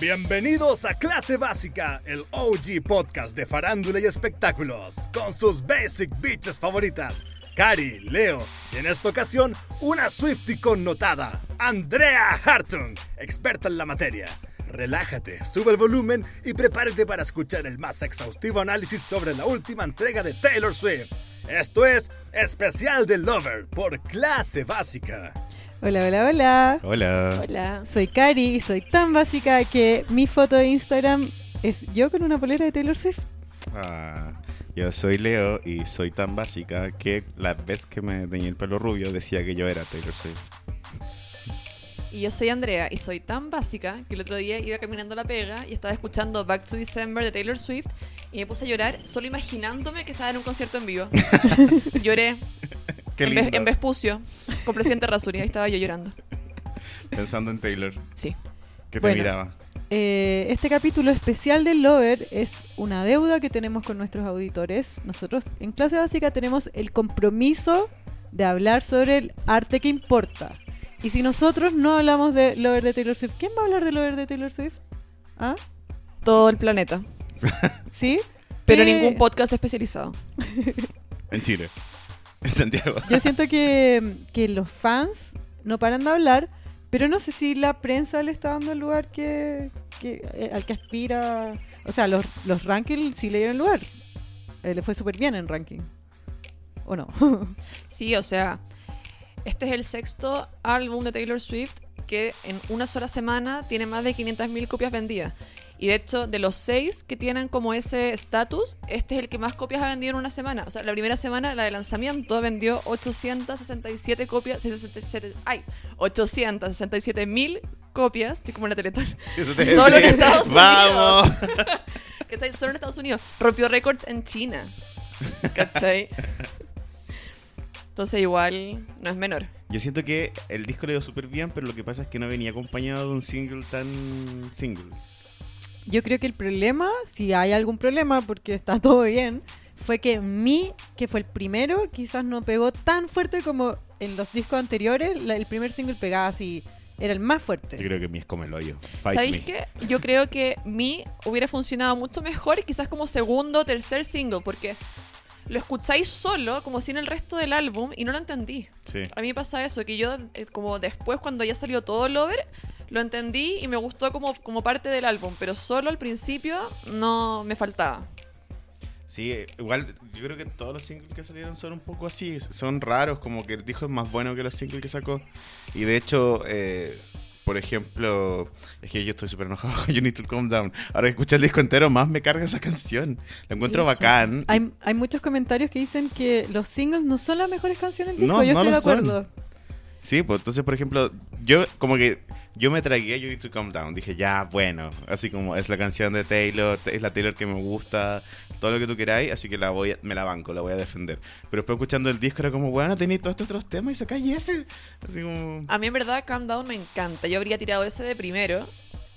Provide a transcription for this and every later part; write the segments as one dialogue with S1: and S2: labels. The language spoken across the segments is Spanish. S1: Bienvenidos a Clase Básica, el OG podcast de farándula y espectáculos, con sus basic bitches favoritas, Cari, Leo, y en esta ocasión, una Swifty connotada, Andrea Hartung, experta en la materia. Relájate, sube el volumen y prepárate para escuchar el más exhaustivo análisis sobre la última entrega de Taylor Swift. Esto es Especial de Lover por Clase Básica.
S2: Hola, hola, hola.
S3: Hola.
S4: Hola.
S2: Soy Cari y soy tan básica que mi foto de Instagram es yo con una polera de Taylor Swift.
S3: Ah, yo soy Leo y soy tan básica que la vez que me teñí el pelo rubio decía que yo era Taylor Swift.
S4: Y yo soy Andrea y soy tan básica que el otro día iba caminando a la pega y estaba escuchando Back to December de Taylor Swift y me puse a llorar solo imaginándome que estaba en un concierto en vivo. Lloré
S3: Qué
S4: en, Ves-
S3: lindo.
S4: en Vespucio con Presidente Rasuri. Ahí estaba yo llorando.
S3: Pensando en Taylor,
S4: Sí.
S3: que te
S2: Bueno.
S3: miraba.
S2: Eh, este capítulo especial del Lover es una deuda que tenemos con nuestros auditores. Nosotros en clase básica tenemos el compromiso de hablar sobre el arte que importa. Y si nosotros no hablamos de Lover de Taylor Swift, ¿quién va a hablar de Lover de Taylor Swift? ¿Ah?
S4: Todo el planeta.
S2: ¿Sí?
S4: Pero
S2: Eh,
S4: ningún podcast especializado.
S3: En Chile. En Santiago.
S2: Yo siento que, que los fans no paran de hablar, pero no sé si la prensa le está dando el lugar que, que- eh, al que aspira. O sea, los, los rankings sí le dieron lugar. Eh, le fue súper bien en ranking. ¿O no?
S4: Sí, o sea, este es el sexto álbum de Taylor Swift que en una sola semana tiene más de 500.000 copias vendidas. Y de hecho, de los seis que tienen como ese estatus, este es el que más copias ha vendido en una semana. O sea, la primera semana, la de lanzamiento, vendió 867 copias. 67 ay, 867.000 copias. Estoy como en la Teletón.
S3: Sí, eso te
S4: Solo en
S3: decía.
S4: Estados
S3: ¡Vamos!
S4: Que está solo en Estados Unidos. Rompió récords en China. ¿Cachai? Entonces, igual, no es menor.
S3: Yo siento que el disco le dio súper bien, pero lo que pasa es que no venía acompañado de un single tan single.
S2: Yo creo que el problema, si hay algún problema, porque está todo bien, fue que mi, que fue el primero, quizás no pegó tan fuerte como en los discos anteriores. La- el primer single pegaba así, era el más fuerte.
S3: Yo creo que mi es como el hoyo. Fight
S4: ¿Sabéis
S3: me.
S4: qué? Yo creo que Mi hubiera funcionado mucho mejor, quizás como segundo o tercer single, porque lo escucháis solo, como si en el resto del álbum, y no lo entendí.
S3: Sí.
S4: A mí me pasa eso, que yo, eh, como después, cuando ya salió todo Lover, lo entendí y me gustó como, como parte del álbum, pero solo al principio no me faltaba.
S3: Sí, eh, igual yo creo que todos los singles que salieron son un poco así, son raros, como que el disco es más bueno que los singles que sacó. Y de hecho, eh, por ejemplo, es que yo estoy súper enojado con You Need to Calm Down. Ahora que escucho el disco entero, más me carga esa canción. La encuentro
S4: Eso.
S3: bacán.
S2: Hay, hay muchos comentarios que dicen que los singles no son las mejores canciones del disco.
S3: No,
S2: yo
S3: no
S2: estoy de
S3: lo son.
S2: acuerdo.
S3: Sí, pues entonces, por ejemplo, yo como que yo me tragué a You Need to Calm Down. Dije, ya, bueno, así como es la canción de Taylor, es la Taylor que me gusta, todo lo que tú queráis, así que la voy a- me la banco, la voy a defender. Pero después escuchando el disco era como, bueno, tenéis todos estos otros temas y sacáis ese. Así como...
S4: A mí en verdad Calm Down me encanta. Yo habría tirado ese de primero.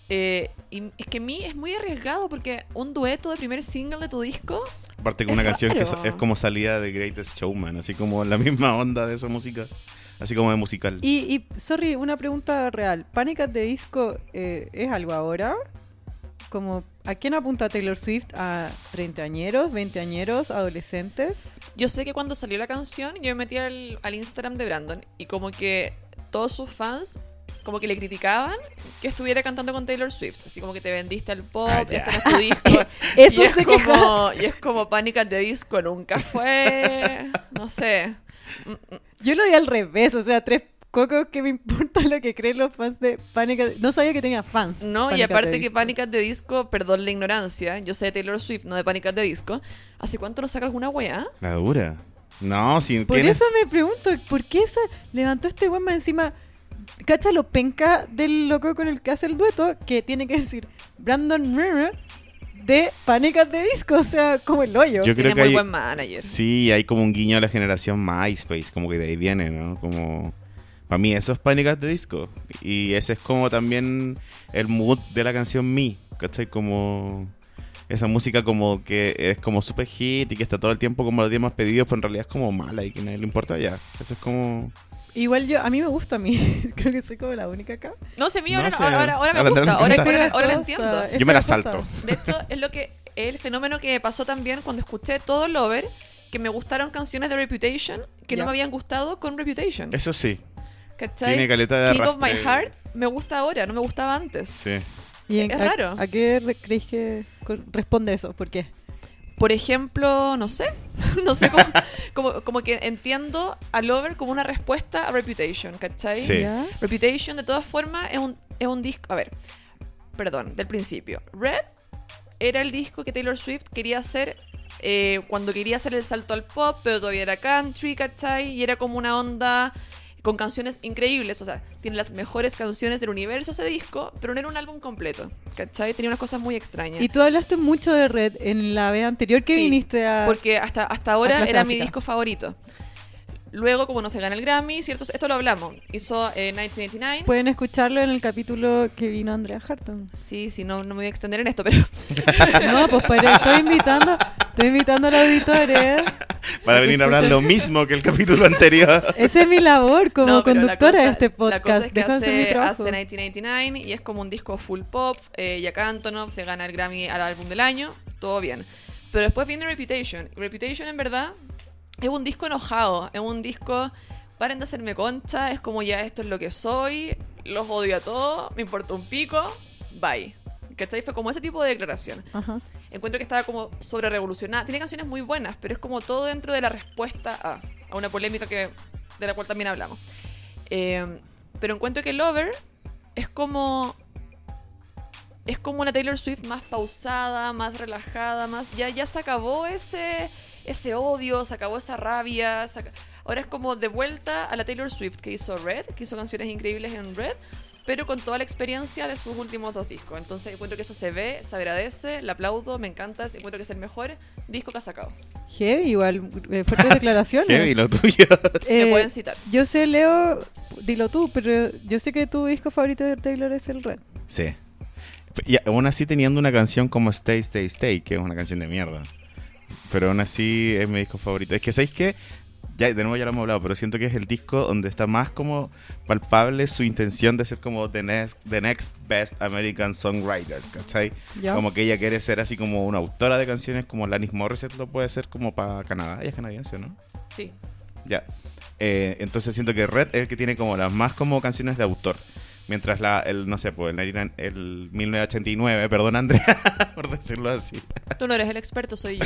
S4: Eh, y es que mi es muy arriesgado porque un dueto de primer single de tu disco
S3: Aparte con
S4: es
S3: una canción que
S4: raro.
S3: es como salida de Greatest Showman, así como la misma onda de esa música, así como de musical.
S2: Y, y, sorry, una pregunta real. ¿Pánica de disco eh, es algo ahora? Como, ¿A quién apunta Taylor Swift? ¿A treintañeros, veinteañeros, adolescentes?
S4: Yo sé que cuando salió la canción, yo me metí al, al Instagram de Brandon y como que todos sus fans como que le criticaban que estuviera cantando con Taylor Swift. Así como que te vendiste al pop,
S3: Ah, ya.
S4: este no es tu disco.
S2: Eso
S4: y, es
S2: se quejó.
S4: como, y es como Panic at the Disco, nunca fue... No sé. Mm, mm.
S2: Yo lo vi al revés, o sea, tres cocos que me importa lo que creen los fans de Pánica. de- No sabía que tenía fans.
S4: No, y
S2: Panic! at the
S4: aparte que
S2: Disco.
S4: Panic at the Disco, perdón la ignorancia, yo sé de Taylor Swift, no de Panic at the Disco. ¿Hace cuánto no saca alguna weá?
S3: La dura. No, si
S2: Por
S3: tienes...
S2: eso me pregunto, ¿por qué esa levantó este weón más encima? Cacha lo penca del loco con el que hace el dueto, que tiene que decir Brandon Murray de Panecas de Disco, o sea, como el hoyo.
S3: Yo creo
S4: Tiene
S3: que
S4: muy
S3: hay-
S4: buen manager.
S3: Sí, hay como un guiño a la generación MySpace, como que de ahí viene, ¿no? Como... Para mí eso es Pánicas de Disco. Y ese es como también el mood de la canción Me, ¿cachai? Como... Esa música como que es como super hit y que está todo el tiempo como los 10 más pedidos, pero en realidad es como mala y que a nadie le importa ya. Eso es como...
S2: Igual yo, a mí me gusta a mí. Creo que soy como la única acá.
S4: No sé, mío,
S3: No
S4: ahora,
S3: sé.
S4: ahora, ahora me
S3: Ahora te
S4: gusta,
S3: das
S4: ahora,
S3: cuenta.
S4: ahora, ahora lo
S2: Pegajosa,
S4: entiendo.
S2: es
S3: Yo me la salto.
S2: pegajosa.
S4: De hecho, es lo que el fenómeno que pasó también cuando escuché todo Lover, que me gustaron canciones de Reputation que
S2: Ya.
S4: no me habían gustado con Reputation.
S3: Eso sí,
S4: ¿Cachai?
S3: tiene caleta de
S4: King of My
S3: arrastre.
S4: Heart me gusta ahora, no me gustaba antes.
S3: sí.
S2: ¿Y en-
S4: Es
S2: a-
S4: raro.
S2: ¿A qué re- creéis que cor- responde eso? ¿Por qué?
S4: Por ejemplo, no sé, no sé cómo, como, como que entiendo a Lover como una respuesta a Reputation, ¿cachai?
S3: Sí.
S2: ¿Ya?
S4: Reputation, de todas formas, es un, es un disco. A ver, perdón, del principio. Red era el disco que Taylor Swift quería hacer eh, cuando quería hacer el salto al pop, pero todavía era country, ¿cachai? Y era como una onda con canciones increíbles. O sea, tiene las mejores canciones del universo ese disco, pero no era un álbum completo, ¿cachai? Tenía unas cosas muy extrañas.
S2: Y tú hablaste mucho de Red en la vez anterior que
S4: Sí,
S2: viniste a...
S4: Porque hasta, hasta ahora
S2: clase
S4: era mi
S2: básica.
S4: disco favorito. Luego, como no se gana el Grammy, ¿cierto? Esto lo hablamos. Hizo eh, 1989.
S2: Pueden escucharlo en el capítulo que vino Andrea Harton.
S4: Sí, sí, no, no me voy a extender en esto, pero
S2: No, pues para, estoy invitando, estoy invitando a los auditores.
S3: Para venir a hablar lo mismo que el capítulo anterior.
S2: Esa es mi labor como
S4: No, pero la
S2: conductora de
S4: cosa-
S2: este
S4: La cosa
S2: podcast.
S4: es que
S2: Dejo de hacer mi
S4: hace,
S2: trabajo.
S4: hace 1989 y es como un disco full pop. Eh, Jack Antonoff se gana el Grammy al álbum del año. Todo bien. Pero después viene Reputation. Y Reputation, en verdad, es un disco enojado. Es un disco. Paren de hacerme concha. Es como ya esto es lo que soy. Los odio a todos. Me importa un pico. Bye. ¿Cachai? Fue como ese tipo de declaración.
S2: Ajá.
S4: Encuentro que estaba como sobre revolucionada. Tiene canciones muy buenas, pero es como todo dentro de la respuesta a, a una polémica que, de la cual también hablamos. Eh, pero encuentro que Lover es como. Es como una Taylor Swift más pausada, más relajada, más. Ya, ya se acabó ese, ese odio, se acabó esa rabia. se aca- Ahora es como de vuelta a la Taylor Swift que hizo Red, que hizo canciones increíbles en Red, pero con toda la experiencia de sus últimos dos discos. Entonces encuentro que eso se ve, se agradece, le aplaudo, me encanta, encuentro que es el mejor disco que ha sacado.
S2: Heavy, igual, eh, fuertes declaraciones.
S3: Heavy, lo tuyo.
S4: Me
S2: Eh,
S4: pueden citar.
S2: yo sé, Leo, dilo tú, pero yo sé que tu disco favorito de Taylor es el Red.
S3: Sí. Y aún así teniendo una canción como Stay, Stay, Stay, que es una canción de mierda. Pero aún así es mi disco favorito. Es que, ¿sabéis qué? Ya, de nuevo ya lo hemos hablado, pero siento que es el disco donde está más como palpable su intención de ser como The Next, the next Best American Songwriter, ¿cachai?
S2: ¿Ya?
S3: Como que ella quiere ser así como una autora de canciones como Lannis Morissette lo puede ser como para Canadá. Ella es canadiense, ¿no?
S4: Sí.
S3: Ya. Eh, entonces siento que Red es el que tiene como las más como canciones de autor. Mientras la, el, no sé, pues el, 99 el 1989, perdón Andrea, por decirlo así.
S4: Tú no eres el experto, soy yo.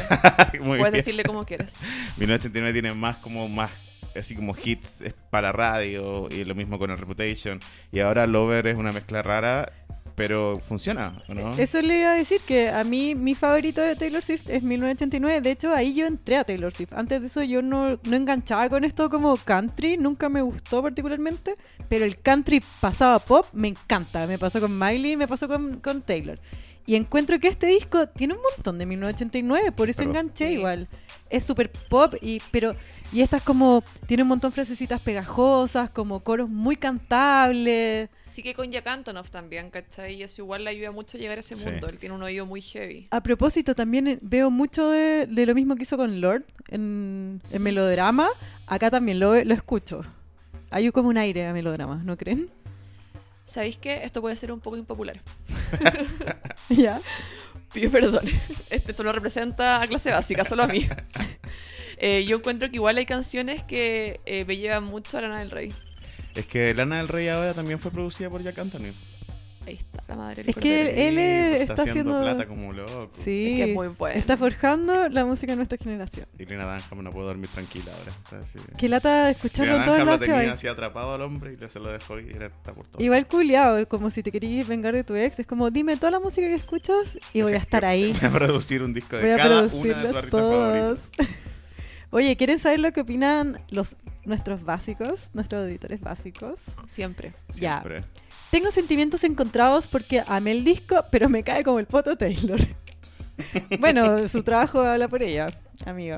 S3: Muy bien.
S4: Puedes decirle como quieras.
S3: 1989 tiene más como más, así como hits es para radio y lo mismo con el Reputation. Y ahora Lover es una mezcla rara, pero funciona, ¿o ¿no?
S2: Eso le iba a decir que a mí mi favorito de Taylor Swift es 1989. De hecho, ahí yo entré a Taylor Swift. Antes de eso yo no, no enganchaba con esto como country, nunca me gustó particularmente, pero el country pasaba pop, me encanta. Me pasó con Miley, me pasó con, con Taylor. Y encuentro que este disco tiene un montón de 1989, por eso
S3: Claro.
S2: enganché
S4: Sí.
S2: igual. Es súper pop, y, pero... Y estas como... Tiene un montón de frasecitas pegajosas, como coros muy cantables.
S4: Sí que con Jack Antonoff también, ¿cachai? Y eso igual le ayuda mucho a llegar a ese
S3: Sí.
S4: mundo. Él tiene un oído muy heavy.
S2: A propósito, también eh, veo mucho de, de lo mismo que hizo con Lord en, en melodrama. Acá también lo, lo escucho. Hay como un aire a melodrama, ¿no creen?
S4: ¿Sabéis qué? Esto puede ser un poco impopular.
S2: ya.
S4: Pido perdón. Este- Esto no representa a clase básica, solo a mí. Eh, yo encuentro que igual hay canciones que eh, me llevan mucho a Lana del Rey.
S3: Es que Lana del Rey ahora también fue producida por Jack Anthony.
S4: Ahí está, la madre del
S2: Es
S4: cordero.
S2: que él- él es-
S3: está,
S2: está
S3: haciendo
S2: haciendo-
S3: plata como loco.
S2: Sí.
S4: Es que es muy bueno.
S2: Está forjando la música de nuestra generación.
S3: Y Lena Dunham no puedo dormir tranquila ahora. Está así.
S2: Qué lata escucharlo en
S3: Lena
S2: todos
S3: Dunham lo
S2: lados que
S3: tenía
S2: va.
S3: así atrapado al hombre y le- se lo dejó ir. Era, está por todo.
S2: Igual culiado, como si te querías vengar de tu ex. Es como, dime toda la música que escuchas y voy a estar ahí.
S3: Voy a producir un disco
S2: Voy
S3: de
S2: a
S3: cada una de tus
S2: producirlos
S3: artistas favoritos.
S2: todos. Oye, ¿quieren saber lo que opinan los nuestros básicos, nuestros auditores básicos?
S4: Siempre.
S2: Ya.
S3: Siempre.
S2: Tengo sentimientos encontrados porque amé el disco, pero me cae como el poto Taylor. bueno, su trabajo habla por ella, amigo.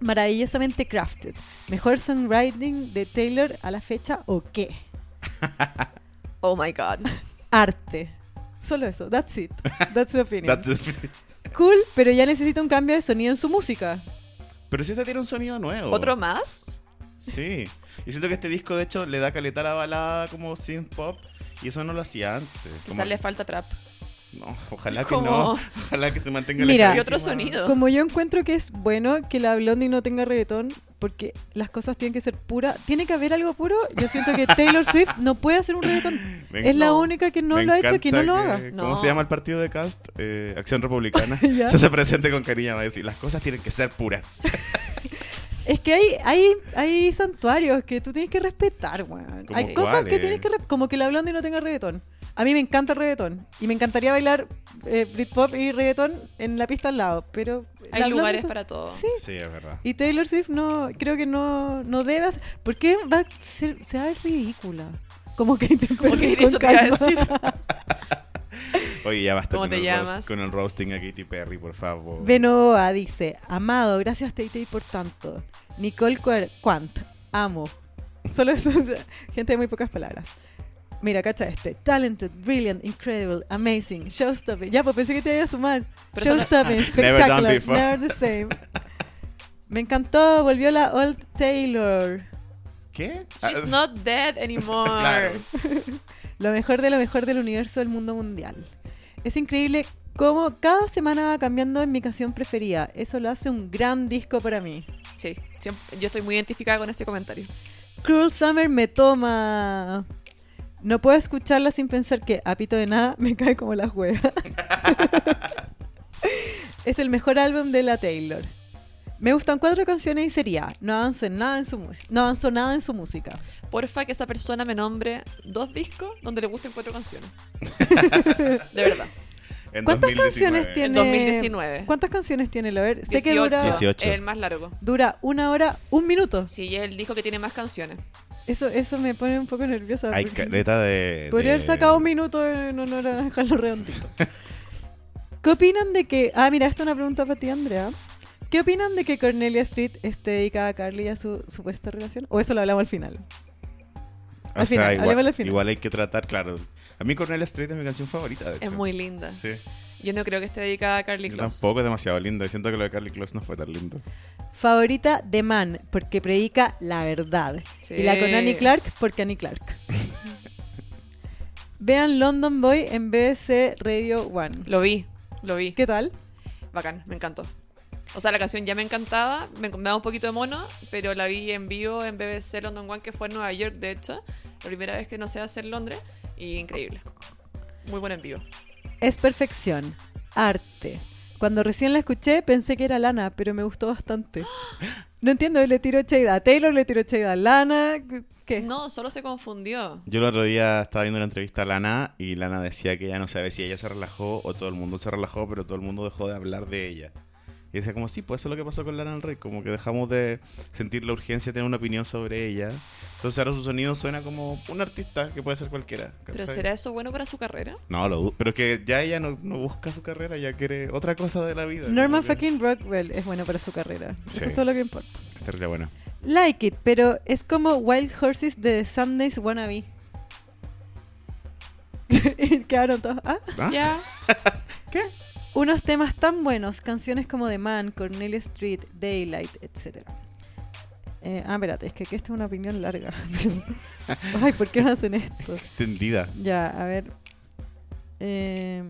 S2: Maravillosamente crafted. Mejor songwriting de Taylor a la fecha o qué?
S4: Oh my god.
S2: Arte. Solo eso, that's it. That's the opinion.
S3: That's-
S2: Cool, pero ya necesita un cambio de sonido en su música.
S3: este Oh. Pero si esta tiene un sonido nuevo.
S4: ¿Otro más?
S3: Sí. Y siento que este disco, de hecho, le da caleta a la balada como synth pop. Y eso no lo hacía antes.
S4: Quizás
S3: Como-
S4: le falta trap.
S3: No, ojalá Ah, que
S4: como-
S3: no. Ojalá que se mantenga
S2: Mira.
S3: la
S4: Y otro
S3: clarísima-
S4: sonido.
S2: Como yo encuentro que es bueno que la Blondie no tenga reggaetón, porque las cosas tienen que ser puras, tiene que haber algo puro, yo siento que Taylor Swift no puede hacer un reggaetón.
S3: Me-
S2: Es la
S4: No.
S2: única que no
S3: me
S2: lo ha hecho, que no
S3: encanta
S2: lo
S3: que-
S2: haga.
S3: ¿Cómo
S4: No.
S3: se llama el partido de Cast? Eh, Acción Republicana.
S2: Ya.
S3: Ya se presente con cariño, va a decir, las cosas tienen que ser puras.
S2: Es que hay, hay, hay santuarios que tú tienes que respetar, weón.
S3: ¿Cómo
S2: Hay cosas que
S3: cuáles?
S2: tienes que... re- Como que la blonde no tenga reggaetón. A mí me encanta el reggaetón. Y me encantaría bailar eh, Britpop y reggaetón en la pista al lado. Pero... la
S4: Hay
S2: Blondie
S4: lugares
S2: se-
S4: para todo.
S2: Sí.
S3: Sí, es verdad.
S2: Y Taylor Swift no... Creo que no, no debe hacer... Porque va a ser- se va a ver ridícula. Como que... te-
S4: Como que
S2: con
S4: eso te iba a
S2: calma.
S4: decir.
S3: Oye, ya basta
S4: ¿Cómo
S3: con
S4: te
S3: el,
S4: llamas?
S3: roast- con el roasting a Katy Perry, por favor.
S2: Benoa dice, amado, gracias TT por tanto. Nicole Cuer- Quant, amo. Solo es gente de muy pocas palabras. Mira, cacha este. Talented, brilliant, incredible, amazing, showstopper. Ya, pues pensé que te iba a sumar.
S4: Pero eso no-
S2: Showstopper,
S3: Never
S2: spectacular,
S3: done
S2: never,
S3: before.
S2: the same. Me encantó, volvió la Old Taylor.
S3: ¿Qué?
S4: She's
S3: Ah,
S4: not dead anymore.
S3: Claro.
S2: Lo mejor de lo mejor del universo del mundo mundial. Es increíble cómo cada semana va cambiando en mi canción preferida. Eso lo hace un gran disco para mí.
S4: Sí, siempre- yo estoy muy identificada con ese comentario.
S2: Cruel Summer me toma. No puedo escucharla sin pensar que, a pito de nada, me cae como la juega. es el mejor álbum de la Taylor. Me gustan cuatro canciones y sería. No avanzó en nada en su música. No avanzó nada en su música.
S4: Porfa que esa persona me nombre dos discos donde le gusten cuatro canciones. De verdad.
S3: en
S2: ¿Cuántas
S3: 2019.
S2: canciones tiene?
S4: En 2019.
S2: ¿Cuántas canciones tiene Lover? Sé que dura,
S3: 18.
S4: Es el más largo.
S2: dura una hora, un minuto.
S4: Sí, y es el disco que tiene más canciones.
S2: Eso, eso me pone un poco nerviosa.
S3: Hay
S2: porque-
S3: caleta de...
S2: Podría
S3: eh, de-
S2: haber sacado un minuto en honor a dejarlo redondito. ¿Qué opinan de que.? Ah, mira, esta es una pregunta para ti, Andrea. ¿Qué opinan de que Cornelia Street esté dedicada a Carly y a su supuesta relación? ¿O eso lo hablamos al final?
S3: O
S2: al
S3: sea,
S2: final,
S3: igual,
S2: hablemos al final.
S3: igual hay que tratar, claro. A mí Cornelia Street es mi canción favorita, de
S4: Es
S3: hecho.
S4: muy linda.
S3: Sí.
S4: Yo no creo que esté dedicada a Carly
S3: Yo
S4: Close.
S3: Tampoco es demasiado linda. Siento que lo de Carly Close no fue tan lindo.
S2: Favorita de Man, porque predica la verdad.
S4: Sí.
S2: Y la con Annie Clark, porque Annie Clark. Vean London Boy en BBC Radio One.
S4: Lo vi, lo vi.
S2: ¿Qué tal?
S4: Bacán, me encantó. O sea, la canción ya me encantaba, me, me da un poquito de mono, pero la vi en vivo en BBC London One, que fue en Nueva York, de hecho. La primera vez que no sé hacer Londres, y increíble. Muy buen en vivo.
S2: Es perfección, arte. Cuando recién la escuché pensé que era Lana, pero me gustó bastante. No entiendo, le tiró shade a Taylor, le tiró shade a Lana, ¿qué?
S4: No, solo se confundió.
S3: Yo el otro día estaba viendo una entrevista a Lana y Lana decía que ya no sabe si ella se relajó o todo el mundo se relajó, pero todo el mundo dejó de hablar de ella. Y decía como, sí, pues eso es lo que pasó con Lana del Rey, como que dejamos de sentir la urgencia de tener una opinión sobre ella. Entonces ahora su sonido suena como un artista que puede ser cualquiera.
S4: ¿Pero
S3: ¿cachai?
S4: será eso bueno para su carrera?
S3: No, lo dudo. Pero es que ya ella no, no busca su carrera, ya quiere otra cosa de la vida.
S2: Norman
S3: Como que-
S2: fucking Rockwell es bueno para su carrera.
S3: Sí.
S2: Eso es todo lo que importa.
S3: Está re buena.
S2: Like it, pero es como Wild Horses de The Sundays Wannabe. Y Quedaron todos. ¿ah?
S3: ¿Ah?
S4: Ya.
S2: Unos temas tan buenos, canciones como The Man, Cornelia Street, Daylight, etc. Eh, ah, espérate, es que, que esta es una opinión larga. Ay, ¿por qué me hacen esto?
S3: Extendida.
S2: Ya, a ver. Eh,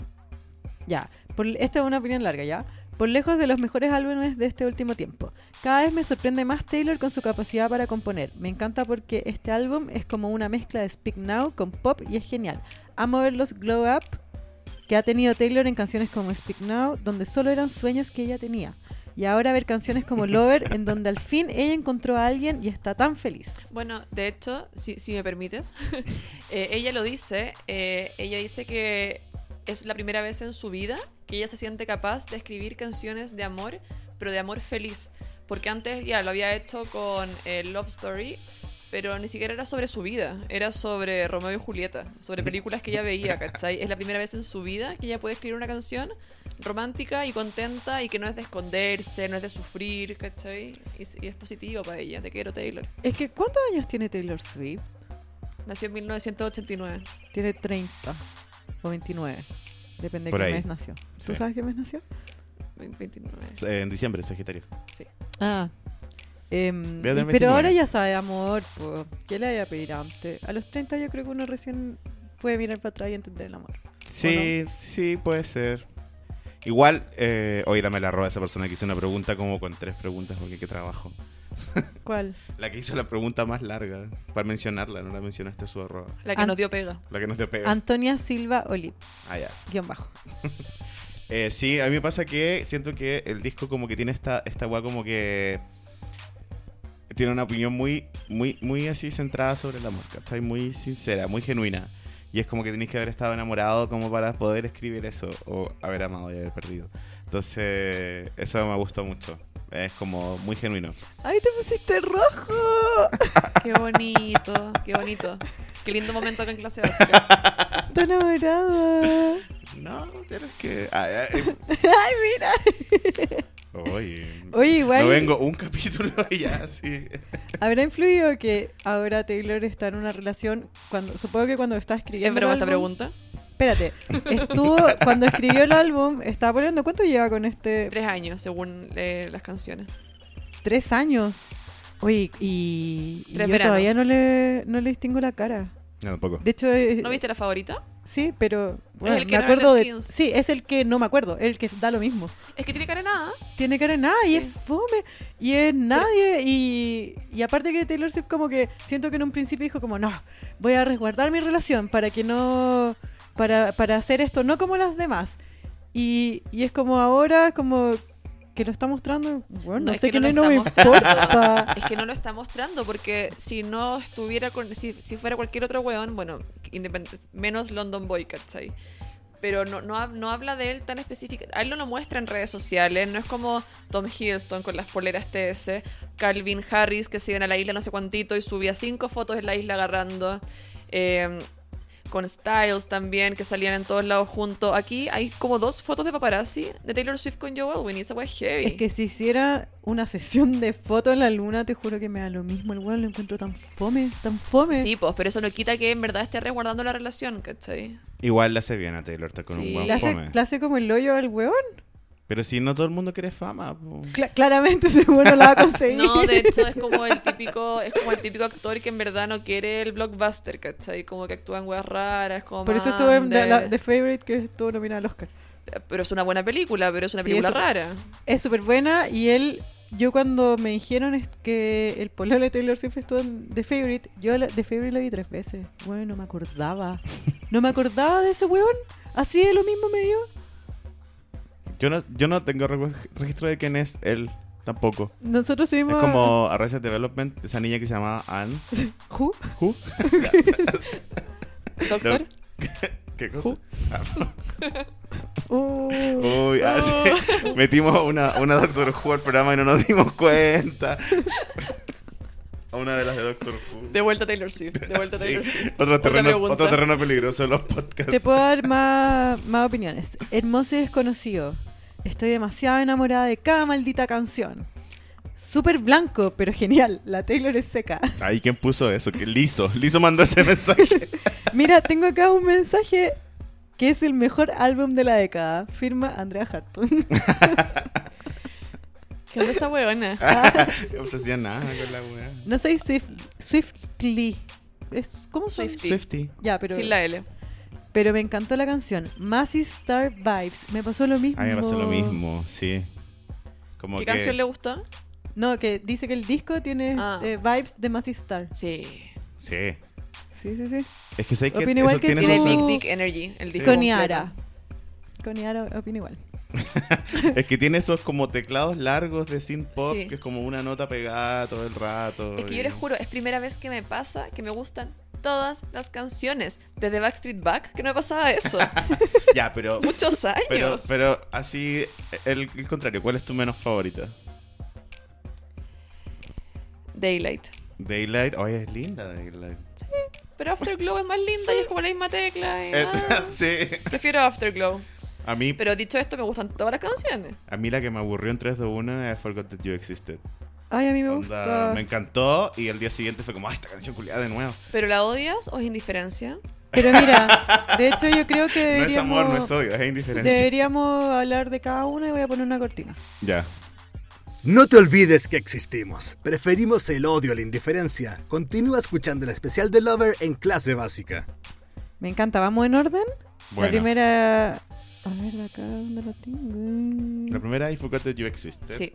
S2: ya, por, esta es una opinión larga, ¿ya? Por lejos de los mejores álbumes de este último tiempo. Cada vez me sorprende más Taylor con su capacidad para componer. Me encanta porque este álbum es como una mezcla de Speak Now con pop y es genial. Amo ver los glow up que ha tenido Taylor en canciones como Speak Now, donde solo eran sueños que ella tenía. Y ahora ver canciones como Lover, en donde al fin ella encontró a alguien y está tan feliz.
S4: Bueno, de hecho, si, si me permites, eh, ella lo dice, eh, ella dice que es la primera vez en su vida que ella se siente capaz de escribir canciones de amor, pero de amor feliz. Porque antes ya lo había hecho con eh, Love Story, pero ni siquiera era sobre su vida, era sobre Romeo y Julieta, sobre películas que ella veía, ¿cachai? Es la primera vez en su vida que ella puede escribir una canción romántica y contenta y que no es de esconderse, no es de sufrir, ¿cachai? Y, es- y es positivo para ella, te quiero Taylor.
S2: Es que, ¿cuántos años tiene Taylor Swift?
S4: Nació en 1989.
S2: Tiene 30 o 29. Depende
S3: Por
S2: de qué
S3: ahí.
S2: mes nació. ¿Tú
S3: Sí.
S2: sabes qué mes nació?
S3: eh,
S4: Ve- 29.
S3: En diciembre, Sagitario.
S2: Ah. Em,
S3: Voy a tener
S2: y- pero
S3: 29.
S2: ahora ya sabe, amor, po. ¿qué le voy a pedir antes? A los 30 yo creo que uno recién puede mirar para atrás y entender el amor.
S3: Sí, sí, puede ser. Igual, eh, hoy dame la arroba a esa persona que hizo una pregunta como con tres preguntas porque qué trabajo.
S2: ¿Cuál?
S3: La que hizo la pregunta más larga, para mencionarla, no la mencionaste su arroba.
S4: La que
S2: An-
S4: nos dio pega.
S3: La que no te pega.
S2: Antonia Silva Olip,
S3: Ah, ya.
S2: guión bajo.
S3: Eh, sí, a mí me pasa que siento que el disco como que tiene esta, esta weá como que... Tiene una opinión muy, muy, muy así centrada sobre el amor, ¿cachai? Muy sincera, muy genuina. Y es como que tenéis que haber estado enamorado como para poder escribir eso, o haber amado y haber perdido. Entonces, eso me gustó mucho. Es como muy genuino.
S2: ¡Ay, te pusiste rojo!
S4: Qué bonito, qué bonito. Qué lindo momento acá en clase básica.
S2: ¡Está enamorada!
S3: No, pero es que... ah, ah, eh,
S2: ¡Ay, mira!
S3: Oye,
S2: Oye, igual-
S3: No vengo un capítulo y ya, sí.
S2: ¿Habrá influido que ahora Taylor está en una relación cuando supongo que cuando lo estaba escribiendo?
S4: ¿Es broma
S2: el
S4: esta
S2: álbum-
S4: pregunta?
S2: Espérate, estuvo cuando escribió el álbum, estaba poniendo cuánto lleva con este
S4: Tres años, según eh, las canciones.
S2: tres años. Oye, y, y
S4: Tres
S2: yo
S4: veranos.
S2: todavía no le no le distingo la cara.
S3: No, tampoco.
S2: De hecho, eh,
S4: ¿No viste la favorita?
S2: sí, pero bueno,
S4: el que
S2: me
S4: no era
S2: acuerdo
S4: de
S2: de
S4: Skins.
S2: sí, es el que no me acuerdo, el que da lo mismo.
S4: Es que tiene cara de nada.
S2: tiene cara de nada y
S4: Sí.
S2: es fome y es nadie y, y aparte que Taylor Swift como que siento que en un principio dijo como no, voy a resguardar mi relación para que no para, para hacer esto no como las demás y, y es como ahora como que lo está mostrando bueno,
S4: No,
S2: no,
S4: es
S2: sé
S4: que
S2: que
S4: no
S2: no, no
S4: lo
S2: me
S4: está mostrando.
S2: importa
S4: Es que no lo está mostrando porque si no estuviera con. Si, si fuera cualquier otro weón, bueno, independ- menos London Boy, ¿cachai? Pero no, no, hab- no habla de él tan específico. A él no lo muestra en redes sociales. No es como Tom Hiddleston con las poleras TS. Calvin Harris que se iban a la isla no sé cuántito y subía cinco fotos en la isla agarrando. Eh, con Styles también, que salían en todos lados juntos. Aquí hay como dos fotos de paparazzi de Taylor Swift con Joe Alwyn y esa wea es heavy.
S2: es que si hiciera una sesión de fotos en la luna te juro que me da lo mismo el weón lo encuentro tan fome tan fome
S4: Sí, pues, pero eso no quita que en verdad esté resguardando la relación, ¿cachai?
S3: Igual la hace bien a Taylor, está con
S4: Sí.
S3: un buen
S2: le hace,
S3: fome.
S2: le hace como el hoyo al weón
S3: Pero si no todo el mundo quiere fama. po.
S2: Cla- claramente seguro la va a conseguir
S4: No, de hecho es como el típico, es como el típico actor que en verdad no quiere el blockbuster, ¿cachai? Como que actúan weas raras, como
S2: Por eso estuvo en
S4: Mander.
S2: The, la- The Favorite, que estuvo nominada al Oscar.
S4: Pero es una buena película, pero es una
S2: Sí,
S4: película
S2: eso.
S4: rara.
S2: Es súper buena y él, yo cuando me dijeron es- que el pololo de Taylor Swift estuvo en The Favorite, yo la- The Favorite la vi tres veces. Bueno, no me acordaba. No me acordaba de ese weón. Así de lo mismo me dio.
S3: Yo no, yo no tengo recu- registro de quién es él tampoco.
S2: Nosotros
S3: Es
S2: subimos...
S3: como Arrested Development, esa niña que se llamaba Anne.
S2: a- Who?
S3: Who?
S4: Doctor,
S3: ¿Qué cosa?
S2: Oh.
S3: Uy, ah, sí. metimos una, una Doctor Who al programa y no nos dimos cuenta. A una de las de Doctor Who.
S4: de vuelta a Taylor Swift, de vuelta a
S3: Sí.
S4: Taylor Swift.
S3: Otro, terreno,
S4: pregunta.
S3: otro terreno peligroso de los
S2: Te
S3: podcasts.
S2: puedo dar más, más opiniones. Hermoso y desconocido. Estoy demasiado enamorada de cada maldita canción. Súper blanco, pero genial. La Taylor es seca.
S3: Ay, ¿quién puso eso? Que Liso. Liso mandó ese mensaje.
S2: Mira, tengo acá un mensaje que es el mejor álbum de la década. Firma Andrea Harton.
S4: ¿Qué onda esa weona?
S3: Obsesionada con la weá.
S2: No soy Swift, Swiftly. Es, ¿Cómo soy?
S4: Swiftie.
S3: Swifty.
S2: Ya, pero,
S4: Sin la L.
S2: pero me encantó la canción. Massy Star Vibes. Me pasó lo mismo.
S3: A mí me pasó lo mismo, sí. Como
S4: ¿Qué
S3: que
S4: canción le gustó?
S2: No, que dice que el disco tiene
S4: Ah.
S2: eh, vibes de Massy Star.
S4: Sí.
S3: Sí.
S2: Sí, sí, sí.
S3: Es que sabes que
S2: Opino
S3: eso
S2: igual que
S3: tiene
S4: Tiene
S3: su-
S4: Big
S2: como-
S4: Dick Energy, el
S3: Sí.
S4: disco
S2: Con
S4: completo.
S2: Iara. Con Iara opino igual.
S3: es que tiene esos como teclados largos de synth pop
S4: Sí.
S3: que es como una nota pegada todo el rato.
S4: Es que
S3: y-
S4: yo les juro, es primera vez que me pasa que me gustan todas las canciones. Desde Backstreet Back, que no me pasaba eso.
S3: Ya, pero
S4: Muchos años.
S3: pero pero así el, el contrario, ¿cuál es tu menos favorita?
S4: Daylight.
S3: Daylight, oye, es linda Daylight.
S4: Pero Afterglow es más linda y es como la misma tecla. y
S3: Eh,
S4: ah,
S3: sí.
S4: Prefiero Afterglow.
S3: A mí
S4: Pero dicho esto, me gustan todas las canciones.
S3: a mí la que me aburrió en 3 2 1 es Forgot That You Existed.
S2: Ay, a mí me
S3: Onda,
S2: gusta.
S3: me encantó y el día siguiente fue como, "Ah, esta canción culiada de nuevo."
S4: ¿Pero la odias o es indiferencia?
S2: Pero mira, de hecho yo creo que
S3: No es
S2: deberíamos,
S3: amor, no es odio, es indiferencia.
S2: deberíamos hablar de cada una y voy a poner una cortina.
S3: Ya.
S1: No te olvides que existimos. Preferimos el odio a la indiferencia. Continúa escuchando el especial de Lover en clase básica.
S2: Me encanta, ¿vamos en orden? La
S3: Bueno.
S2: primera... A ver, acá, ¿dónde la tengo?
S3: La primera, I forgot that you ¿eh? existed.
S4: Sí.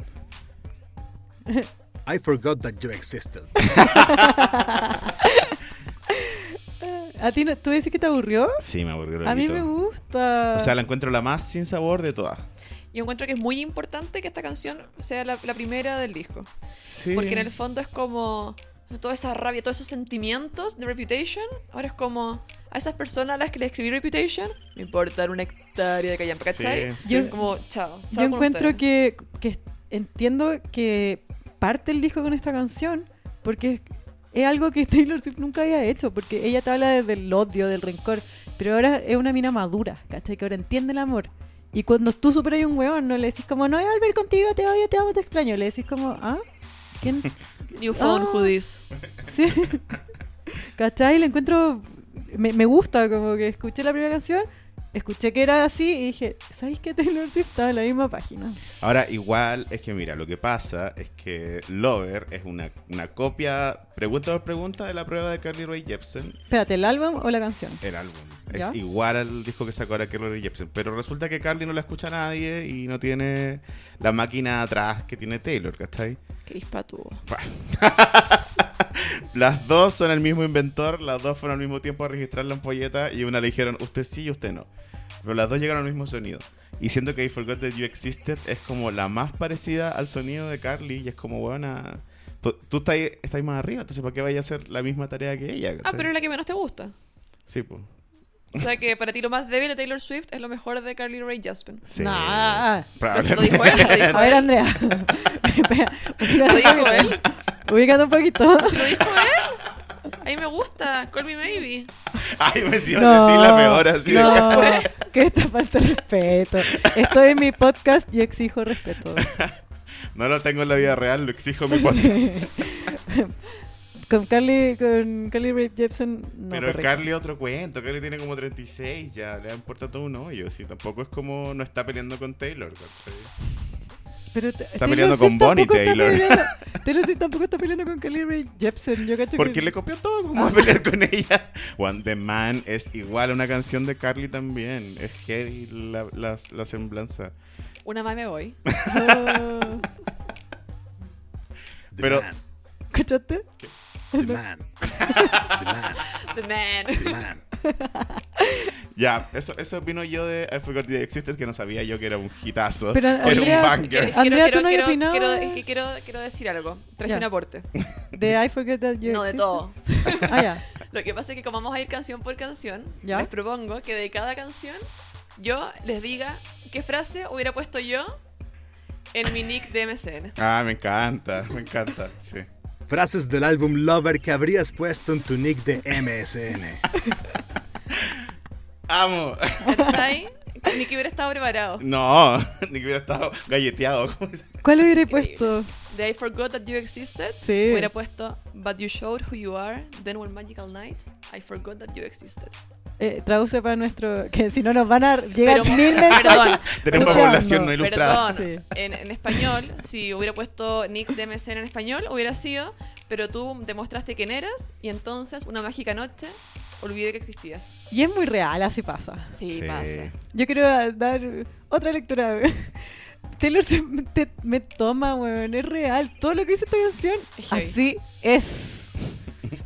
S1: I forgot that you existed.
S2: ¿A ti no- tú dices que te aburrió?
S3: Sí, me aburrió.
S2: A mí me
S3: gusta.
S2: gusta.
S3: O sea, la encuentro la más sin sabor de todas.
S4: Yo encuentro que es muy importante que esta canción sea la, la primera del disco.
S3: Sí.
S4: Porque en el fondo es como toda esa rabia, todos esos sentimientos de Reputation. Ahora es como a esas personas a las que le escribí Reputation, me importan una hectárea de callampa, ¿cachai?
S3: Sí,
S2: Yo-
S4: Yo, como, chao. chao
S2: Yo
S4: con
S2: encuentro
S4: ustedes.
S2: que, que entiendo que parte el disco con esta canción porque es, es algo que Taylor Swift nunca había hecho, porque ella te habla desde el odio, del rencor, pero ahora es una mina madura, ¿cachai? Que ahora entiende el amor. Y cuando tú superas a un hueón, no le decís como, no voy a volver contigo, te odio, te amo, te extraño. Le decís como, ah, ¿quién?
S4: New phone,
S2: Ah.
S4: who this?
S2: Sí. ¿Cachai? La encuentro. Me, me gusta, como que escuché la primera canción, escuché que era así y dije, ¿sabéis que Taylor Swift estaba en la misma página?
S3: Ahora, igual es que, mira, lo que pasa es que Lover es una, una copia, pregunta por pregunta, de la prueba de Carly Rae Jepsen,
S2: Espérate, ¿el álbum o la canción?
S3: el álbum.
S2: ¿Ya?
S3: Es igual al disco que sacó ahora Carly Rae Jepsen. Pero resulta que Carly no la escucha nadie y no tiene la máquina atrás que tiene Taylor, ¿cachai?
S4: Crispa tuvo.
S3: Las dos son el mismo inventor, las dos fueron al mismo tiempo a registrar la ampolleta y una le dijeron usted sí y usted no. Pero las dos llegaron al mismo sonido. Y siento que I Forgot That You Existed es como la más parecida al sonido de Carly y es como, buena. Tú, tú estás, ahí- estás ahí más arriba, entonces ¿para qué vaya a hacer la misma tarea que ella?
S4: Ah,
S3: ¿cachai?
S4: pero es la que menos te gusta.
S3: Sí, pues.
S4: O sea que para ti lo más débil de Taylor Swift es lo mejor de Carly Rae Jepsen.
S3: Sí. Eh,
S2: Nah.
S3: Probablemente.
S4: Lo dijo él, lo dijo
S2: ah, A ver, Andrea. Espera,
S4: ¿Lo
S2: ubícate un
S4: dijo
S2: poquito.
S4: él?
S2: Ubícate un poquito.
S4: ¿Si lo dijo él? A mí me gusta. Call me maybe.
S3: Ay, me decía decir la peor así. de-
S2: no, que esta falta de respeto. Estoy en mi podcast y exijo respeto.
S3: No lo tengo en la vida real, lo exijo en mi podcast.
S2: con Carly, con Carly Rae Jepsen, no.
S3: Pero
S2: correcto.
S3: Carly otro cuento, Carly tiene como 36 ya, le importa todo un hoyo, si tampoco es como no está peleando con Taylor, ¿cachai?
S2: Pero t-
S3: Está
S2: Taylor
S3: peleando
S2: Swift
S3: con Bonnie
S2: tampoco está
S3: Taylor.
S2: peleando- Taylor Swift tampoco está peleando con Carly Rae Jepsen. Yo cacho
S3: Porque
S2: que-
S3: le copió todo, como a pelear con ella. One The Man es igual a una canción de Carly también, es heavy la, la- la semblanza.
S4: Una más me voy.
S2: Oh,
S1: The
S3: Pero-
S1: man,
S2: ¿Cachaste?
S1: the man, the man,
S4: The man.
S1: the man.
S3: Ya, eso, eso opino yo de I Forgot That Existed, que no sabía yo que era un hitazo,
S2: Pero,
S3: que era
S2: Andrea, eh,
S3: un banger.
S2: Andrea, ¿tú no has
S4: quiero,
S2: opinado
S4: Quiero,
S2: de-
S4: es que quiero, quiero decir algo. Traje
S2: Ya.
S4: un aporte.
S2: De I Forget That You
S4: No, de
S2: Existed.
S4: todo.
S2: Ah, ya.
S4: Lo que pasa es que como vamos a ir canción por canción,
S2: Ya.
S4: les propongo que de cada canción yo les diga qué frase hubiera puesto yo en mi nick de MCN.
S3: Ah, me encanta, me encanta, sí.
S1: Frases del álbum Lover que habrías puesto en tu nick de MSN.
S3: ¡Amo!
S4: ¿Cachai? Ni que hubiera estado preparado.
S3: No, ni que hubiera estado galleteado. ¿cómo se-
S2: ¿Cuál hubiera puesto?
S4: De I forgot that you existed,
S2: Sí.
S4: hubiera puesto But you showed who you are, then one magical night, I forgot that you existed.
S2: Eh, traduce para nuestro. Que si no nos van a llegar
S4: Pero-
S2: mil mensajes.
S4: Perdón,
S3: Tenemos
S2: Perdón,
S3: población no
S2: no,
S3: ilustrada.
S4: Perdón,
S2: Sí.
S4: en, en español, si hubiera puesto Nix de MSN en español, hubiera sido, pero tú demostraste quién eras y entonces, una mágica noche, olvidé que existías.
S2: Y es muy real, así pasa.
S4: Sí,
S3: Sí.
S4: pasa.
S2: Yo quiero dar otra lectura. Taylor se te- me toma, weón. Es real. Todo lo que dice esta canción,
S4: Es heavy.
S2: así es.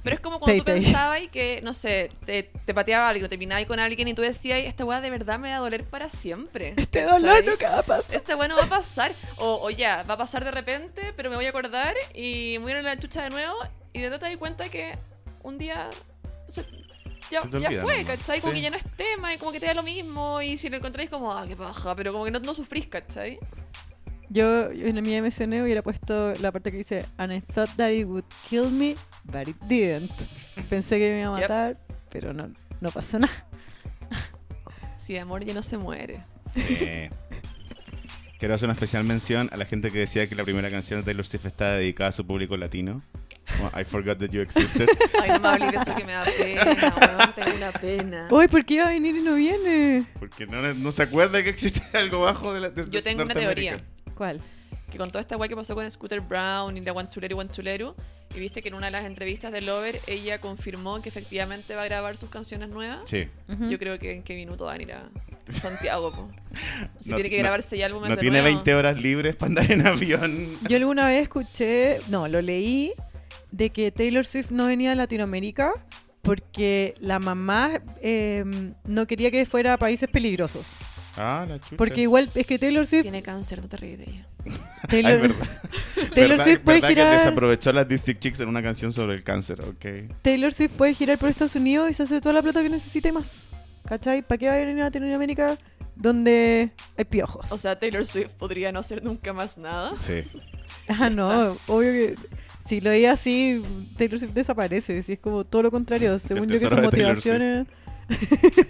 S4: Pero es como cuando tú
S2: Tay-tay.
S4: pensabas y que, no sé, te, te pateaba alguien, o terminabas con alguien y tú decías, esta weá de verdad me va a doler para siempre.
S2: Este dolor
S4: ¿Cachai?
S2: nunca va a pasar.
S4: Este weá no va a pasar. O, o ya, va a pasar de repente, pero me voy a acordar y me voy a ir a la chucha de nuevo y de repente te das cuenta que un día... o sea, ya,
S3: Se te
S4: ya
S3: olvida
S4: fue,
S3: nomás.
S4: ¿cachai? Como
S3: Sí.
S4: que ya no es tema y como que te da lo mismo y si lo encontráis como, ah, qué paja, pero como que no, no sufrís, ¿cachai?
S2: Yo en mi MSN hubiera puesto la parte que dice And I thought that it would kill me, but it didn't. Pensé que me iba a
S4: Yep.
S2: matar, pero no, no pasó nada.
S4: Si de amor ya no se muere.
S3: Sí. Eh, Quiero hacer una especial mención a la gente que decía que la primera canción de Taylor Swift está dedicada a su público latino. Como, I forgot that you existed.
S4: Ay, no me hables de eso que me da pena, weón, tengo una pena.
S2: Uy, ¿por qué iba a venir y no viene?
S3: Porque no, no se acuerda que existe algo bajo de la. de-
S4: Yo
S3: de
S4: tengo una
S3: Norteamérica.
S4: teoría.
S2: ¿Cuál?
S4: que con toda esta guay que pasó con Scooter Brown y la Guanchuleru Guanchuleru, y viste que en una de las entrevistas de Lover ella confirmó que efectivamente va a grabar sus canciones nuevas.
S3: Sí.
S2: Ujú.
S4: Yo creo que en qué minuto van a ir a Santiago. po. Si
S3: No-
S4: tiene que
S3: no-
S4: grabarse ya álbumes
S3: No
S4: de
S3: tiene
S4: nuevo.
S3: 20 horas libres para andar en avión.
S2: Yo alguna vez escuché, no, lo leí, de que Taylor Swift no venía a Latinoamérica porque la mamá eh, no quería que fuera a países peligrosos.
S3: Ah, la chucha.
S2: Porque igual es que Taylor Swift...
S4: Tiene cáncer, no te ríes de ella.
S3: Ay,
S2: Taylor,
S3: verdad.
S2: Taylor
S3: Verdad-
S2: Swift puede
S3: verdad que
S2: girar...
S3: desaprovechó a las District Chicks en una canción sobre el cáncer, ok.
S2: Taylor Swift puede girar por Estados Unidos y se hace toda la plata que necesita y más. ¿Cachai? ¿Para qué va a venir a Latinoamérica donde hay piojos?
S4: O sea, Taylor Swift podría no hacer nunca más nada.
S3: Sí.
S2: ah, no, obvio que si lo veía así, Taylor Swift desaparece. Si es como todo lo contrario, según yo que
S3: tesoro
S2: sus
S3: de Taylor
S2: motivaciones.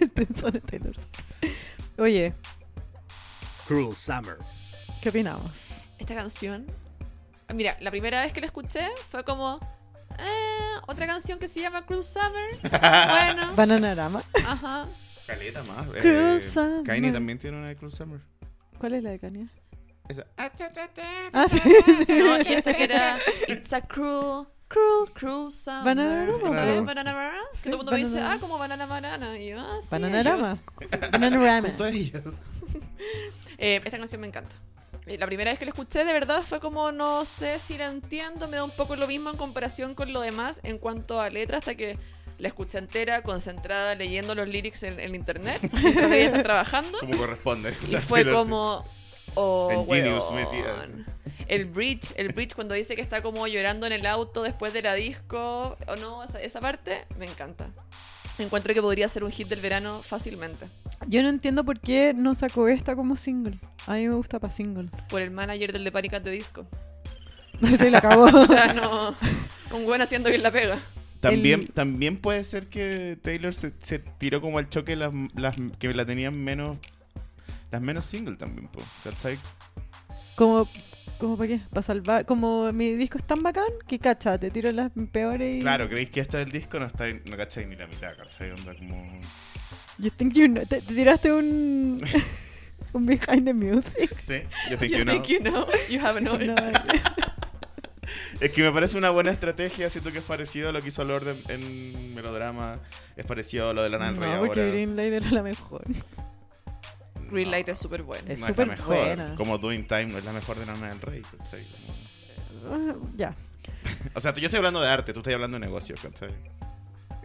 S2: El tesoro de Taylor Swift. Oye,
S1: Cruel Summer.
S2: ¿qué opinamos?
S4: Esta canción. Mira, la primera vez que la escuché fue como. "Eh, otra canción que se llama Cruel Summer. Bueno,
S2: Bananarama.
S4: ajá.
S3: Caleta más. eh,
S2: Cruel Summer.
S3: Kanye también tiene una de Cruel Summer.
S2: ¿Cuál es la de Kanye?
S3: Esa.
S2: Ah, sí.
S4: No, y esta que era It's a Cruel. Cruel, cruel summer.
S2: Bananarama,
S3: bananarama.
S4: ¿Sabes? Bananarama. Que
S2: Sí,
S4: todo el mundo me dice,
S2: bananarama.
S4: ah, como banana, banana. Y yo, ah, sí.
S2: Bananarama.
S4: ellos.
S2: Bananarama.
S3: Justo ellos.
S4: Eh, esta canción me encanta. Eh, La primera vez que la escuché, de verdad, fue como no sé si la entiendo, me da un poco lo mismo en comparación con lo demás en cuanto a letra, hasta que la escuché entera, concentrada, leyendo los lyrics en, en internet, mientras ella está trabajando,
S3: Como corresponde.
S4: y fue como. Oh,
S3: En Genius
S4: weón".
S3: metida, sí.
S4: El bridge, el bridge cuando dice que está como llorando en el auto después de la disco, o no, esa, esa parte, me encanta. Encuentro que podría ser un hit del verano fácilmente.
S2: Yo no entiendo por qué no sacó esta como single. A mí me gusta para single.
S4: Por el manager del de Panicat de Disco.
S2: Se la acabó.
S4: O sea, no. Un buen haciendo bien la pega.
S3: También,
S2: El-
S3: también puede ser que Taylor se, se tiró como al choque las, las que la tenían menos. Las menos single también, po, ¿cachai?
S2: Como, como para qué? Para salvar. Como mi disco es tan bacán que cacha, te tiro las peores. y-
S3: Claro, creéis que esto es el disco, no, está, no cachai ni la mitad, ¿cachai? Onda como.
S2: You think you know- Te, te tiraste un. un behind the music.
S3: Sí, yo think
S4: You,
S3: you know.
S4: think you know, you have no.
S2: No,
S3: Es que me parece una buena estrategia, siento que es parecido a lo que hizo Lord en, en Melodrama, es parecido a lo de la Nan Rey
S2: no,
S3: ahora.
S2: porque Green Light era la mejor.
S4: Green Light es súper bueno.
S2: Es
S3: no es la
S2: súper
S3: mejor.
S2: buena.
S3: Como Doing Time no es la mejor de Lana del Rey, ¿cachai? Como-
S2: Ah, Ya.
S3: O sea, tú- yo estoy hablando de arte, tú estás hablando de negocio, ¿cachai?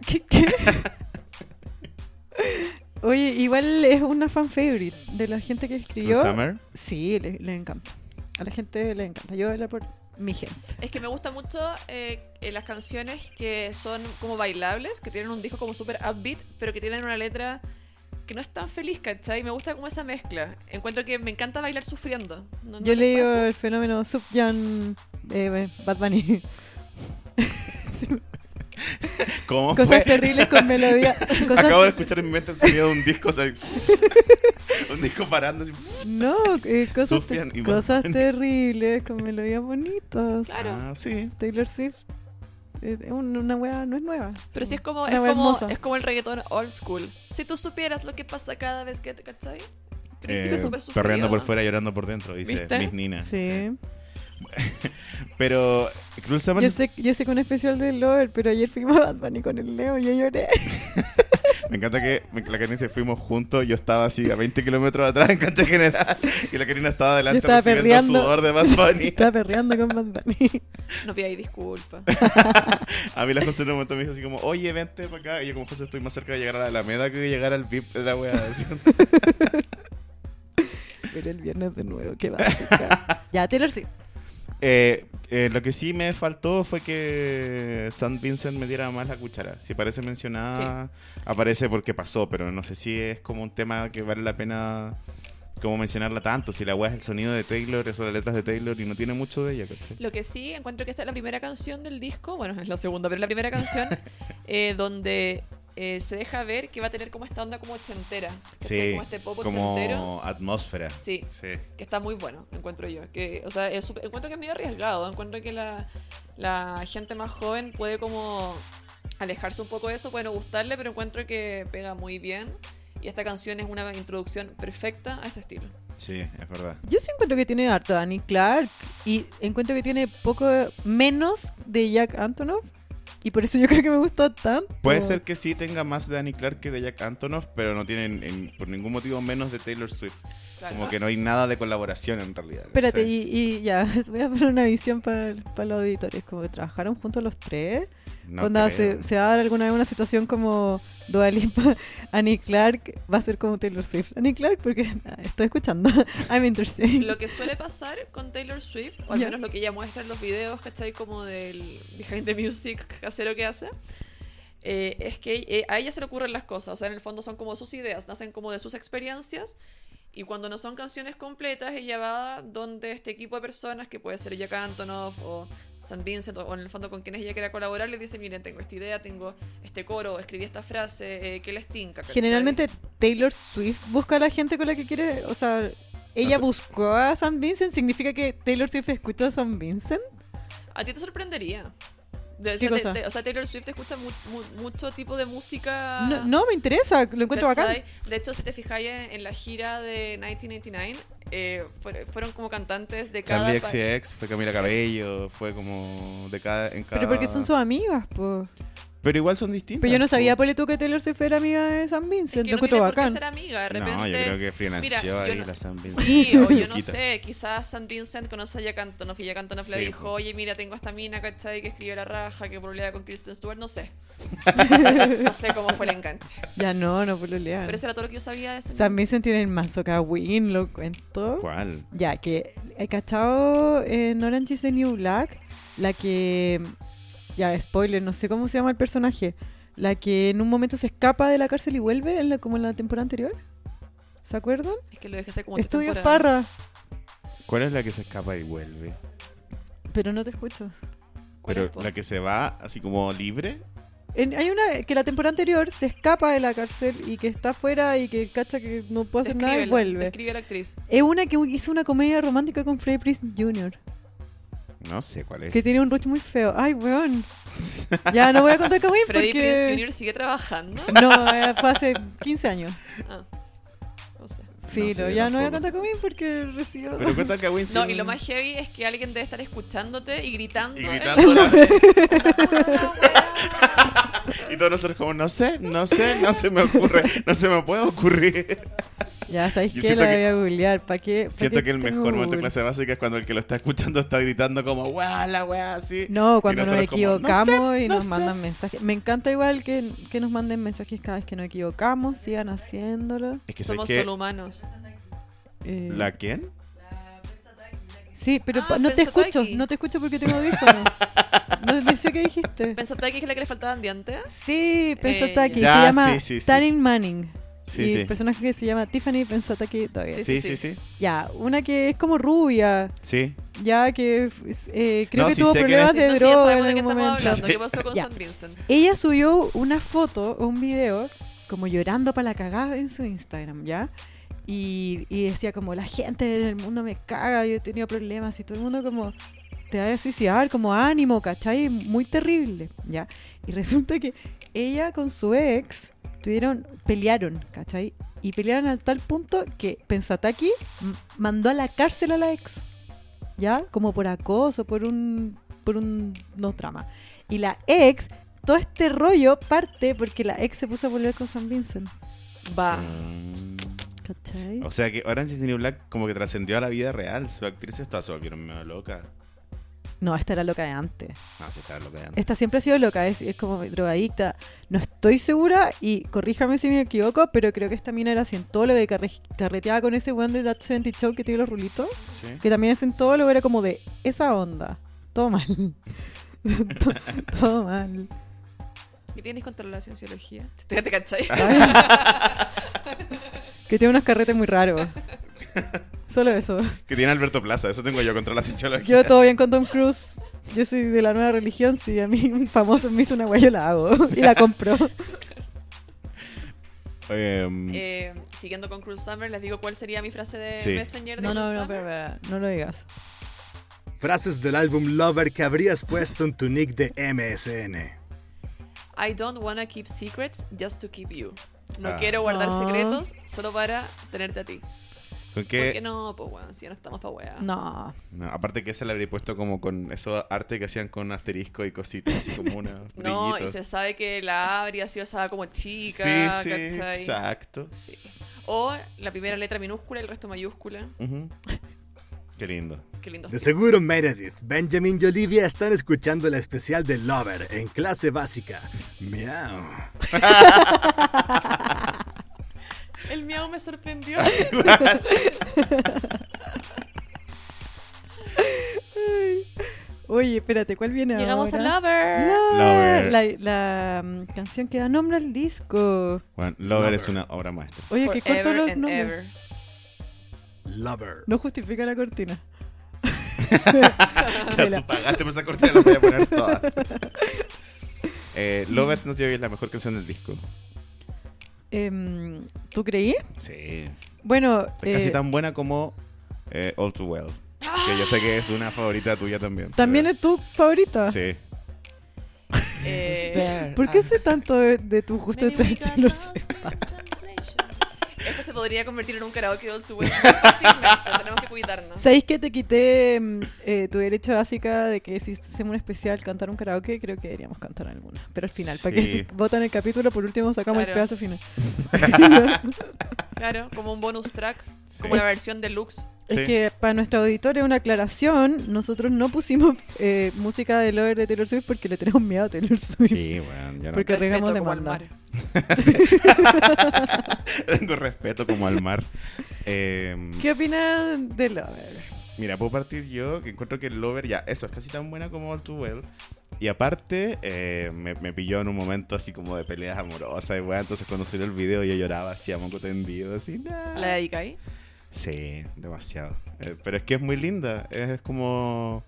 S2: ¿Qué? qué? Oye, igual es una fan favorite de la gente que escribió.
S3: Summer.
S2: Sí, le, le encanta. A la gente le encanta. Yo era por mi gente.
S4: Es que me gusta mucho eh, eh, las canciones que son como bailables, que tienen un disco como súper upbeat, pero que tienen una letra que no es tan feliz, ¿cachai? Me gusta como esa mezcla. Encuentro que me encanta bailar sufriendo. No- no
S2: Yo
S4: les
S2: le digo
S4: pasa.
S2: el fenómeno Subjan eh, Bad Bunny.
S3: ¿Cómo
S2: Cosas
S3: fue?
S2: terribles con melodía. Cosas-
S3: Acabo de escuchar en mi mente el sonido de un disco, o sea, un disco parando así.
S2: No, eh, cosas, te-
S3: Sufjan y
S2: cosas
S3: Bad Bunny.
S2: terribles con melodías bonitas.
S3: Ah, sí.
S2: Taylor Swift eh, es un- una wea no es nueva.
S4: Pero sí es como,
S2: Una
S4: es,
S2: wea
S4: como,
S2: hermosa.
S4: es como el reggaetón old school. Si tú supieras lo que pasa cada vez que te, ¿cachai? Principio súper sufrido.
S3: Eh, perreando por fuera, llorando por dentro, dice
S4: ¿Viste?
S3: Miss Nina.
S2: Sí.
S3: Pero Cruel Summer,
S2: Yo sé, yo sé que un especial de Lover, pero ayer fuimos a Bad Bunny con el Leo y yo lloré.
S3: me encanta que me- la Karina se fuimos juntos, yo estaba así a 20 kilómetros atrás en cancha general y la Karina estaba adelante
S2: Yo estaba
S3: recibiendo
S2: perreando.
S3: sudor de Bad Bunny.
S2: Estaba perreando con Bad Bunny.
S4: No pidáis disculpas.
S3: A mí la José en un momento me dijo así como, oye, vente para acá. Y yo como José estoy más cerca de llegar a la Alameda que de llegar al VIP de la wea. así.
S2: Pero el viernes de nuevo, qué básica. ya, Taylor Swift.
S3: Eh, eh, lo que sí me faltó fue que San Vincent me diera más la cuchara. Si aparece mencionada, aparece porque pasó, pero no sé si es como un tema que vale la pena como mencionarla tanto. Si la weá es el sonido de Taylor, eso las letras de Taylor y no tiene mucho de ella, ¿cachai?
S4: Lo que sí, encuentro que esta es la primera canción del disco, bueno, es la segunda, pero es la primera canción eh, donde eh, se deja ver que va a tener como esta onda como ochentera. ¿cachai? Como este pop ochentero.
S3: como atmósfera.
S4: Sí.
S3: sí.
S4: Que está muy bueno, encuentro yo. Que, o sea, es súper- encuentro que es medio arriesgado. Encuentro que la, la gente más joven puede como alejarse un poco de eso, puede no gustarle, pero encuentro que pega muy bien. Y esta canción es una introducción perfecta a ese estilo.
S3: Sí, es verdad.
S2: Yo sí encuentro que tiene harto Annie Clark y encuentro que tiene poco menos de Jack Antonoff y por eso yo creo que me gusta tanto.
S3: Puede ser que sí tenga más de Annie Clark que de Jack Antonoff, pero no tienen en- por ningún motivo menos de Taylor Swift.
S4: Claro.
S3: Como que no hay nada de colaboración en realidad.
S2: Espérate,
S3: ¿cachai?
S2: y, y ya, voy a poner una visión para los auditores. Como que trabajaron juntos los tres.
S3: No
S2: Onda,
S3: creo.
S2: se, se va a dar alguna vez una situación como Dua Lipa, Annie Clark va a ser como Taylor Swift. Annie Clark, porque ah, estoy escuchando. I'm interested.
S4: Lo que suele pasar con Taylor Swift, o al
S2: Ya.
S4: menos lo que ella muestra en los videos, ¿cachai? Como del behind the music casero que hace, eh, es que eh, a ella se le ocurren las cosas. O sea, en el fondo son como sus ideas, nacen como de sus experiencias. Y cuando no son canciones completas, ella va donde este equipo de personas, que puede ser Jack Antonoff o San Vincent, o, o en el fondo con quienes ella quiera colaborar, le dice: Miren, tengo esta idea, tengo este coro, escribí esta frase, eh, que les tinca. ¿cachai?
S2: Generalmente Taylor Swift busca a la gente con la que quiere, o sea, ella
S3: O sea-
S2: buscó a San Vincent, significa que Taylor Swift escuchó a San Vincent.
S4: A ti te sorprendería. De- o,
S2: ¿Qué
S4: sea, te-
S2: cosa?
S4: te- o sea, Taylor Swift escucha mu- mu- mucho tipo de música.
S2: No, no, me interesa, lo encuentro
S4: Ah. ¿cachai?
S2: bacán.
S4: De hecho, si te fijáis en, en la gira de 1989, eh, fuer- fueron como cantantes de cada.
S3: Charlie E.
S4: pa-
S3: XCX, fue Camila Cabello, fue como de cada, en cada...
S2: Pero porque son sus amigas, po.
S3: Pero igual son distintas.
S2: Pero yo no
S3: po.
S2: sabía, por tú que Taylor Swift era amiga de San
S4: Es que
S2: Vincent, lo
S4: no
S2: encuentro
S4: tiene por qué
S2: bacán.
S4: ser amiga, de repente.
S3: No, yo creo que financió
S4: Mira, yo
S3: ahí
S4: no-
S3: la San Vincent.
S4: Sí, o yo no
S3: Chiquita.
S4: sé, quizás San Vincent conoce a Jack Antonoff y Jack Antonoff le
S3: Sí,
S4: dijo,
S3: po.
S4: oye, mira, tengo a esta mina, ¿cachai? Que escribió La Raja, que problema con Kristen Stewart, no sé. No sé, no sé cómo fue el enganche.
S2: Ya no, no pololean.
S4: Pero eso era todo lo que yo sabía de ese
S2: San Vincent tiene el mazo Kawin, lo cuento.
S3: ¿Cuál?
S2: Ya, que he cachado en Orange is the New Black, la que. Ya, spoiler, no sé cómo se llama el personaje. La que en un momento se escapa de la cárcel y vuelve, en la- como en la temporada anterior. ¿Se acuerdan?
S4: Es que lo dejé hace como tres
S2: Estudio
S4: temporadas.
S2: Farra,
S3: ¿Cuál es la que se escapa y vuelve?
S2: pero no te escucho.
S4: ¿Cuál
S3: Pero
S4: es, po?
S3: la que se va así como libre.
S2: En- hay una que la temporada anterior se escapa de la cárcel y que está afuera y que cacha que no puede hacer nada y
S4: Descríbela,
S2: vuelve.
S4: describe a la actriz.
S2: Es una que hizo una comedia romántica con Freddie Prinze Jr.
S3: No sé cuál es.
S2: Que tiene un rush muy feo. Ay, weón. Ya, no voy a contar Kawin
S4: Freddy Prinze
S2: porque...
S4: Jr. sigue trabajando.
S2: No, eh, fue hace 15 años.
S4: Ah, no sé.
S2: Filo,
S3: sé, yo
S2: ya no voy a contar
S3: tampoco.
S2: Kawin porque recibo...
S3: Pero cuenta que Win
S4: No, y lo más heavy es que alguien debe estar escuchándote y gritando.
S3: Y gritando.
S4: "Eh,
S5: Hola, weá.
S3: Y todos nosotros como, no sé, no sé, no se me ocurre, no se me puede ocurrir.
S2: Ya sabéis
S3: Yo
S2: que
S3: siento
S2: la
S3: que-
S2: voy a googlear. ¿Para qué? pa'
S3: Siento
S2: qué
S3: que el
S2: tengo
S3: mejor momento de
S2: Google?
S3: clase básica es cuando el que lo está escuchando está gritando como, weá, la weá, así.
S2: No, cuando nos
S3: nosotros como, "No sé,
S2: equivocamos y
S3: no
S2: nos
S3: sé".
S2: mandan mensajes. Me encanta igual que, que nos manden mensajes cada vez que nos equivocamos, sigan haciéndolo.
S3: Es que sé
S4: Somos
S3: que...
S4: solo humanos.
S2: Eh,
S3: ¿La quién?
S2: Sí, pero
S4: Ah,
S2: pa- no te
S4: pensó
S2: escucho,
S4: Taki.
S2: no te escucho porque tengo audífonos. no, no sé qué dijiste.
S4: ¿Pensaste que es la que le faltaban dientes?
S2: Sí, Pensataki.
S4: Eh,
S2: se
S3: ya,
S2: llama
S3: sí, sí, sí.
S2: Taryn Manning.
S3: Sí,
S2: y
S3: sí.
S2: el personaje que se llama Tiffany Pensataki todavía.
S4: pues, Sí,
S3: Sí,
S4: sí,
S3: sí, sí.
S2: Ya, una que es como rubia,
S3: Sí.
S2: ya que es- eh, creo
S3: No,
S2: que
S3: sí
S2: tuvo
S3: sé quién
S2: problemas
S3: es.
S2: de
S4: no, sí, ya
S2: droga
S4: sabemos de
S2: en
S4: qué
S2: algún
S4: estamos
S2: momento.
S4: hablando. ¿Qué pasó con
S2: Ya.
S4: San Vincent?
S2: Ella subió una foto, un video, como llorando para la cagada en su Instagram, ¿ya? Y, y decía como, la gente en el mundo me caga, yo he tenido problemas y todo el mundo como, te va a suicidar, como ánimo, ¿cachai? Muy terrible, ¿ya? Y resulta que ella con su ex tuvieron, pelearon, ¿cachai? Y pelearon a tal punto que Pensataki m- mandó a la cárcel a la ex, ¿ya? Como por acoso, por un, por un, no trama. Y la ex todo este rollo parte porque la ex se puso a volver con San Vincent.
S4: Va.
S3: Mm.
S2: ¿Cachai?
S3: O sea que Orange is the New Black como que trascendió a la vida real. Su actriz está se volvieron medio loca.
S2: No, esta era loca de antes.
S3: No, sí, estaba loca de antes.
S2: Esta siempre ha sido loca, es, es como drogadicta. No estoy segura y corríjame si me equivoco, pero creo que esta mina era cientóloga y carre- carreteaba con ese weón de That 70 Show que tiene los rulitos,
S3: Sí.
S2: que también es cientólogo, era como de esa onda. Todo mal. To- todo mal.
S4: ¿Qué tienes contra la cienciología? ¿Te, te cachai?
S3: Ah.
S2: que tiene unos carretes muy raros. Solo eso.
S3: Que tiene Alberto Plaza, eso tengo yo contra la cienciología.
S2: Yo todo bien con Tom Cruise. Yo soy de la nueva religión. Si a mí un famoso me hizo una guay, yo la hago. Y la compro.
S3: Em,
S4: Eh, siguiendo con Cruz Summer, les digo cuál sería mi frase de
S3: Sí.
S4: Messenger de
S2: No, no,
S4: Cruz
S2: no,
S4: Summer.
S2: pero, no lo digas.
S1: Frases del álbum Lover que habrías puesto en tu nick de MSN.
S4: I don't wanna keep secrets just to keep you. No
S3: Ah.
S4: quiero guardar
S2: Ah.
S4: secretos solo para tenerte a ti.
S3: ¿Con
S4: ¿Por
S3: qué?
S4: qué no? Pues bueno, si ya no estamos para weá.
S2: No.
S3: No, aparte que esa la habría puesto como con eso arte que hacían con asterisco y cositas, así como una
S4: No, y
S3: brillitos.
S4: se sabe que la A habría sido usada como chica,
S3: Sí, sí,
S4: ¿cachai?
S3: exacto.
S4: Sí. O la primera letra minúscula y el resto mayúscula.
S3: Ujú. Qué lindo.
S4: Qué lindo.
S1: De seguro Meredith, Benjamin y Olivia están escuchando el especial de Lover en clase básica. Miau.
S4: El miau me sorprendió.
S2: Oye, espérate, ¿cuál viene
S4: Llegamos a
S2: ahora?
S4: Lover.
S2: Lover.
S3: Lover.
S2: La, la, mm, canción que da nombre al disco.
S3: Bueno, Lover
S1: Lover.
S3: es una obra maestra.
S2: Oye, que corto
S4: Forever
S2: los
S4: and
S2: nombres.
S4: ever.
S1: Lover.
S2: No justifica la cortina.
S3: Ya, tú pagaste por esa cortina, la voy a poner todas. Eh, Lovers no te es la mejor canción del disco.
S2: Em, ¿Tú creí?
S3: Sí.
S2: Bueno,
S3: Es casi
S2: eh,
S3: tan buena como eh, All Too Well. Que yo sé que es una favorita tuya también.
S2: también
S3: pero-
S2: es tu favorita.
S3: Sí.
S4: Eh,
S2: ¿Por qué sé tanto de, de tu gusto de
S5: Maybe we got
S2: Taylor
S5: lost
S2: Swift?
S5: in translation.
S4: esto se podría convertir en un karaoke de All Too Well fácilmente. Tenemos que cuidarnos.
S2: ¿Sabéis que te quité em, eh, tu derecho básica de que si hacemos un especial cantar un karaoke? Creo que deberíamos cantar alguna. Pero al final, para que
S3: Sí.
S2: si votan el capítulo, por último sacamos el
S4: Claro.
S2: pedazo final.
S4: Claro, como un bonus track,
S3: sí.
S4: como la versión deluxe.
S3: Sí.
S2: Es que para nuestro auditorio, una aclaración, nosotros no pusimos eh, música de Lover de Taylor Swift porque le tenemos miedo a Taylor Swift.
S3: Sí, bueno, yo no
S2: Porque arriesgamos
S4: Respeto como al
S2: demanda.
S4: mar.
S3: tengo respeto como al mar. Em,
S2: ¿Qué opinas de Lover?
S3: Mira, puedo partir yo, que encuentro que el Lover ya, eso, es casi tan buena como All Too Well. Y aparte, eh, me, me pilló en un momento así como de peleas amorosas y weá. Entonces, cuando salió el video, yo lloraba así a moco tendido, así, "No".
S4: ¿La dedicáis?
S3: Sí, demasiado. Eh, pero es que es muy linda. Es, como.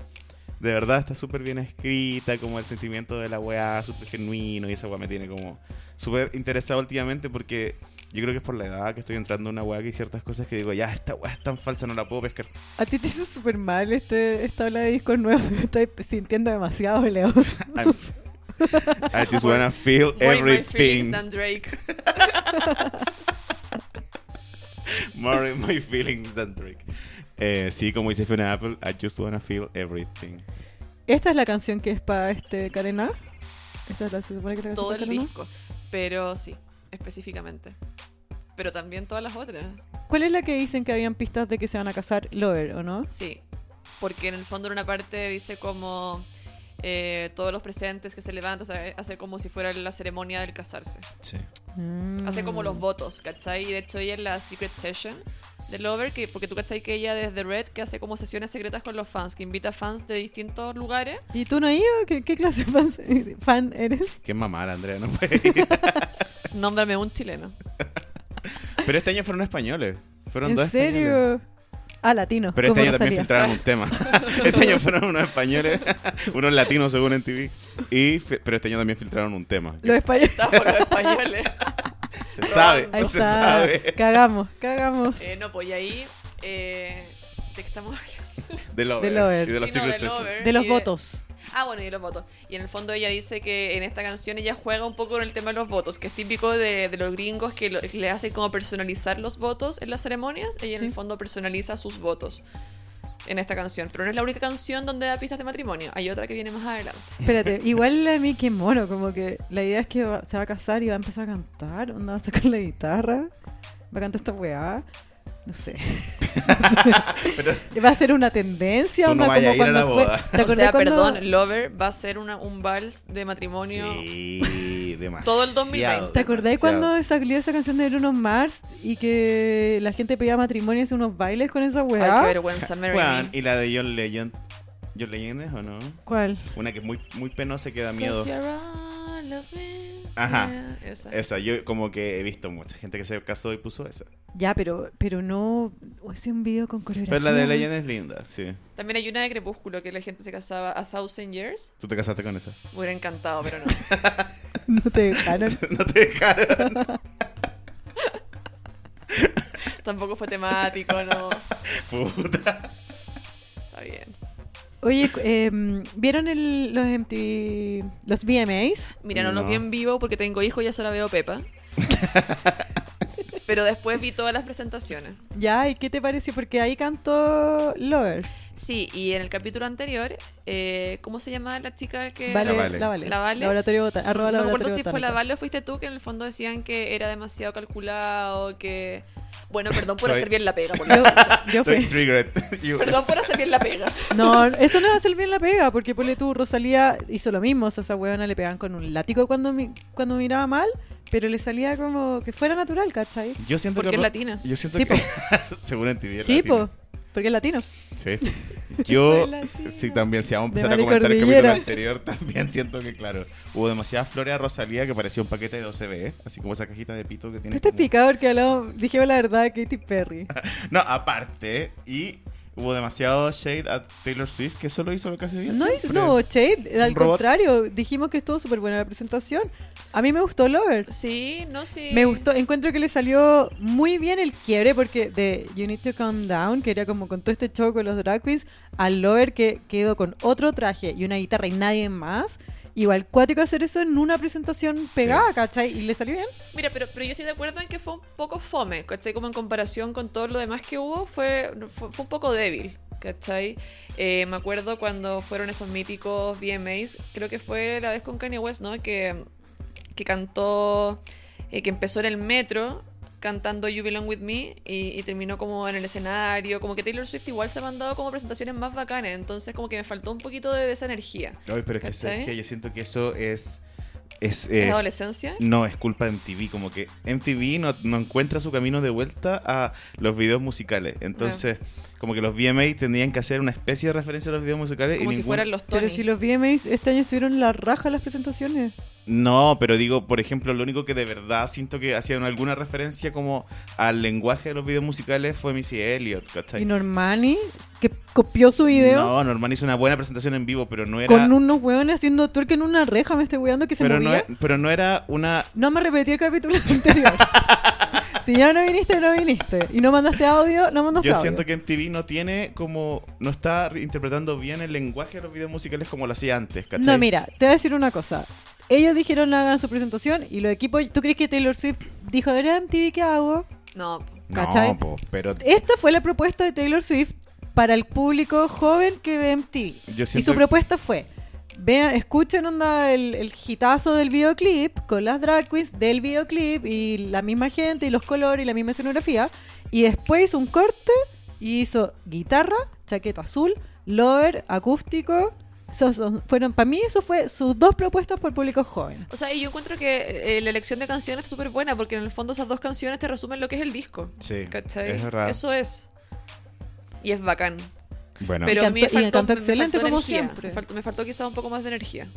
S3: De verdad, está súper bien escrita. Como el sentimiento de la weá, súper genuino. Y esa weá me tiene como. Súper interesado últimamente porque. Yo creo que es por la edad que estoy entrando en una weá que hay ciertas cosas que digo, ya, esta weá es tan falsa, no la puedo pescar.
S2: A ti te hizo súper mal este, esta ola de discos nuevos. Estoy sintiendo demasiado, Leo.
S3: I'm- I just wanna feel
S4: More in my feelings
S3: everything.
S4: than Drake.
S3: More in my feelings than Drake. Eh, sí, como dice Fiona Apple, I just wanna feel everything.
S2: Esta es la canción que es para este Karen A. Esta es la, se supone que es la
S4: Todo
S2: canción
S4: el
S2: para Karen
S4: disco. Pero sí, específicamente. Pero también todas las otras.
S2: A. ¿Cuál es la que dicen que habían pistas de que se van a casar Lover o no?
S4: Sí, porque en el fondo en una parte dice como eh, todos los presentes que se levantan, o sea, eh, hace como si fuera la ceremonia del casarse.
S3: Sí.
S4: Mm. Hace como
S2: Mm.
S4: los votos, ¿cachai? Y de hecho ella en la Secret Session de Lover, que, porque tú cachai que ella desde Red, que hace como sesiones secretas con los fans, que invita a fans de distintos lugares.
S2: ¿Y tú no ibas? ¿Qué, qué clase de fan, fan eres?
S3: Qué mamada, Andrea, no puede ir.
S4: Nómbrame un chileno.
S3: Pero este año fueron españoles. Fueron
S2: ¿En
S3: dos españoles.
S2: serio? Ah, latino.
S3: este Pero este
S2: ¿cómo
S3: año
S2: no
S3: también
S2: sabía?
S3: filtraron un tema. Este año fueron unos españoles, unos latinos según en TV. Y, fi- pero este año también filtraron un tema.
S2: Los españoles.
S4: Estaba por los españoles.
S3: Se sabe,
S2: Ahí
S3: se
S2: está.
S3: sabe.
S2: Cagamos, cagamos.
S4: Eh, no, pues y ahí, eh, ¿de qué estamos hablando?
S3: De Lover.
S2: De Lover.
S3: Y de los
S4: Sí, no,
S3: Secret
S4: de
S3: Sessions.
S4: Lover.
S2: De los
S4: y de-
S2: votos.
S4: Ah, bueno, y los votos. Y en el fondo ella dice que en esta canción ella juega un poco con el tema de los votos, que es típico de, de los gringos que, lo- que le hacen como personalizar los votos en las ceremonias. Ella en
S2: Sí.
S4: el fondo personaliza sus votos en esta canción. Pero no es la única canción donde da pistas de matrimonio. Hay otra que viene más adelante.
S2: Espérate, igual a mí qué mono, como que la idea es que va- se va a casar y va a empezar a cantar, onda va a sacar la guitarra, va a cantar esta weá, no sé. va a ser una tendencia,
S3: Tú no
S2: onda
S3: vayas
S2: como
S3: a ir a la
S2: cuando fue.
S3: boda.
S2: ¿Te
S4: O
S2: acordás
S4: sea,
S2: cuando-
S4: perdón, Lover va a ser una- un vals de matrimonio.
S3: Sí, demasiado.
S4: Todo el 2020.
S2: ¿Te acordás cuando salió esa canción de Bruno Mars y que la gente pedía matrimonio y hacía unos bailes con esa
S4: Ay, qué
S2: weá?
S4: vergüenza, Mary.
S3: Juan, y la de John Legend. ¿John Legend es o no?
S2: ¿Cuál?
S3: Una que es muy, muy penosa y que da miedo. Ajá.
S4: Ajá. Esa.
S3: Esa, yo como que he visto mucha gente que se casó y puso esa.
S2: Ya, pero, pero no, ese un video con coreografía.
S3: Pero la de Legend es linda, sí.
S4: También hay una de Crepúsculo que la gente se casaba a Thousand Years.
S3: Tú te casaste con esa.
S4: Me hubiera encantado, pero no.
S2: No te dejaron.
S3: no te dejaron.
S4: Tampoco fue temático, no.
S3: Puta.
S4: Está bien.
S2: Oye, cu- em, ¿vieron el- los MTV, los VMAs?
S4: Mira, no, los
S3: No.
S4: vi en vivo porque tengo hijos y ya solo veo Pepa. Pero después vi todas las presentaciones.
S2: Ya, ¿y qué te pareció? Porque ahí cantó Lover.
S4: Sí, y en el capítulo anterior, eh, ¿cómo se llamaba la chica que...?
S2: Vale,
S3: La Vale.
S2: la vale.
S4: Eh, La Vale.
S2: Laboratorio Botánico. Arroba
S4: no me
S2: laboratorio
S4: acuerdo si fue la
S2: Botánico.
S4: Vale o fuiste tú, que en el fondo decían que era demasiado calculado, que... Bueno, perdón por
S3: Soy-
S4: hacer bien la pega. por
S2: Yo-
S4: la-
S2: yo fui.
S3: Estoy triggered. You-
S4: Perdón por hacer bien la pega.
S2: No, eso no es hacer bien la pega, porque ponle tú, Rosalía hizo lo mismo, o sea, esa huevona le pegaban con un látigo cuando, mi- cuando miraba mal, pero le salía como que fuera natural, ¿cachai?
S3: Yo siento
S4: Porque
S3: que.
S4: es latina.
S3: Yo siento
S2: Sí,
S3: que. Según en TV. es
S2: Sí,
S3: latina.
S2: po, porque es latino.
S3: Sí. Yo,
S4: Soy latina.
S3: sí, también, si vamos a
S2: De
S3: empezar a
S2: Mari
S3: comentar el capítulo
S2: Cordillera.
S3: anterior, también siento que, claro, hubo demasiada flores a Rosalía que parecía un paquete de 12B, ¿eh? así como esa cajita de pito que tiene.
S2: Este es
S3: como- Ah,
S2: picador que hablamos, dije la verdad, Katy Perry.
S3: No, aparte, y hubo demasiado shade a Taylor Swift, que solo hizo lo que hace bien.
S2: No, es-
S3: siempre.
S2: no, Shade, al
S3: Un robot.
S2: contrario, dijimos que estuvo súper buena la presentación. A mí me gustó Lover.
S4: Sí, no, sí.
S2: Me gustó, encuentro que le salió muy bien el quiebre porque de You Need to Calm Down, que era como con todo este show con los drag queens, al Lover que quedó con otro traje y una guitarra y nadie más. Igual cuático hacer eso en una presentación pegada, ¿cachai? Y le salió bien.
S4: Mira, pero, pero yo estoy de acuerdo en que fue un poco fome, ¿cachai? Como en comparación con todo lo demás que hubo, fue, fue, fue un poco débil, ¿cachai? Eh, me acuerdo cuando fueron esos míticos VMAs, creo que fue la vez con Kanye West, ¿no? Que, que cantó, eh, que empezó en el metro cantando You Belong With Me y, y terminó como en el escenario, como que Taylor Swift igual se ha mandado como presentaciones más bacanas, entonces como que me faltó un poquito de, de esa energía.
S3: Ay, pero es que,
S4: ¿Cachai?
S3: ¿sabes qué? yo siento que eso es. es
S4: ¿Es
S3: eh,
S4: adolescencia?
S3: No, es culpa de MTV, como que MTV no, no encuentra su camino de vuelta a los videos musicales. Entonces, como que los VMA tendrían que hacer una especie de referencia a los videos musicales
S4: Como
S3: y
S4: si
S3: ningún-
S4: fueran los
S2: Pero
S4: Tony.
S2: si los VMAs este año estuvieron la raja las presentaciones.
S3: No, pero digo, por ejemplo, lo único que de verdad siento que hacían alguna referencia como al lenguaje de los videos musicales fue Missy Elliott, ¿cachai?
S2: Y Normani, que copió su video.
S3: No, Norman hizo una buena presentación en vivo, pero no era...
S2: Con unos hueones haciendo twerk en una reja, me estoy weando que se
S3: pero, no,
S2: movía.
S3: e- pero no era una...
S2: No me repetí el capítulo anterior. si ya no viniste, no viniste. Y no mandaste audio, no mandaste
S3: Yo
S2: audio.
S3: siento que MTV no tiene como... No está interpretando bien el lenguaje de los videos musicales como lo hacía antes, ¿cachai?
S2: No, mira, te voy a decir una cosa. Ellos dijeron hagan su presentación y los equipos. ¿Tú crees que Taylor Swift dijo, era MTV, ¿qué hago?
S4: No, po.
S2: ¿cachai?
S3: No, po, pero
S2: Esta fue la propuesta de Taylor Swift para el público joven que ve MTV.
S3: yo
S2: Y su
S3: siento...
S2: propuesta fue, vean, escuchen onda el, el hitazo del videoclip con las drag queens del videoclip y la misma gente y los colores y la misma escenografía. Y después hizo un corte y hizo guitarra, chaqueta azul, lover, acústico. Esos son- fueron, para mí eso fue sus dos propuestas por público joven.
S4: O sea, y yo encuentro que eh, la elección de canciones es súper buena porque en el fondo esas dos canciones te resumen lo que es el disco.
S3: Sí,
S4: ¿Cachai?
S3: es verdad.
S4: Eso es. Y es bacán.
S3: Bueno.
S4: Pero a
S2: Y
S4: mí
S2: cantó-
S4: me
S2: y
S4: faltó,
S2: cantó
S4: me- me
S2: excelente
S4: faltó
S2: como
S4: energía.
S2: siempre.
S4: Me faltó, me faltó quizás un poco más de energía.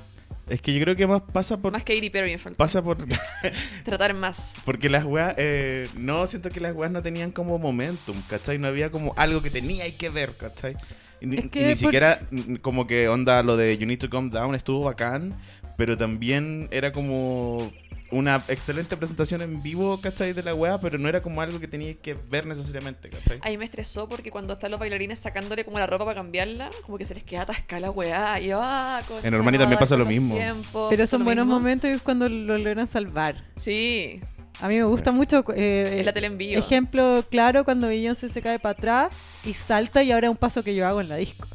S3: Es que yo creo que más pasa por...
S4: Más que Katy Perry me faltó.
S3: Pasa por...
S4: Tratar más.
S3: Porque las weas, eh, no, siento que las weas no tenían como momentum, ¿cachai? No había como algo que tenía y que ver, ¿cachai? Y ni,
S2: Es
S3: y
S2: que
S3: ni
S2: por-
S3: siquiera mm, como que onda lo de You Need to Calm Down estuvo bacán, pero también era como una excelente presentación en vivo, ¿cachai? De la wea, pero no era como algo que tenía que ver necesariamente, ¿cachai?
S4: Ahí me estresó porque cuando están los bailarines sacándole como la ropa para cambiarla, como que se les queda atascada la weá. Y yo, ah, concha,
S3: En Normani también
S4: no,
S3: pasa lo
S4: con
S3: mismo.
S4: tiempo,
S2: Pero
S4: pasa
S2: son
S4: Oh, lo
S2: buenos
S4: mismo.
S2: momentos y es cuando lo logran salvar.
S4: Sí,
S2: A mí me gusta mucho... eh,
S4: en la tele en vivo.
S2: Ejemplo claro cuando Beyoncé se cae para atrás y salta y ahora es un paso que yo hago en la disco.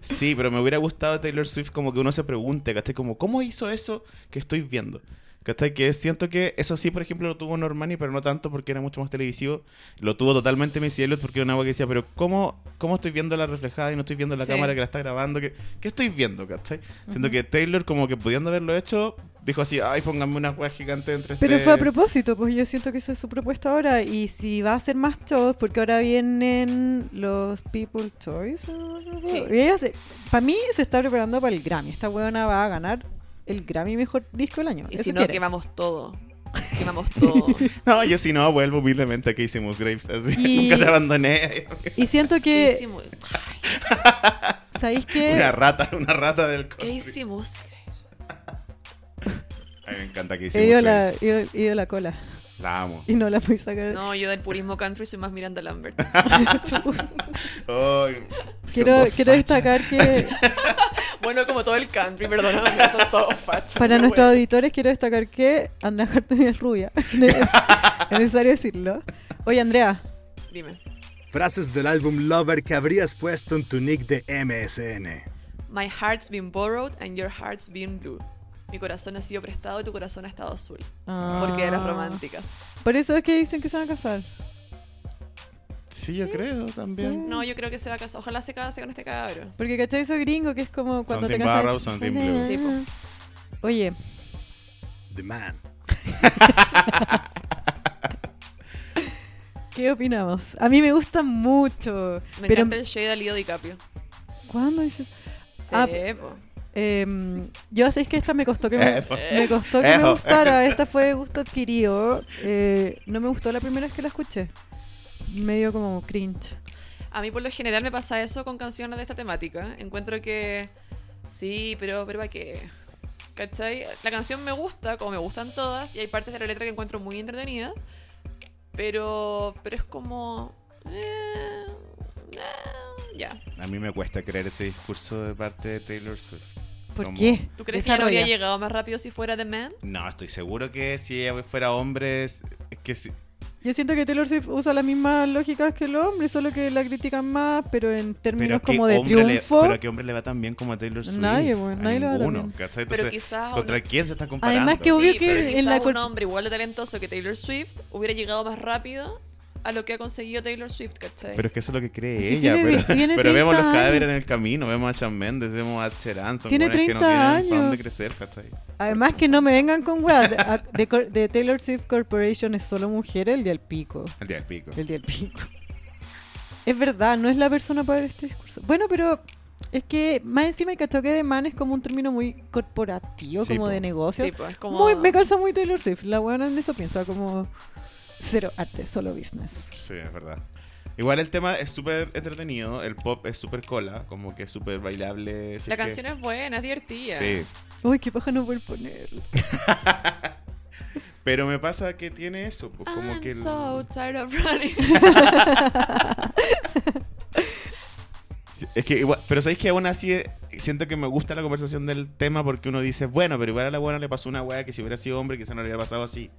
S3: Sí, pero me hubiera gustado Taylor Swift como que uno se pregunte, ¿cachai? Como, ¿cómo hizo eso que estoy viendo? ¿Cachai? Que siento que eso sí, por ejemplo, lo tuvo Normani, pero no tanto porque era mucho más televisivo. Lo tuvo totalmente Missy Elliott porque era una agua que decía, pero ¿cómo, ¿cómo estoy viendo la reflejada y no estoy viendo la
S4: Sí.
S3: cámara que la está grabando? ¿Qué, qué estoy viendo? ¿Cachai? Siento
S2: Ujú.
S3: que Taylor como que pudiendo haberlo hecho, dijo así, ay, pónganme una hueá gigante entre
S2: Pero
S3: este-
S2: fue a propósito, pues yo siento que esa es su propuesta ahora. Y si va a hacer más shows, porque ahora vienen los People Choice.
S4: Sí.
S2: Y ella se, para mí se está preparando para el Grammy. Esta huevona va a ganar el Grammy mejor disco del año.
S4: Y
S2: Eso
S4: si no,
S2: quiere.
S4: quemamos todo. Quemamos todo.
S3: No, yo si no, vuelvo humildemente a que hicimos Graves, así,
S2: Y-
S3: nunca te abandoné.
S2: Y siento
S4: ¿Qué
S2: que,
S4: hicimos?
S2: ¿sabéis qué?
S3: Una rata, una rata del
S4: ¿Qué
S3: country.
S4: hicimos?
S3: Ay, me encanta que
S2: He
S3: hicimos
S2: ido la,
S3: Graves.
S2: he ido- he ido la cola
S3: La amo.
S2: y no la pude sacar.
S4: No, yo del purismo country soy más Miranda Lambert.
S3: Ay,
S2: quiero
S3: como
S2: quiero
S3: facha.
S2: destacar que...
S4: Bueno, como todo el country, perdóname, son todos fachos.
S2: Para
S4: pero
S2: nuestros
S4: bueno.
S2: auditores quiero destacar que Andrea Hartung es rubia. es necesario decirlo. Oye, Andrea,
S4: Dime.
S1: Frases del álbum Lover que habrías puesto en tu nick de MSN.
S4: My heart's been borrowed and your heart's been blue. Mi corazón ha sido prestado y tu corazón ha estado azul. Porque eras
S2: Ah.
S4: románticas.
S2: por eso es que dicen que se van a casar.
S3: Sí, yo creo
S2: Ah.
S3: también.
S4: No, yo creo que se va a casar. Ojalá se case con este cabrón.
S2: Porque cachai eso gringo que es como cuando
S3: Something
S2: te casas.
S3: borrowed, something blue.
S4: Sí,
S2: Oye,
S1: The Man.
S2: ¿qué opinamos? A mí me gusta mucho.
S4: Me
S2: pero
S4: encanta el shade de Leo DiCaprio.
S2: ¿cuándo dices?
S4: Sí,
S2: Ah,
S4: po.
S2: Em, yo sé es que esta me costó que me,
S3: Ejo.
S2: me costó que me
S3: Ejo.
S2: gustara. Esta fue de gusto adquirido. Eh, no me gustó la primera vez que la escuché. Medio como cringe.
S4: A mí por lo general me pasa eso con canciones de esta temática. Encuentro que sí, pero pero para qué. ¿Cachai? La canción me gusta, como me gustan todas, y hay partes de la letra que encuentro muy entretenidas, pero pero es como eh, eh, ya.
S3: A mí me cuesta creer ese discurso de parte de Taylor Swift.
S2: ¿Por
S3: Como-
S2: qué?
S4: ¿Tú crees que ya no habría
S2: Desarrolla.
S4: llegado más rápido si fuera The Man?
S3: No, estoy seguro que si ella fuera hombre, es es que si-
S2: Yo siento que Taylor Swift usa las mismas lógicas que el hombre, solo que la critican más, pero en términos
S3: ¿qué
S2: como de
S3: hombre le-
S2: triunfo.
S3: pero ¿a qué hombre le va tan bien como a Taylor Swift?
S2: Nadie, weón,
S3: A
S2: nadie le va tan
S3: ninguno,
S2: bien.
S3: ¿cachai?
S4: Pero
S3: Entonces,
S4: quizás un-
S3: ¿contra quién se está comparando?
S2: Además que obvio
S4: sí,
S2: que
S4: pero
S2: en
S4: quizás
S2: la
S4: un
S2: cor-
S4: hombre igual de talentoso que Taylor Swift hubiera llegado más rápido a lo que ha conseguido Taylor Swift, ¿cachai?
S3: Pero es que eso es lo que cree
S2: Si
S3: ella.
S2: tiene ve-
S3: pero
S2: tiene
S3: pero vemos
S2: 30
S3: los cadáveres
S2: años.
S3: en el camino, vemos a Shawn Mendes, vemos a Cherán, son
S2: Tiene
S3: buenas que no
S2: 30
S3: tienen para
S2: años.
S3: dónde crecer, ¿cachai?
S2: Además que no me vengan con weas. De, a- de cor- de Taylor Swift Corporation es solo mujeres el día del pico.
S3: El día del pico.
S2: El día del pico. Es verdad, no es la persona para este discurso. Bueno, pero es que más encima el cachoque de man es como un término muy corporativo,
S3: Sí,
S2: como
S3: po.
S2: de negocio.
S4: Sí, pues como
S2: Muy, me calza muy Taylor Swift. La buena en eso piensa como cero arte, solo business.
S3: Sí, es verdad. Igual el tema es súper entretenido, el pop es súper cola, como que es súper bailable. si
S4: la
S3: es que-
S4: canción es buena, es divertida.
S3: Sí,
S2: Uy, qué paja no poder ponerlo.
S3: pero me pasa que tiene eso, pues, como
S4: I'm
S3: que... el-
S4: so tired of running.
S3: Sí, Es que igual, pero sabéis que aún así eh, siento que me gusta la conversación del tema porque uno dice, bueno, pero igual a la buena le pasó una weá que si hubiera sido hombre quizá no le hubiera pasado así.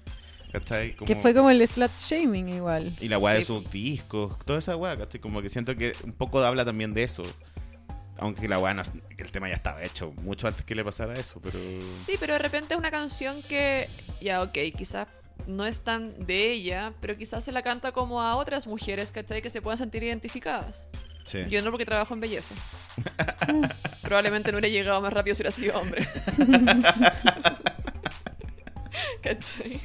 S3: ¿Cachai? Como-
S2: Que fue como el slut shaming igual.
S3: Y la weá de
S4: Sí.
S3: sus discos, toda esa weá, ¿cachai? Como que siento que un poco habla también de eso. Aunque la weá, no- que el tema ya estaba hecho mucho antes que le pasara eso, pero...
S4: Sí, pero de repente es una canción que, ya, ok, quizás no es tan de ella, pero quizás se la canta como a otras mujeres, ¿cachai? Que se puedan sentir identificadas.
S3: Sí.
S4: Yo no porque trabajo en belleza. Probablemente no hubiera llegado más rápido si hubiera sido hombre. ¿Cachai?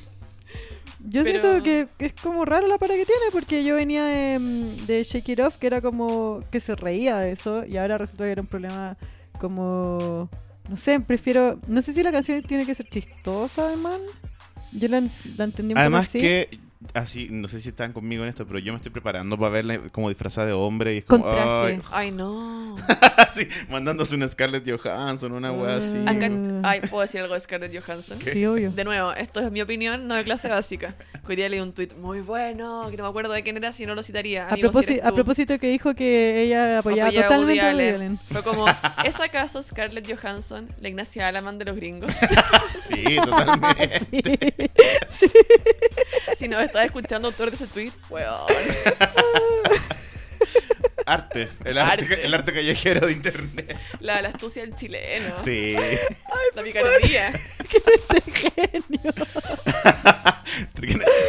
S2: Yo
S4: Pero-
S2: siento que, que es como raro la para que tiene, porque yo venía de, mm, de Shake It Off, que era como que se reía de eso, y ahora resulta que era un problema como. No sé, prefiero. No sé si la canción tiene que ser chistosa, man. Yo la, en- la entendí un
S3: Además
S2: poco así.
S3: que, así, no sé si están conmigo en esto, pero yo me estoy preparando para verla como disfrazada de hombre y es
S2: Con
S3: como...
S2: traje.
S3: "Ay,
S4: Ay, no.
S3: así, mandándose una Scarlett Johansson, una weá así.
S2: Mm.
S4: Acá- Ay, ¿puedo decir algo de Scarlett Johansson?
S2: Sí, obvio.
S4: De nuevo, esto es mi opinión, no de clase básica. Hoy día leí un tuit muy bueno, que no me acuerdo de quién era, si no lo citaría.
S2: A,
S4: Amigo, si
S2: propósito,
S4: eres
S2: a
S4: tú.
S2: propósito que dijo que ella apoyaba
S4: Apoyaba a
S2: totalmente
S4: Woody
S2: a Woody
S4: Allen.
S2: Allen.
S4: Fue como, ¿es acaso Scarlett Johansson la Ignacia Alaman de los gringos?
S3: Sí, totalmente.
S4: Si no estás escuchando autor de ese tweet, weón.
S3: arte, el arte,
S4: Arte.
S3: el arte callejero de internet.
S4: La, la astucia del
S2: Ah.
S4: chileno.
S3: Sí.
S4: La picardía.
S2: Genio.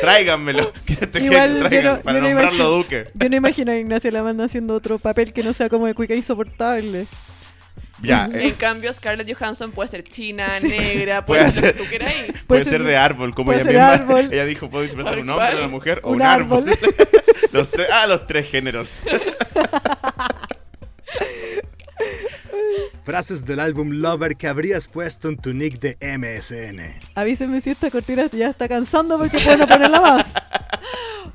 S3: Tráiganmelo. que este
S2: Igual
S3: genio,
S2: yo
S3: traigan,
S2: no-
S3: para
S2: yo no
S3: nombrarlo
S2: imagino-
S3: duque.
S2: Yo no imagino a Ignacia Lamanda haciendo otro papel que no sea como de cuica insoportable.
S3: Ya. eh,
S4: En cambio, Scarlett Johansson puede ser china,
S2: Sí.
S4: negra,
S3: Puede
S4: puede, ser lo
S3: ser-
S4: que tú queráis.
S3: Puede
S2: ser-
S3: ser de árbol, como
S2: puede
S3: ella
S2: ser
S3: misma.
S2: árbol.
S3: Ella dijo, puedo interpretar
S4: Tal
S3: un hombre,
S4: cual.
S3: una mujer o
S2: Un
S3: un árbol.
S2: árbol.
S3: los tres, ah, los tres géneros.
S1: Frases del álbum Lover que habrías puesto en tu nick de MSN.
S2: Avísenme si esta cortina ya está cansando porque puedo no ponerla más.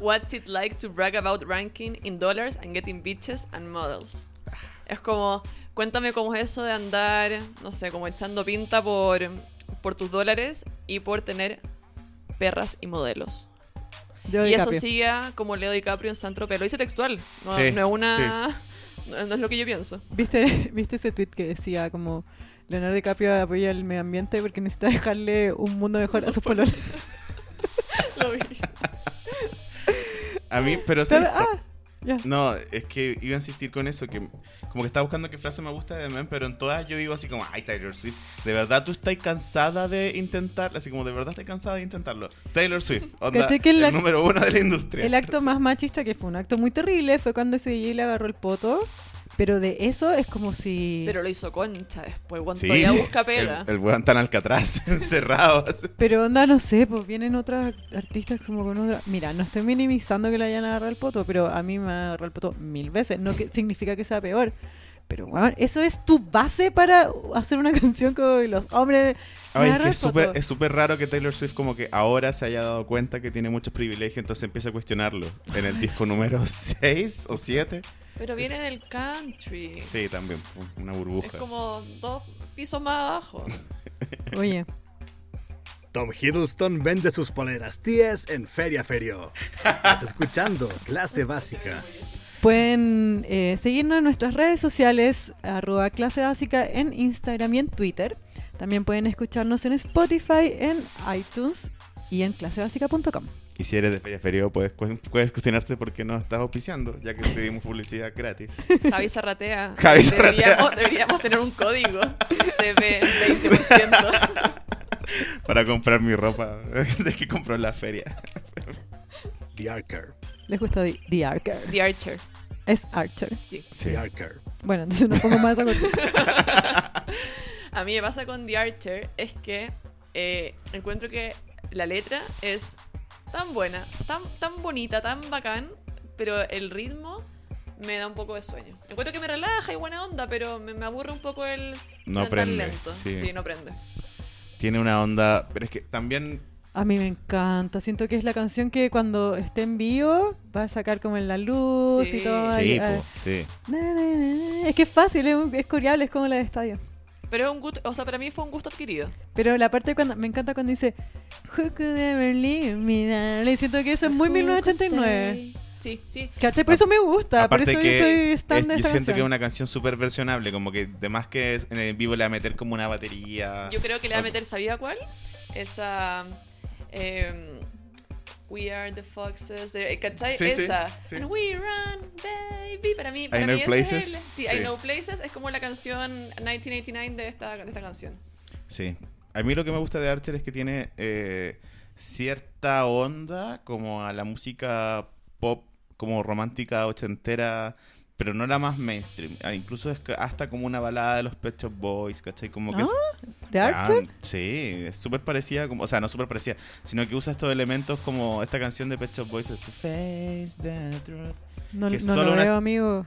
S4: What's it like to brag about ranking in dollars and getting bitches and models? Es como, cuéntame cómo es eso de andar, no sé, como echando pinta por, por tus dólares y por tener perras y modelos.
S2: Yo
S4: y eso
S2: DiCaprio.
S4: sigue como Leo DiCaprio en Santro Lo hice textual, no,
S3: Sí,
S4: no es una... No no es lo que yo pienso.
S2: ¿Viste, ¿Viste ese tweet que decía como Leonardo DiCaprio apoya el medio ambiente porque necesita dejarle un mundo mejor a sus pololos? Lo vi.
S3: A mí, pero sí.
S2: Pero- ah, ya.
S3: No, es que iba a insistir con eso, que como que estaba buscando qué frase me gusta de Men, pero en todas yo digo así como, ay Taylor Swift, de verdad tú estás cansada de intentar, así como de verdad estás cansada de intentarlo. Taylor Swift, onda,
S2: Caché que el
S3: el
S2: ac-
S3: número uno de la industria.
S2: El acto más machista que fue un acto muy terrible fue cuando ese DJ le agarró el poto. Pero de eso es como si.
S4: Pero lo hizo concha después, cuando
S3: Sí,
S4: todavía busca pega.
S3: el, el weón tan alcatraz, encerrado. así.
S2: Pero onda, no sé, pues vienen otras artistas como con otra. Mira, no estoy minimizando que le hayan agarrado el poto, pero a mí me han agarrado el poto mil veces. No que significa que sea peor. Pero bueno, eso es tu base para hacer una canción con los hombres. me
S3: Ay, es
S2: agarró
S3: que
S2: el
S3: es súper
S2: poto.
S3: es súper raro que Taylor Swift como que ahora se haya dado cuenta que tiene muchos privilegios, entonces empieza a cuestionarlo. En el disco número 6 o 7.
S4: Pero viene del country.
S3: Sí, también, una
S4: Es
S3: burbuja.
S4: como dos pisos más abajo.
S2: Oye,
S1: Tom Hiddleston vende sus poleras TS en Feria Ferio. Estás escuchando Clase Básica.
S2: pueden eh, seguirnos en nuestras redes sociales, arroba clase básica en Instagram y en Twitter. También pueden escucharnos en Spotify, en iTunes y en clasebásica.com.
S3: Y si eres de Feria Ferio, puedes, cu- puedes cuestionarte por qué no estás auspiciando, ya que te dimos publicidad gratis.
S4: Javi Zarratea.
S3: Javi
S4: deberíamos,
S3: Zarratea.
S4: deberíamos tener un código. CB 20%.
S3: Para comprar mi ropa de que compró en la feria.
S1: The Arker.
S2: Les gusta The, The Archer.
S4: The Archer.
S2: Es Archer.
S1: The Arker.
S2: Bueno, entonces no pongo más esa cortina.
S4: A mí me pasa con The Archer es que eh, encuentro que la letra es tan buena, tan, tan bonita, tan bacán, pero el ritmo me da un poco de sueño. Encuentro que me relaja y buena onda, pero me, me aburre un poco el
S3: No
S4: cantar
S3: prende,
S4: lento.
S3: sí.
S4: no prende.
S3: Tiene una onda. Pero es que también.
S2: A mí me encanta. Siento que es la canción que cuando esté en vivo va a sacar como en la luz y
S4: Sí.
S2: todo.
S3: Sí,
S2: ahí, ah,
S3: po, sí.
S2: na, na, na, na. Es que es fácil, es, un- es coreable, es como la de estadio.
S4: Pero es un gusto, o sea, para mí fue un gusto adquirido.
S2: Pero la parte cuando me encanta cuando dice Who could ever leave me now?" Y Siento que eso es muy 1989.
S4: Sí, sí.
S2: ¿Cachai? Por eso me gusta. Por
S3: Aparte
S2: eso
S3: que
S2: yo soy
S3: es-
S2: stand de
S3: yo
S2: esta
S3: siento que es
S2: canción.
S3: una canción súper versionable, como que de más que es- en el vivo le va a meter como una batería.
S4: Yo creo que le va a meter, ¿sabía cuál? Esa. em, we are the foxes. de- ¿Cachai?
S3: Sí, sí,
S4: Esa.
S3: sí.
S4: And we run, baby. Para mí, para
S3: Know
S4: mí ese
S3: Places.
S4: es el- sí,
S3: Sí.
S4: I Know Places es como la canción 1989 de esta, de esta canción.
S3: Sí. A mí lo que me gusta de Archer es que tiene eh, cierta onda como a la música pop, como romántica ochentera, pero no la más mainstream. Ah, incluso es ca- hasta como una balada de los Pet Shop Boys, ¿cachai? Como que es-
S2: ¿De
S3: Ah,
S2: Archer?
S3: sí, es súper parecida, como, o sea, no súper parecida, sino que usa estos elementos como esta canción de Pet Shop Boys, To Face the Truth.
S2: No,
S3: que
S2: no
S3: solo
S2: lo
S3: una-
S2: veo, amigo.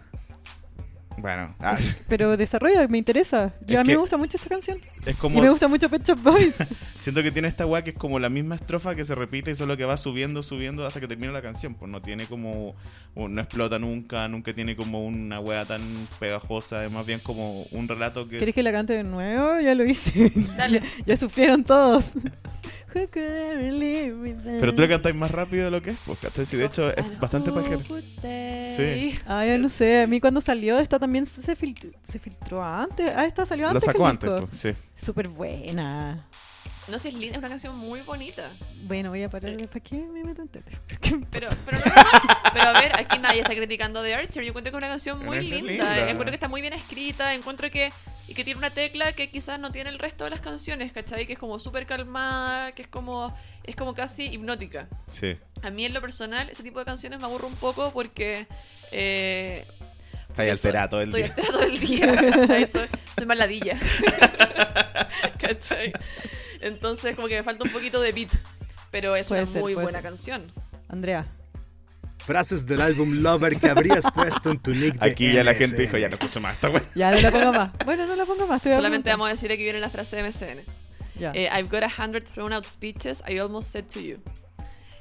S3: Bueno, ah,
S2: Pero desarrolla, me interesa. Yo-
S3: Es
S2: a mí
S3: que-
S2: me gusta mucho esta canción.
S3: es
S2: Y me
S3: como,
S2: gusta mucho Pet Shop Boys.
S3: siento que tiene esta weá que es como la misma estrofa que se repite y solo que va subiendo, subiendo hasta que termina la canción, pues no tiene como, o no explota nunca, nunca tiene como una weá tan pegajosa, es más bien como un relato que...
S2: ¿Quieres
S3: es-
S2: que la cante de nuevo? Ya lo hice.
S4: Dale.
S2: ya sufrieron todos. Who could ever live with that?
S3: Pero tú le cantáis más rápido de lo que es, pues, ¿cachai? Sí, de hecho es bastante pajero.
S4: Sí.
S2: Ah, yo no sé. A mí cuando salió esta también se, se fil- se filtró antes. Ah, esta salió
S3: Lo
S2: antes.
S3: sacó
S2: que el
S3: antes,
S2: disco.
S3: pues, sí.
S2: Súper buena.
S4: No sé, es linda, es una canción muy bonita.
S2: Bueno, voy a
S4: Eh.
S2: parar. ¿Para qué me meto en tete? ¿Qué-
S4: Pero, pero, no, no, pero a ver, aquí nadie está criticando The Archer. Yo encuentro que es una canción muy
S3: Pero es
S4: linda.
S3: linda.
S4: Encuentro que está muy bien escrita. Encuentro que, y que tiene una tecla que quizás no tiene el resto de las canciones, ¿cachai? Que es como súper calmada, que es como, es como casi hipnótica.
S3: Sí.
S4: A mí en lo personal, ese tipo de canciones me aburre un poco porque... eh,
S3: Está ahí
S4: yo soy-
S3: alterado el
S4: Estoy
S3: día.
S4: alterado el día. ¿cachai? Soy, soy maladilla. ¿Cachai? Entonces como que me falta un poquito de beat. Pero es
S2: Puede
S4: una
S2: ser,
S4: muy
S2: puede
S4: buena
S2: ser.
S4: canción.
S2: Andrea.
S1: Frases del álbum Lover que habrías puesto en tu nick de
S3: Aquí ya la
S1: MSN.
S3: gente dijo, ya no escucho más esta weá.
S2: Ya, no la pongo más. Bueno, no la pongo más. te voy a
S4: Solamente
S2: preguntar.
S4: vamos a decir aquí viene la frase de MCN.
S2: Ya.
S4: Eh, I've got a hundred thrown out speeches I almost said to you.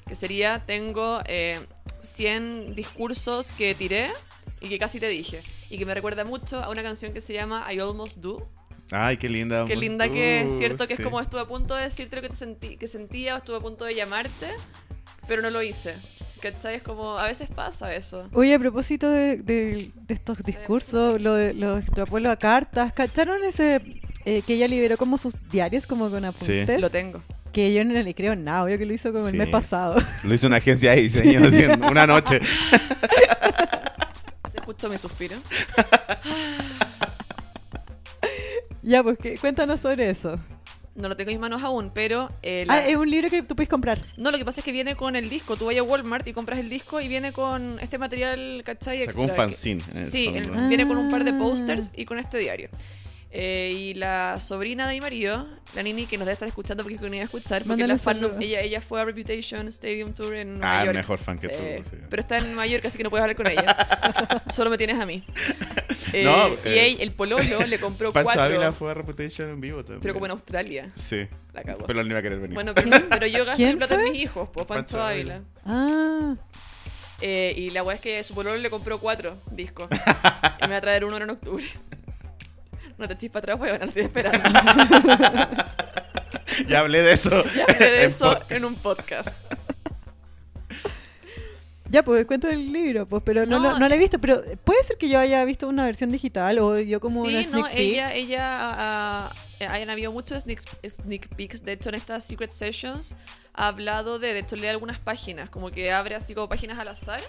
S4: Que sería, tengo eh, 100 discursos que tiré y que casi te dije. Y que me recuerda mucho a una canción que se llama I Almost Do.
S3: Ay, qué linda.
S4: Qué
S3: Must
S4: linda que
S3: Do,
S4: es, ¿cierto? Que
S3: sí.
S4: es como estuve a punto de decirte lo que, te sentí, que sentía o estuve a punto de llamarte, pero no lo hice. ¿Cachai? Es como, a veces pasa eso.
S2: Oye, a propósito de, de- de estos discursos, lo, de- lo extrapolo a cartas, ¿cacharon ese eh, que ella liberó como sus diarios, como con apuntes?
S4: Lo tengo.
S2: Que yo no le creo nada, obvio que lo hizo como
S3: Sí.
S2: el mes pasado.
S3: Lo hizo una agencia de diseño así, en una noche.
S4: Se escuchó mi suspiro.
S2: ya, pues ¿qué- cuéntanos sobre eso.
S4: No lo tengo en mis manos aún, pero... eh, la-
S2: Ah, es un libro que tú puedes comprar.
S4: No, lo que pasa es que viene con el disco. Tú vas a Walmart y compras el disco y viene con este material, ¿cachai?
S3: Sacó un
S4: Extra, que-
S3: fanzine. en el
S4: Sí,
S3: fondo.
S4: el- viene con un par de
S2: Ah.
S4: posters y con este diario. Eh, y la sobrina de mi marido, la Nini, que nos debe estar escuchando porque es que no iba a escuchar, porque
S2: Mándale
S4: la fan
S2: saludos.
S4: ella, ella fue a Reputation Stadium Tour en Nueva
S3: Ah,
S4: York.
S3: mejor fan que
S4: Eh,
S3: tú. sí.
S4: Pero está en Nueva York, así que no puedes hablar con ella. Solo me tienes a mí. Eh,
S3: No,
S4: y
S3: eh,
S4: ell- el pololo le compró
S3: Pancho Ávila
S4: cuatro,
S3: fue a Reputation en vivo también.
S4: pero como en Australia.
S3: Sí,
S4: La cagó.
S3: pero él no iba a querer venir.
S4: Bueno, pero, pero yo gasté
S2: ¿Quién
S4: plata en
S2: fue?
S4: mis hijos, pues, Pancho
S3: Pancho Ávila.
S4: Ávila.
S2: Ah,
S4: Eh, y la weá es que su pololo le compró cuatro discos. y me va a traer uno ahora en octubre. No te chispa atrás, weón, no estoy esperando.
S3: ya hablé de eso.
S4: Ya hablé de
S3: en
S4: eso
S3: podcast.
S4: en un podcast.
S2: ya, pues cuento el libro, pues, pero no,
S4: No.
S2: lo- no lo he visto. Pero puede ser que yo haya visto una versión digital o yo como una
S4: sí,
S2: sneak
S4: no,
S2: peek.
S4: ella, ella, ah, ah, hayan habido muchos sneak, sneak peeks. De hecho, en estas Secret Sessions ha hablado de, de hecho, lee algunas páginas. Como que abre así como páginas al azar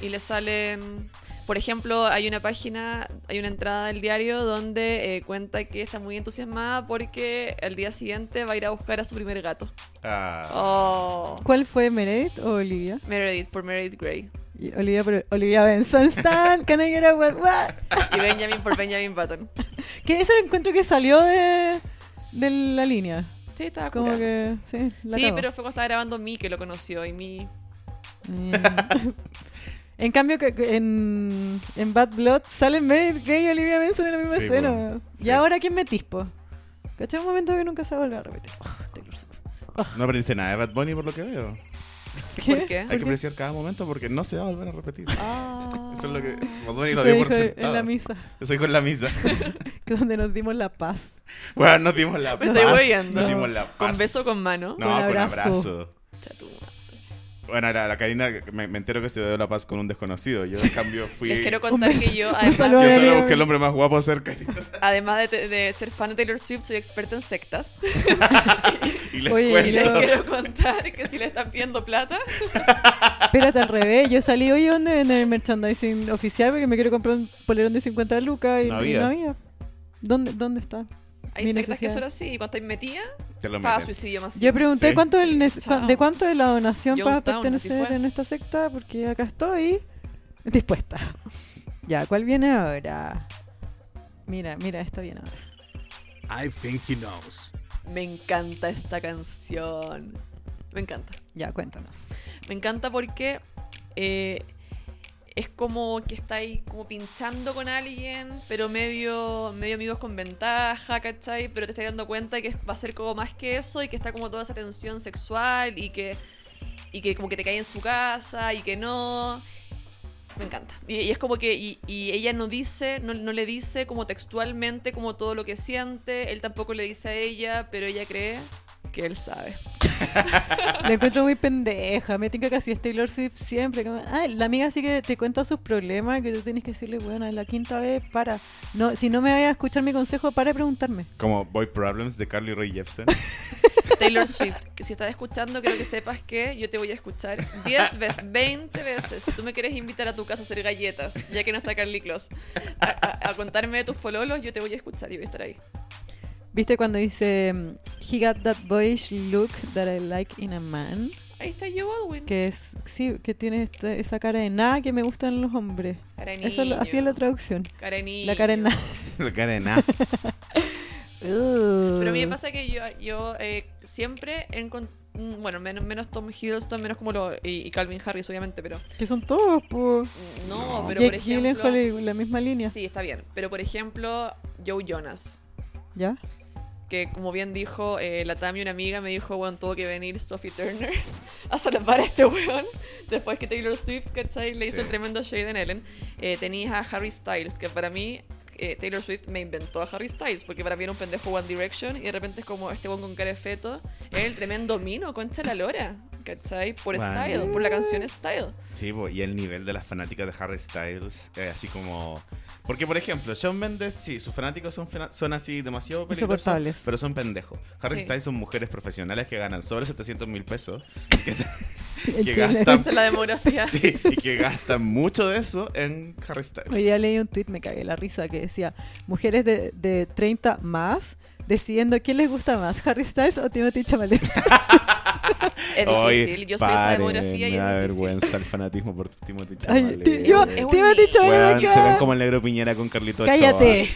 S4: y le salen... Por ejemplo, hay una página, hay una entrada del diario donde eh, cuenta que está muy entusiasmada porque al día siguiente va a ir a buscar a su primer gato.
S3: Ah,
S4: Oh.
S2: ¿Cuál fue Meredith o Olivia?
S4: Meredith por Meredith Grey.
S2: Y Olivia, pero- Olivia Benson. Stan, can I get a wet- what?
S4: Y Benjamin por Benjamin Button.
S2: Que ese encuentro que salió de, de la línea.
S4: Sí, estaba
S2: Como
S4: curado,
S2: que, sí,
S4: Sí,
S2: la
S4: Sí,
S2: cagó.
S4: pero fue cuando estaba grabando Mi que lo conoció. Y Mi.
S2: Mm. en cambio, que que en, en Bad Blood salen Meredith Grey y Olivia Benson en la misma
S3: Sí,
S2: escena.
S3: bueno,
S2: Y
S3: sí.
S2: ahora, ¿quién me tispo? ¿Cachai? Un momento que nunca se va a volver a repetir. Oh, Taylor Swift.
S3: no aprendiste nada de Bad Bunny por lo que veo.
S4: ¿Por qué?
S3: Hay que apreciar cada momento porque no se va a volver a repetir.
S4: Ah.
S3: Eso es lo que Bad Bunny lo
S2: Se
S3: dio por
S2: dijo en
S3: sentado.
S2: la misa,
S3: Eso dijo en la misa.
S2: que es donde nos dimos la paz.
S3: Bueno, nos dimos la
S4: Me
S3: paz.
S4: estoy hueviando.
S3: Nos dimos la paz.
S4: Con beso, con mano.
S3: No,
S2: Con
S3: con
S2: abrazo.
S3: abrazo.
S4: Chatu.
S3: Bueno, la, la Karina, me, me entero que se dio la paz con un desconocido. Yo, en cambio, fui.
S4: Les quiero
S2: Un
S4: contar
S2: beso.
S4: que yo,
S2: Un saludo.
S4: además,
S3: Yo solo
S2: Bueno.
S3: busqué el hombre más guapo cerca
S4: además de, de ser fan de Taylor Swift, soy experta en sectas.
S3: y les
S2: Oye, y
S4: Y
S3: cuento.
S4: les
S2: Yo-
S4: quiero contar que si le están pidiendo plata,
S2: Espérate, al revés. Yo salí hoy donde en el merchandising oficial porque me quiero comprar un polerón de 50 lucas y y
S3: No
S2: no
S3: había.
S2: había. ¿Dónde, ¿Dónde está?
S4: hay
S2: Mi
S4: sectas que
S2: necesidad.
S4: son así. Y cuando estás metida,
S3: Te lo
S4: para
S3: meten.
S4: suicidio masivo.
S2: Yo pregunté
S3: Sí.
S2: cuánto el nes-
S4: Chao.
S2: cu- de cuánto es la donación para
S4: Jonestown, así
S2: pertenecer
S4: fue.
S2: en esta secta, porque acá estoy dispuesta. Ya, ¿cuál viene ahora? Mira, mira, esta viene ahora.
S1: I think he knows.
S4: Me encanta esta canción. Me encanta.
S2: Ya, cuéntanos.
S4: Me encanta porque eh, es como que estáis como pinchando con alguien, pero medio, medio amigos con ventaja, ¿cachai? Pero te estáis dando cuenta que va a ser como más que eso y que está como toda esa tensión sexual y que, y que como que te cae en su casa y que no. Me encanta. Y, y es como que y, y ella no dice, no, no le dice como textualmente como todo lo que siente, él tampoco le dice a ella, pero ella cree que él sabe.
S2: La encuentro muy pendeja. Me tinca que así es Taylor Swift siempre. como, ah, la amiga sí que te cuenta sus problemas que tú tienes que decirle, bueno, la quinta vez, para. No, si no me vayas a escuchar mi consejo, para de preguntarme.
S3: Como Boy Problems de Carly Rae Jepsen.
S4: Taylor Swift, que si estás escuchando, quiero que sepas que yo te voy a escuchar 10 veces, 20 veces. Si tú me quieres invitar a tu casa a hacer galletas, ya que no está Carly Close, a, a- a contarme de tus pololos, yo te voy a escuchar y voy a estar ahí.
S2: ¿Viste cuando dice, mm, he got that boyish look that I like in a man?
S4: Ahí está Joe Baldwin.
S2: que es sí que tiene este- esa cara de nada que me gustan los hombres
S4: Cara de
S2: eso lo-
S4: niño,
S2: así es la traducción
S4: cara de niño.
S2: la cara de nada
S3: la Karina.
S4: Pero a mí me
S2: Ugh.
S4: pasa que yo, yo eh, siempre he encon- mm, Bueno, menos, menos Tom Hiddleston, menos como lo. Y, y Calvin Harris, obviamente, pero.
S2: que son todos po.
S4: mm, No,
S3: No.
S4: pero por
S2: Jake
S4: ejemplo.
S2: Gyllenhaal y la misma línea
S4: Sí, está bien. Pero por ejemplo, Joe Jonas.
S2: ya
S4: que como bien dijo eh, la Tami, una amiga, me dijo, bueno, tuvo que venir Sophie Turner a salvar a este weón después que Taylor Swift, ¿cachai? Le hizo
S3: Sí.
S4: el tremendo shade en Ellen. Eh, tenías a Harry Styles, que para mí eh, Taylor Swift me inventó a Harry Styles, porque para mí era un pendejo One Direction y de repente es como este weón con cara de feto, es el tremendo mino, concha la lora. ¿cachai? Por
S3: Wow.
S4: Style, por la canción Style.
S3: Sí, po, y el nivel de las fanáticas de Harry Styles, eh, así como... Porque, por ejemplo, Shawn Mendes, sí, sus fanáticos son, fena- son así demasiado peligrosos,
S2: Insoportables.
S3: pero son pendejos. Harry
S4: Sí.
S3: Styles son mujeres profesionales que ganan sobre 700 mil pesos
S2: En
S3: que
S2: Chile.
S3: gastan-
S4: Esa es la demografía.
S3: sí, y que gastan mucho de eso en Harry Styles.
S2: Hoy día leí un tweet, me cagué la risa, que decía, mujeres de, de 30 más decidiendo quién les gusta más, Harry Styles o Timothy Chalamet.
S4: Es
S3: Ay,
S4: difícil, yo soy esa
S3: paren,
S4: demografía y
S3: Me da
S4: es difícil.
S3: vergüenza el fanatismo por Timothy
S2: Ay,
S3: Chalamet.
S2: ti- yo,
S4: Es un
S2: Timothy
S4: niño.
S2: Chalamet.
S3: Weón, se ven
S2: acá.
S3: como el negro piñera con Carlito Ochoa.
S2: Cállate.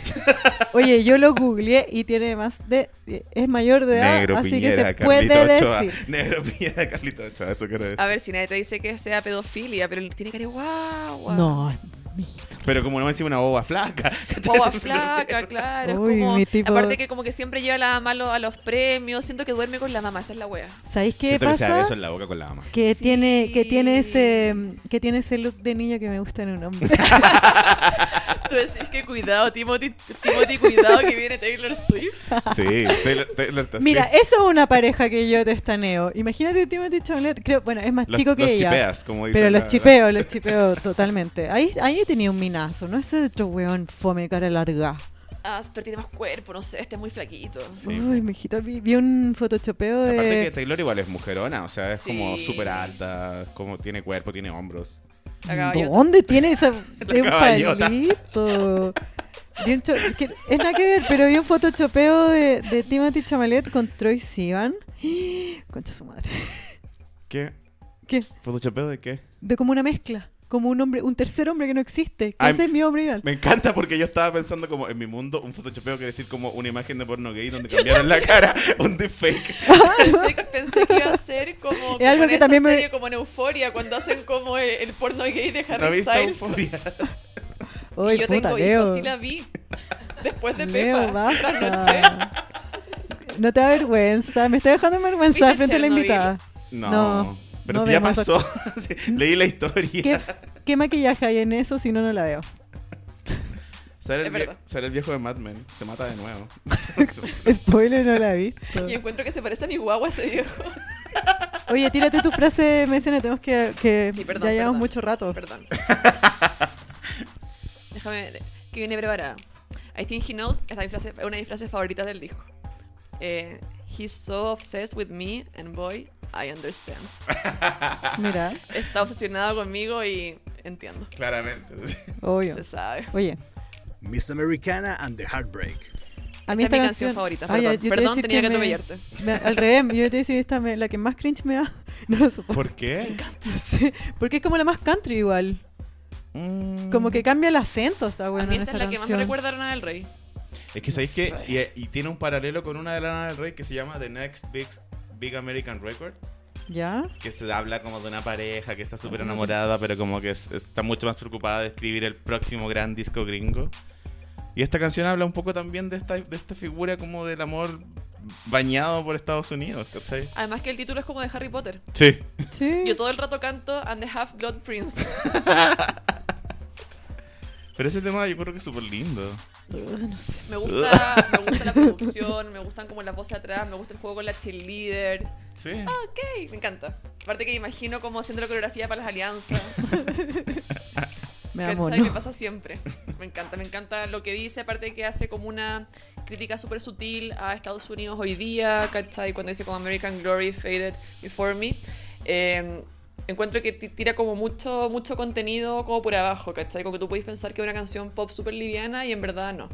S2: Oye, yo lo googleé y tiene más de... Es mayor de edad,
S3: Negro
S2: así que
S3: piñera,
S2: se puede
S3: Carlito Ochoa.
S2: decir.
S3: Negro piñera, Carlito Ochoa, eso quiero decir.
S4: A ver, si nadie te dice que sea pedofilia, pero tiene que guau, guau.
S2: No, mijito.
S3: Pero como no me encima una boba flaca.
S4: Boba flaca, claro. es
S2: Uy,
S4: como-
S2: mi tipo-
S4: Aparte que como que siempre lleva la malo a los premios. Siento que duerme con la mamá, esa es la wea.
S2: ¿Sabéis qué
S3: Siento que se da
S2: pasa?
S3: beso en la boca con la mamá.
S2: Que
S4: Sí.
S2: tiene, que tiene ese que tiene ese look de niño que me gusta en un hombre.
S3: Ah,
S4: Tú decís que cuidado, Timothy, Timothy, cuidado que viene Taylor Swift.
S3: Sí, Taylor, Taylor está así.
S2: Mira, eso es una pareja que yo testaneo. Imagínate Timothy Chalamet, creo, bueno, es más
S3: los,
S2: este chico que
S3: los
S2: ella.
S3: chipeas, como dicen.
S2: Pero los
S3: la-
S2: chipeo, los chipeo totalmente. Ahí, ahí tenía un minazo, no ese otro weón fome cara larga.
S4: Ah, pero tiene más cuerpo, no sé, este es muy flaquito.
S3: Sí.
S2: Uy, mijito, vi, vi un fotochopeo
S3: la- Aparte que
S2: de...
S3: Taylor igual es mujerona, o sea, es
S4: Sí.
S3: como súper alta, como tiene cuerpo, tiene hombros.
S4: La caballota.
S2: ¿Dónde tiene esa... de un
S3: caballota.
S2: palito? Vi un cho- es que- es nada que ver, pero vi un fotochopeo de, de Timothy Chamalet con Troy Sivan. Concha su madre.
S3: ¿Qué?
S2: ¿Qué?
S3: ¿Photoshopeo de qué?
S2: De como una mezcla, como un hombre, un tercer hombre que no existe. Que
S3: Ay,
S2: ese es mi hombre ideal.
S3: Me encanta porque yo estaba pensando como en mi mundo, un photoshopeo quiere decir como una imagen de porno gay donde cambiaron la cara, un deepfake.
S4: Pensé, que- pensé que iba a ser como, como
S2: algo
S4: en
S2: que
S4: esa
S2: también me-
S4: serie, como en Euforia, cuando hacen como el, el porno gay de
S3: ¿No
S4: Harry
S3: viste
S4: Styles.
S3: euforia?
S2: Uy,
S4: y yo
S2: puta,
S4: tengo
S2: Leo.
S4: hijos, sí la vi. Después de
S2: Leo,
S4: Pepa.
S2: basta.
S4: noche.
S2: No te da vergüenza, me está dejando en vergüenza
S4: ¿Viste
S2: frente a la
S4: Chernobyl?
S2: invitada.
S3: No,
S2: No,
S3: pero
S2: no
S3: si ya
S2: vemos
S3: pasó. Sí, Leí la historia.
S2: ¿Qué, qué maquillaje hay en eso si no, no la veo?
S3: Sale
S4: Es
S3: el, vie-
S4: verdad.
S3: sale el viejo de Mad Men, se mata de nuevo.
S2: Spoiler, no la he visto.
S4: Y encuentro que se parece a mi guagua ese viejo.
S2: Oye, tírate tu frase, Mesena, tenemos que... que
S4: Sí, perdón,
S2: ya llevamos
S4: perdón.
S2: mucho rato.
S4: Perdón. Déjame que viene preparada. I think he knows es la mi frase- una de mis frases favoritas del disco. Eh, He's so obsessed with me and boy, I understand.
S2: Mira,
S4: Está obsesionado conmigo y entiendo.
S3: Claramente.
S2: obvio.
S4: Se sabe.
S2: Oye,
S1: Miss Americana and the Heartbreak.
S2: a mí esta,
S4: Esta es mi canción favorita,
S2: Ay, yo
S4: perdón.
S2: te iba a
S4: Perdón,
S2: decir
S4: tenía que
S2: me-
S4: atropellarte.
S2: me- al revés, yo te iba a decir esta me- la que más cringe me da. No lo soporto.
S3: ¿Por qué?
S2: No sé, porque es como la más country igual.
S3: Mm.
S2: Como que cambia el acento, está bueno.
S4: Mm. a mí
S2: en
S4: esta es la que más me
S2: canción.
S4: recuerda a Lana del Rey.
S3: Es que sabéis que. Y, y tiene un paralelo con una de Lana del Rey que se llama The Next Big, Big American Record.
S2: ¿Ya?
S3: Que se habla como de una pareja que está
S4: Mm.
S3: súper enamorada, pero como que es- está mucho más preocupada de escribir el próximo gran disco gringo. Y esta canción habla un poco también de esta, de esta figura como del amor bañado por Estados Unidos, ¿cachai?
S4: Además que el título es como de Harry Potter.
S3: Sí.
S2: Sí.
S4: Yo todo el rato canto And the Half Blood Prince.
S3: Pero ese tema yo creo que es súper lindo.
S2: Ugh, no sé.
S4: Me gusta, me gusta la producción, me gustan como las voces atrás, me gusta el juego con las cheerleaders.
S3: Sí.
S4: Ah, Ok, me encanta. Aparte que imagino como haciendo la coreografía para las alianzas.
S2: Me
S4: ¿Cachai?
S2: amo,
S4: Que
S2: ¿no?
S4: pasa siempre. Me encanta, me encanta lo que dice. Aparte que hace como una crítica súper sutil a Estados Unidos hoy día, ¿cachai? Cuando dice como American Glory Faded Before Me. Eh, encuentro que ti- tira como mucho, mucho contenido como por abajo, ¿cachai? Como que tú puedes pensar que es una canción pop súper liviana y en verdad no.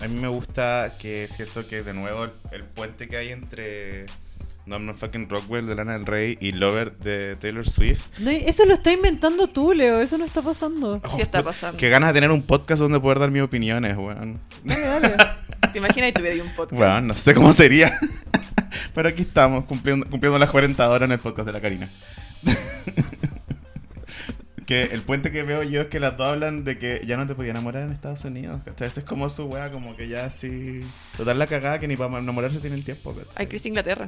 S3: A mí me gusta que es cierto que de nuevo el, el puente que hay entre Norman fucking Rockwell de Lana del Rey y Lover de Taylor Swift.
S2: No, Eso lo está inventando tú, Leo. Eso no está pasando.
S4: Sí está
S3: put-
S4: pasando.
S3: Qué ganas de tener un podcast donde poder dar mis opiniones, weón.
S2: Dale, dale.
S4: ¿Te imaginas y tuviera ahí un podcast?
S3: Weón, no sé cómo sería. Pero aquí estamos, cumpliendo, cumpliendo las 40 horas en el podcast de la Karina. que el puente que veo yo es que las dos hablan de que ya no te podía enamorar en Estados Unidos. ¿cachai? Esa es como su weá, como que ya así. Total la cagada que ni para enamorarse tienen tiempo,
S4: Ay,
S3: ¿cachai?
S4: Chris Inglaterra.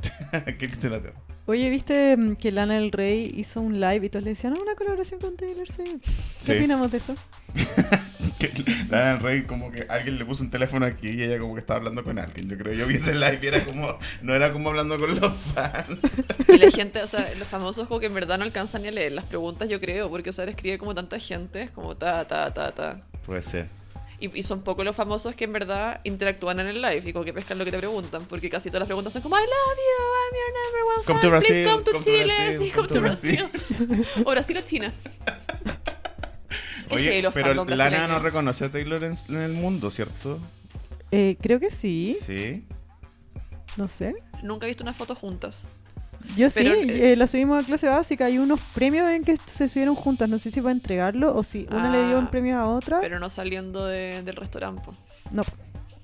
S3: Qué excelente.
S2: Oye, ¿viste mm, que Lana del Rey hizo un live y todos le decían, ah, una colaboración con Taylor Swift? ¿Qué
S3: Sí.
S2: opinamos de eso?
S3: que Lana del Rey como que alguien le puso un teléfono aquí y ella como que estaba hablando con alguien. Yo creo yo vi ese live y era como, no era como hablando con los fans.
S4: Y la gente, o sea, los famosos como que en verdad no alcanzan ni a leer las preguntas, yo creo, porque, o sea, le escribe como tanta gente, es como ta, ta, ta, ta.
S3: Puede ser.
S4: Y, y son pocos los famosos que en verdad interactúan en el live y como que pescan lo que te preguntan, porque casi todas las preguntas son como I love you, I'm your number one
S3: Come
S4: fan,
S3: to
S4: please
S3: Brasil,
S4: come to
S3: come to
S4: Chile,
S3: Brasil,
S4: sí, come to Brasil. o Brasil o China. Qué gay
S3: Oye,
S4: los
S3: pero
S4: fandom
S3: Lana
S4: brasileños.
S3: no reconoce a Taylor en, en el mundo, ¿cierto?
S2: Eh, creo que sí,
S3: Sí.
S2: no sé.
S4: Nunca he visto una foto juntas.
S2: Yo
S4: Pero,
S2: sí,
S4: eh,
S2: eh, la subimos a clase básica. Hay unos premios en que se subieron juntas. No sé si va a entregarlo o si una le dio un
S4: Ah,
S2: premio a otra.
S4: Pero no saliendo de- del restaurante. po.
S2: No.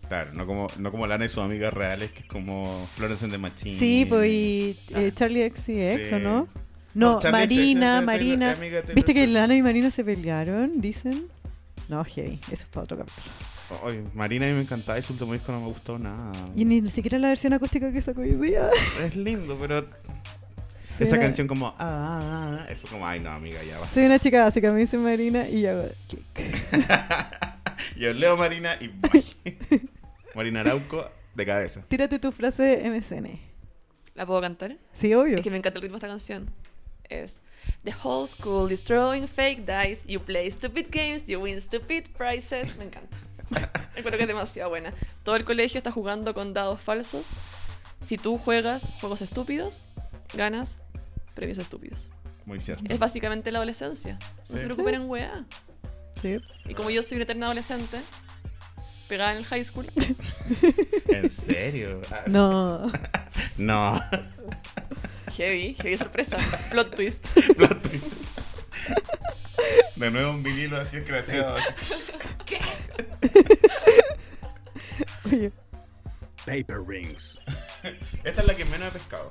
S3: Claro, no como, no como Lana y sus amigas reales, que es como Florence and the Machine.
S2: Sí, pues y eh,
S4: Ah.
S2: Charlie X y X, ¿o
S3: Sí.
S2: no? No,
S3: Charli X,
S2: Marina,
S3: es de Taylor-
S2: Marina.
S3: es amiga de Taylor
S2: ¿Viste que
S3: Swift.
S2: Lana y Marina se pelearon? Dicen. No, heavy. Eso es para otro capítulo.
S3: Ay, Marina a mí me encantaba y su último disco no me gustó nada.
S2: Y ni, ni siquiera la versión acústica que sacó hoy día.
S3: Es lindo, pero
S2: Soy
S3: esa
S2: una-
S3: canción como... Ah, ah, ah, fue como, ay no, amiga, ya va.
S2: Soy una chica básica, me dice Marina y yo hago clic.
S3: Yo leo Marina y... bye. Marina Arauco de cabeza.
S2: Tírate tu frase de MSN.
S4: ¿La puedo cantar?
S2: Sí, obvio.
S4: Es que me encanta el ritmo de esta canción. Es The whole school is throwing fake dice. You play stupid games, you win stupid prizes. Me encanta. Recuerdo que es demasiado buena. Todo el colegio está jugando con dados falsos. Si tú juegas juegos estúpidos, ganas premios estúpidos.
S3: Muy cierto.
S4: Es básicamente la adolescencia. No
S3: Sí.
S4: se preocupen en weá.
S2: Sí.
S4: Y como yo soy una eterna adolescente, pegada en el high school,
S3: ¿En serio? Ah,
S2: No.
S3: No.
S4: heavy, heavy sorpresa. Plot twist.
S3: Plot twist. De nuevo un vinilo así escrachado. así.
S2: Oye,
S1: Paper Rings.
S3: Esta es la que menos he pescado.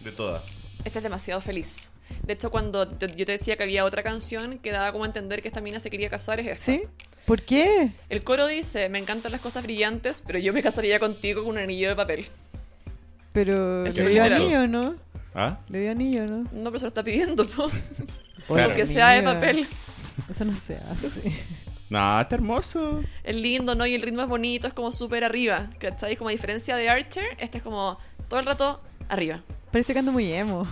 S3: De todas.
S4: Esta es demasiado feliz. De hecho, cuando te- yo te decía que había otra canción que daba como a entender que esta mina se quería casar, es esta.
S2: ¿Sí? ¿Por qué?
S4: El coro dice, me encantan las cosas brillantes, pero yo me casaría contigo con un anillo de papel.
S2: Pero
S4: Es
S2: le
S4: un
S2: dio
S4: número.
S2: anillo, ¿no?
S3: ¿Ah?
S2: Le dio anillo, ¿no?
S4: No, pero se lo está pidiendo, po.
S3: Claro.
S4: Aunque sea de
S2: Anillo.
S4: papel.
S2: Eso no se hace.
S3: No, está hermoso.
S4: Es lindo, ¿no? Y el ritmo es bonito, es como súper arriba. ¿Cachai? Como a diferencia de Archer, este es como todo el rato arriba.
S2: Parece que ando muy emo.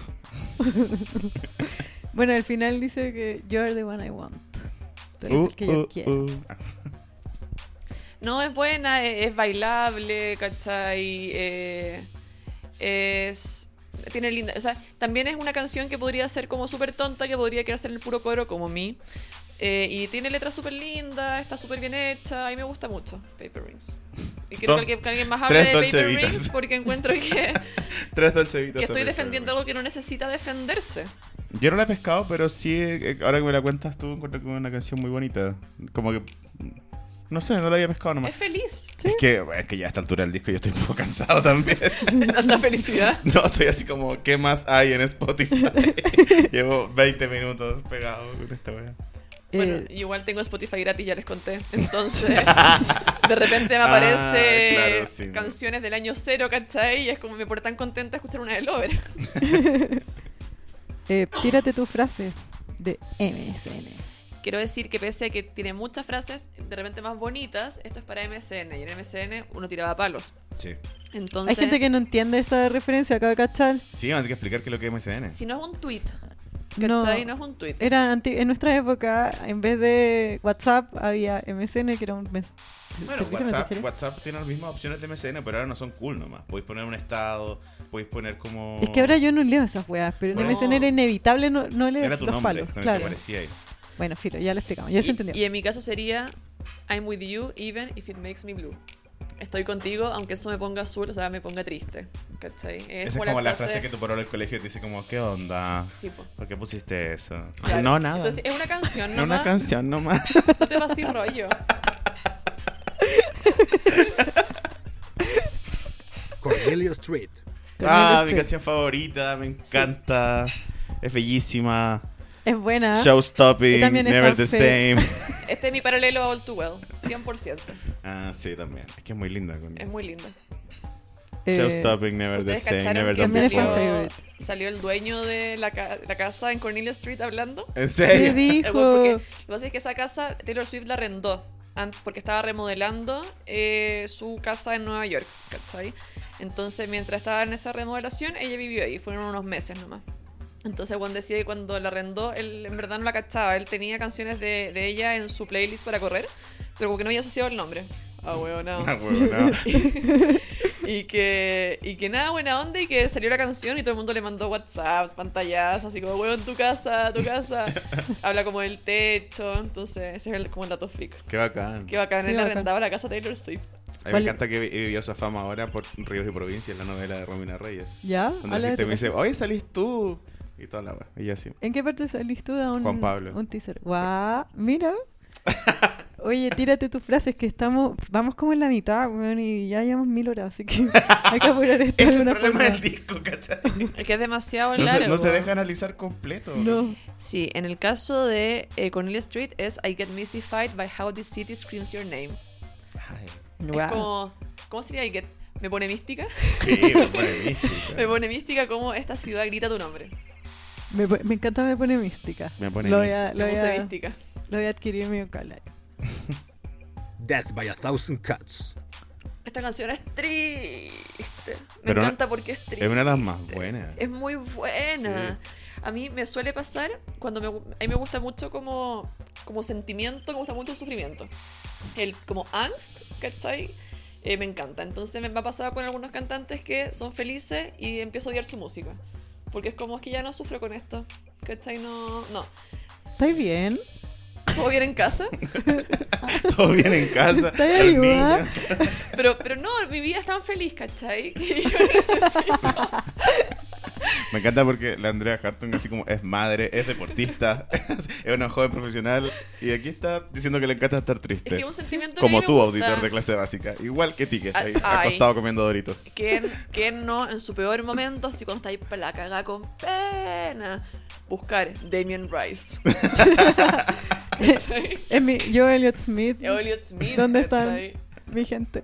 S2: bueno, al final dice que You're the one I want. Tú eres
S3: Uh,
S2: el que yo
S3: uh,
S2: quiero.
S3: uh. Ah,
S4: No, es buena, e- es, bailable, ¿cachai? Eh, es... Tiene linda... O sea, también es una canción que podría ser como súper tonta, que podría quedarse en el puro coro como mí. Eh, y tiene letras súper lindas, está súper bien hecha, y me gusta mucho Paper Rings. Y quiero
S3: Dos-
S4: que, que alguien más hable
S3: tres
S4: de
S3: Dolce
S4: Paper
S3: Vitas.
S4: Rings porque encuentro que,
S3: Tres dolcevitas.
S4: que estoy
S3: sobre el
S4: defendiendo
S3: fuego.
S4: algo que no necesita defenderse.
S3: Yo no la he pescado, pero sí, eh, ahora que me la cuentas tú, encuentro como una canción muy bonita. Como que... No sé, no la había pescado nomás.
S4: Es feliz.
S3: Es que, bueno, es que ya a esta altura del disco yo estoy un poco cansado también.
S4: Tanta felicidad.
S3: No, estoy así como, ¿qué más hay en Spotify? Llevo 20 minutos pegado con esta wea.
S4: Bueno,
S2: Eh,
S4: yo igual tengo Spotify gratis, ya les conté. Entonces, de repente me
S3: Ah,
S4: aparece
S3: claro, sí, no.
S4: canciones del año cero, ¿cachai? Y es como me pone tan contenta escuchar una de Lover.
S2: eh, tírate tu frase de MSN.
S4: Quiero decir que pese a que tiene muchas frases de repente más bonitas, esto es para MSN. Y en MSN uno tiraba palos.
S3: Sí.
S4: Entonces,
S2: Hay gente que no entiende esta referencia, acabo de cachar.
S3: Sí, me hay que explicar qué es lo que es MSN.
S4: si no es un tweet,
S2: No.
S4: ¿cachai? No, es un tweet.
S2: Era anti- en nuestra época, en vez de WhatsApp, había MSN, que era un mes-
S3: Bueno,
S2: servicio
S3: WhatsApp,
S2: mensajero.
S3: WhatsApp tiene las mismas opciones de MSN, pero ahora no son cool nomás. Podéis poner un estado, podéis poner como...
S2: Es que ahora yo no leo esas weas, pero en
S4: Bueno.
S2: MSN era inevitable no, no leer
S3: Era tu
S2: los
S3: nombre
S2: palos.
S3: con el que
S2: Claro.
S3: aparecía ahí.
S2: Bueno, filo, ya lo explicamos, ya
S4: y,
S2: se entendió.
S4: y en mi caso sería I'm with you even if it makes me blue. Estoy contigo, aunque eso me ponga azul, o sea, me ponga triste. ¿Cachai?
S3: Esa es como la frase que tu paró del colegio y te dice como, ¿qué onda?
S4: Sí, po.
S3: ¿Por qué pusiste eso?
S4: Claro.
S3: No, nada.
S4: Entonces, es una canción
S3: no
S4: nomás.
S3: una canción nomás.
S4: No te vas sin rollo.
S1: Cornelia Street.
S2: Cornelia
S3: ah, mi
S2: Street.
S3: canción favorita, me encanta. Es bellísima.
S2: Es buena.
S3: Show
S2: Ah. Y
S3: stopping,
S2: también es
S3: never the
S2: fanfic.
S3: same.
S4: Este es mi paralelo a All Too Well. 100%.
S3: Ah, sí, también. Es que es muy linda. Con
S4: Es muy linda.
S2: Eh,
S3: Show stopping, never the
S4: ¿Ustedes
S3: same, never
S4: cacharon
S3: the
S4: que
S2: también
S3: same.
S2: es fan
S4: salió,
S2: favorite.
S4: salió el dueño de la, ca- la casa en Cornelia Street hablando?
S3: ¿En
S2: ¿Qué
S3: serio?
S4: Eh, bueno,
S2: dijo?
S4: Porque lo que pasa es que esa casa Taylor Swift la arrendó. an- porque estaba remodelando eh, su casa en Nueva York, ¿cachai? Entonces, mientras estaba en esa remodelación, ella vivió ahí, fueron unos meses nomás. Entonces Juan decía que cuando la arrendó, él en verdad no la cachaba. Él tenía canciones de, de ella en su playlist para correr, pero como que no había asociado el nombre. Ah, huevo, no.
S3: Ah, huevona.
S4: y, que, y que nada, buena onda, y que salió la canción y todo el mundo le mandó WhatsApp, pantallas, así como, huevo, en tu casa, tu casa. Habla como del techo, entonces ese es el, como el dato freak.
S3: Qué bacán.
S4: Que bacán,
S2: Sí,
S4: él
S2: bacán.
S4: arrendaba la casa de Taylor Swift.
S3: A mí me
S2: ¿Cuál-
S3: encanta que vi- vivió esa fama ahora por Ríos y Provincias, la novela de Romina Reyes.
S2: ¿Ya?
S3: Donde la
S2: Habla de
S3: gente
S2: tu
S3: me dice,
S2: casa.
S3: oye, salís tú. Y toda la wea. Y yo así.
S2: ¿En qué parte salís tú? Da un,
S3: Juan Pablo.
S2: Un teaser. ¡Guau! Mira. Oye, tírate tus frases que estamos... Vamos como en la mitad, weón, y ya llevamos mil horas, así que hay que apurar esto
S3: Ese
S2: de
S3: es el
S2: una
S3: problema
S2: forma.
S3: del disco, ¿cachai?
S4: Es que es demasiado
S3: No
S4: largo.
S3: se, no se deja analizar completo.
S2: No.
S4: Sí, en el caso de eh, Cornelia Street es I get mystified by how this city screams your name.
S3: Ay,
S2: Guau.
S4: Es como, ¿cómo sería I get? ¿Me pone mística?
S3: sí, me pone mística.
S4: Me pone mística como esta ciudad grita tu nombre.
S2: Me, po- me encanta, me pone mística.
S3: Me pone
S2: lo voy a, lo
S4: Me
S2: voy
S4: puse
S2: a,
S4: mística.
S2: lo voy a adquirir en mi vocabulario.
S1: Death by a Thousand Cuts.
S4: Esta canción es triste. Me
S3: Pero no-
S4: encanta porque es triste.
S3: Es una de las más buenas.
S4: Es muy buena. A mí me suele pasar cuando me, gu- a mí me gusta mucho como, como sentimiento, me gusta mucho el sufrimiento. El como angst, ¿cachai? Eh, me encanta. Entonces me ha pasado con algunos cantantes que son felices y empiezo a odiar su música. Porque es como, es que ya no sufro con esto. ¿Cachai? No, no.
S2: ¿Estáis bien?
S4: Puedo vivir en casa.
S3: Todo bien en casa.
S2: ¿Estáis
S3: los
S2: ahí, va?
S3: niños.
S4: Pero, pero no, mi vida es tan feliz, ¿cachai? Que yo necesito.
S3: Me encanta porque la Andrea Harton así como es madre, es deportista, es una joven profesional y aquí está diciendo que le encanta estar
S4: Es
S3: triste.
S4: que un sentimiento que a
S3: como
S4: mí me
S3: tú,
S4: gusta.
S3: auditor de clase básica. Igual que ti, que está ahí
S4: Ay.
S3: acostado comiendo doritos.
S4: ¿Quién, quién no en su peor momento, así cuando está ahí para la cagada con pena? Buscar Damien Rice. ¿Cachai?
S2: Es mi, yo, Elliot Smith,
S4: Elliot Smith.
S2: ¿Dónde están?
S4: ¿cachai?
S2: mi gente.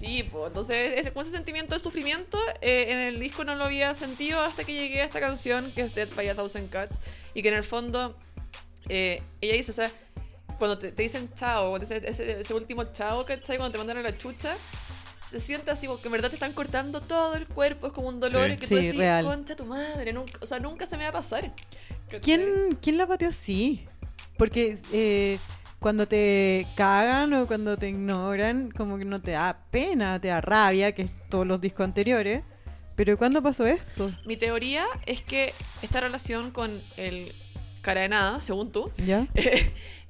S4: Sí, pues entonces ese, con ese sentimiento de sufrimiento eh, en el disco no lo había sentido hasta que llegué a esta canción que es Dead by a Thousand Cuts y que en el fondo eh, ella dice, o sea, cuando te, te dicen chao, cuando ese, ese, ese último chao, ¿cachai? Cuando te mandan a la chucha, se siente así como que en verdad te están cortando todo el cuerpo, es como un dolor
S3: Sí.
S4: que
S2: Sí,
S4: tú decís,
S2: real.
S4: concha tu madre, nunca, o sea, nunca se me va a pasar. ¿cachai?
S2: ¿Quién, ¿Quién la pateó así? Porque eh, cuando te cagan o cuando te ignoran, como que no te da pena, te da rabia, que es todos los discos anteriores. Pero ¿cuándo pasó esto?
S4: Mi teoría es que esta relación con el cara de nada, según tú,
S2: ¿Ya?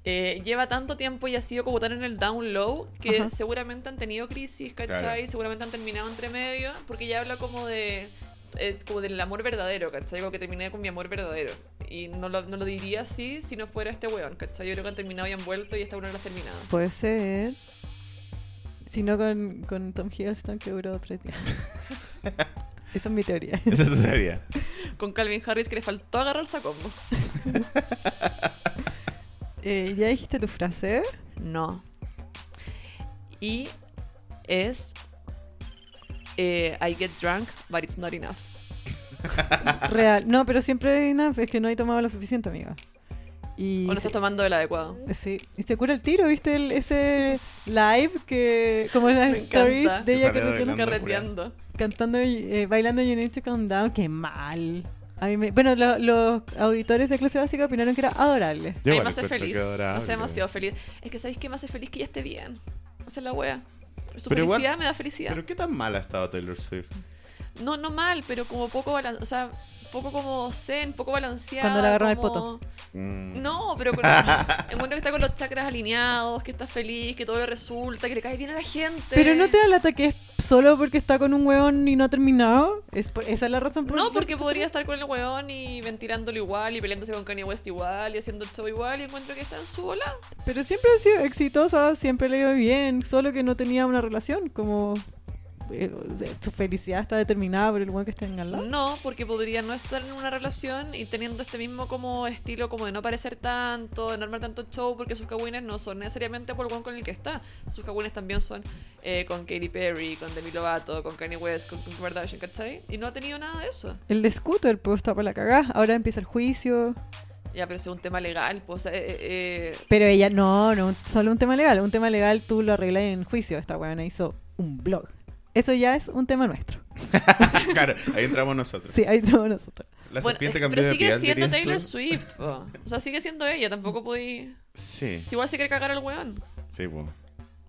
S4: eh, lleva tanto tiempo y ha sido como tan en el down low que
S2: Ajá.
S4: seguramente han tenido crisis, ¿cachai?
S3: Claro.
S4: Seguramente han terminado entre medio, porque ya habla como de eh, como del amor verdadero, ¿cachai? Como que terminé con mi amor verdadero. Y no lo, no lo diría así si no fuera este weón, ¿cachai? Yo creo que han terminado y han vuelto y esta una de las terminadas.
S2: Puede ser. Si no con, con Tom Hiddleston, que duró tres días. Esa es mi teoría.
S3: Esa es tu teoría.
S4: Con Calvin Harris que le faltó agarrarse a combo.
S2: Eh, ¿Ya dijiste tu frase?
S4: No. Y es eh, I get drunk, but it's not enough.
S2: Real. No, pero siempre hay una- es que no he tomado lo suficiente, amiga. Y
S4: O no
S2: se-
S4: estás tomando el adecuado.
S2: Sí, y se cura el tiro, ¿viste? El- ese live que, como las
S4: Me
S2: stories
S4: encanta.
S2: de
S3: Que
S2: ella
S3: sale
S2: carreteando,
S3: Anda,
S4: Carreteando.
S2: cantando, eh, bailando You Need to Calm Down, qué mal. A mí me- bueno, lo- los auditores de clase básica opinaron que era adorable.
S3: Yo
S4: Ay,
S3: igual
S4: me hace
S3: encuentro
S4: feliz.
S3: que
S4: Me
S3: adorable.
S4: hace demasiado feliz. Es que sabéis que me hace feliz que ella esté bien. Esa es la wea. Su
S3: Pero igual-
S4: felicidad me da felicidad.
S3: Pero qué tan mal ha estado Taylor Swift.
S4: No, no mal, pero como poco balanceado. O sea, poco como zen, poco balanceada.
S2: Cuando le agarran el
S4: como-
S2: poto.
S3: Mm.
S4: No, pero con... encuentro que está con los chakras alineados, que está feliz, que todo le resulta, que le cae bien a la gente.
S2: Pero no te da lata que es solo porque está con un huevón y no ha terminado. Es por- esa es la razón por
S4: No, porque podría estar con el weón y ventilándolo igual y peleándose con Kanye West igual y haciendo el show igual y encuentro que está en su bola.
S2: Pero siempre ha sido exitosa, siempre le iba bien, solo que no tenía una relación. Como eh, su felicidad está determinada por el huevón que está en al lado.
S4: No, porque podría no estar en una relación y teniendo este mismo como estilo como de no parecer tanto, de no armar tanto show, porque sus cagüines no son necesariamente por el weón con el que está. Sus cagüines también son eh, con Katy Perry, con Demi Lovato, con Kanye West, con Kim Kardashian, ¿cachai? Y no ha tenido nada de eso.
S2: El de Scooter, pues está para la cagada. Ahora empieza el juicio.
S4: Ya, pero es un tema legal, pues. o sea, eh, eh,
S2: Pero ella, no, no, solo un tema legal. Un tema legal tú lo arreglas en juicio. Esta weona hizo un blog. Eso ya es un tema nuestro.
S3: claro, ahí entramos nosotros.
S2: Sí, ahí estamos nosotros.
S3: La
S4: bueno,
S3: serpiente
S4: es-
S3: cambió
S4: pero
S3: de
S4: sigue
S3: piel,
S4: siendo
S3: dirías tú.
S4: Taylor Swift, po. O sea, sigue siendo ella, tampoco podí.
S3: Sí,
S4: Si igual se quiere cagar al weón,
S3: sí, pues. po.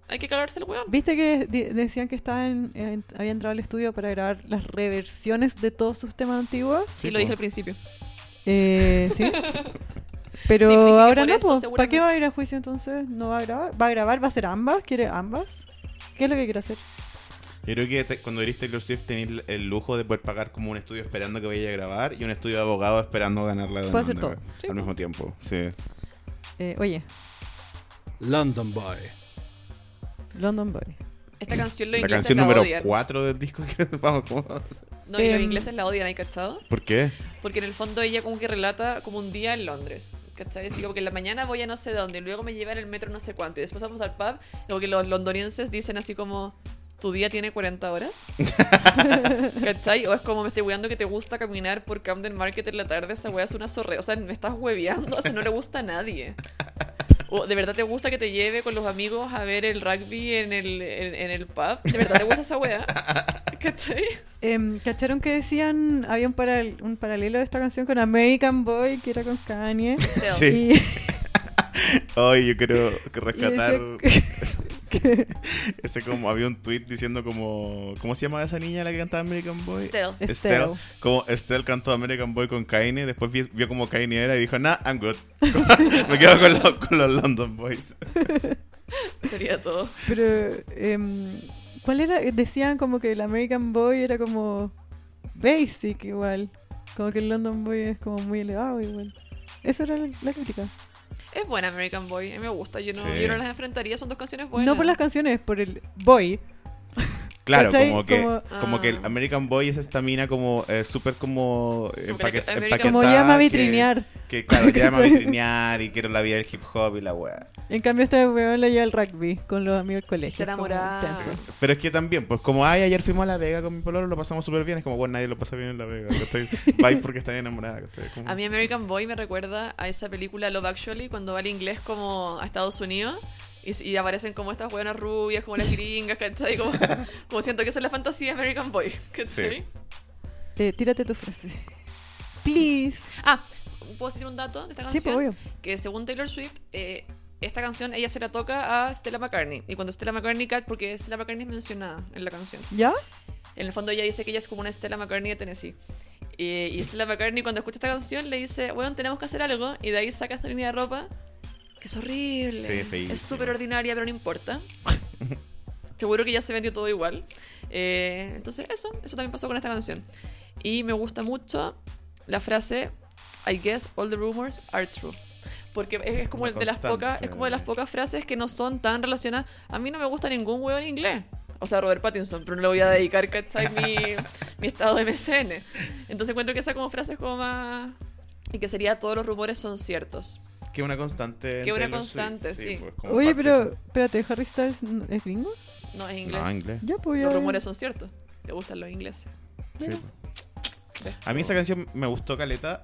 S4: hay que cagarse el weón.
S2: ¿Viste que di- decían que estaba en- en- había entrado al estudio para grabar las reversiones de todos sus temas antiguos?
S3: Sí,
S4: Sí, lo
S3: po.
S4: dije al principio.
S2: Eh, sí. Pero
S4: Sí, dije que
S2: ahora
S4: por
S2: no,
S4: eso
S2: pues, ¿para
S4: seguramente-
S2: qué va a ir a juicio entonces? ¿No va a grabar? ¿Va a grabar? ¿Va a hacer ambas? ¿Quiere ambas? ¿Qué es lo que quiere hacer?
S3: Yo creo que te- cuando eres Taylor Swift tenés el- el lujo de poder pagar como un estudio esperando que vaya a grabar y un estudio de abogado esperando ganar la demanda.
S2: Puede hacer todo.
S3: güey,
S4: Sí,
S3: Al
S4: po.
S3: mismo tiempo, sí.
S2: Eh, oye,
S1: London Boy.
S2: London Boy.
S4: Esta canción los
S3: La
S4: ingleses
S3: canción
S4: la
S3: número
S4: odian.
S3: 4 del disco que vamos, ¿cómo va a ser?
S4: No, y los
S2: Em.
S4: ingleses la odian, ¿hay cachado?
S3: ¿Por qué?
S4: Porque en el fondo ella como que relata como un día en Londres. ¿Cachai? Así como que en la mañana voy a no sé dónde, y luego me llevan el metro no sé cuánto, y después vamos al pub, como que los londonienses dicen así como, ¿tu día tiene 40 horas? ¿Cachai? O es como, me estoy hueando que te gusta caminar por Camden Market en la tarde, esa wea es una zorre. O sea, me estás hueveando, eso no le gusta a nadie. O de verdad te gusta que te lleve con los amigos a ver el rugby en el, en, en el pub. ¿De verdad te gusta esa wea? ¿Cachai?
S2: Em, ¿Cacharon que decían? Había un, paral- un paralelo de esta canción con American Boy, que era con Kanye.
S3: Sí.
S2: Y,
S3: Ay, yo quiero que
S2: y decía
S3: rescatar
S2: que- que-
S3: ese como había un tweet diciendo como ¿cómo se llamaba esa niña la que cantaba American Boy?
S4: Still.
S3: este
S2: Estelle.
S3: Como Estelle cantó American Boy con Kanye, después vi- vio como Kanye era y dijo, nah, I'm good. Me quedo con, los- con los London Boys.
S4: Sería todo.
S2: Pero, em, ¿cuál era? Decían como que el American Boy era como basic igual. Como que el London Boy es como muy elevado igual. Esa era la, la crítica.
S4: Es buena American Boy, a mí me gusta, yo no,
S3: Sí.
S4: yo no las enfrentaría, son dos canciones buenas.
S2: No por las canciones, por el boy.
S3: Claro,
S2: ¿Cachai?
S3: como que
S2: Como-
S3: como, que el
S4: Ah.
S3: American Boy es esta mina como eh, súper como eh,
S4: Como que
S3: empaque-
S4: American-
S3: empaquetada,
S2: Como llama a
S3: que-
S2: vitrinear.
S3: Que, claro, llama a vitrinear y quiero la vida del hip hop y la wea.
S2: En cambio, este weón le lleva el rugby con los amigos del colegio.
S4: Está
S2: es como
S4: enamorada.
S2: intenso.
S3: Pero es que también, pues como, ay, ayer fuimos a La Vega con mi pololo, lo pasamos súper bien. Es como, bueno, nadie lo pasa bien en La Vega. ¿cachai? Va porque está bien enamorada. ¿cachai? Como-
S4: A mí American Boy me recuerda a esa película Love Actually, cuando va al inglés como a Estados Unidos y, y aparecen como estas buenas rubias, como las gringas, ¿cachai? Como, como siento que esa es la fantasía de American Boy, ¿cachai?
S3: Sí.
S2: Eh, tírate tu frase. Please.
S4: Ah, ¿puedo decir un dato de esta
S2: Sí,
S4: canción?
S2: pues obvio.
S4: que según Taylor Swift, eh, esta canción ella se la toca a Stella McCartney. Y cuando Stella McCartney, ca- porque Stella McCartney es mencionada en la canción.
S2: ¿Ya?
S4: En el fondo ella dice que ella es como una Stella McCartney de Tennessee. Y, y Stella McCartney cuando escucha esta canción le dice, bueno, tenemos que hacer algo. Y de ahí saca esta línea de ropa, que es horrible.
S3: Sí, es feísima.
S4: es súper ordinaria, pero no importa. Seguro que ya se vendió todo igual. Eh, entonces eso, eso también pasó con esta canción. Y me gusta mucho la frase, I guess all the rumors are true. Porque es, es como
S3: Una
S4: de las
S3: constante. eh.
S4: pocas, es como de las pocas frases que no son tan relacionadas. A mí no me gusta ningún huevo en inglés. O sea, Robert Pattinson, pero no le voy a dedicar, ¿cachai? Mi, mi estado de MCN. Entonces encuentro que esa como frase es como más... Y que sería todos los rumores son ciertos.
S3: Que una constante. en
S4: Que una
S3: Taylor Swift,
S4: constante, sí.
S3: pues, como
S2: Oye,
S3: parte
S2: pero
S3: de
S2: espérate, Harry Styles n- es gringo.
S4: No, es
S3: su-
S4: inglés.
S3: No, inglés.
S2: Ya, pues ya.
S4: Los rumores son ciertos. Le gustan los ingleses.
S3: Sí,
S2: Mira.
S3: pues. A mí esa canción me gustó caleta,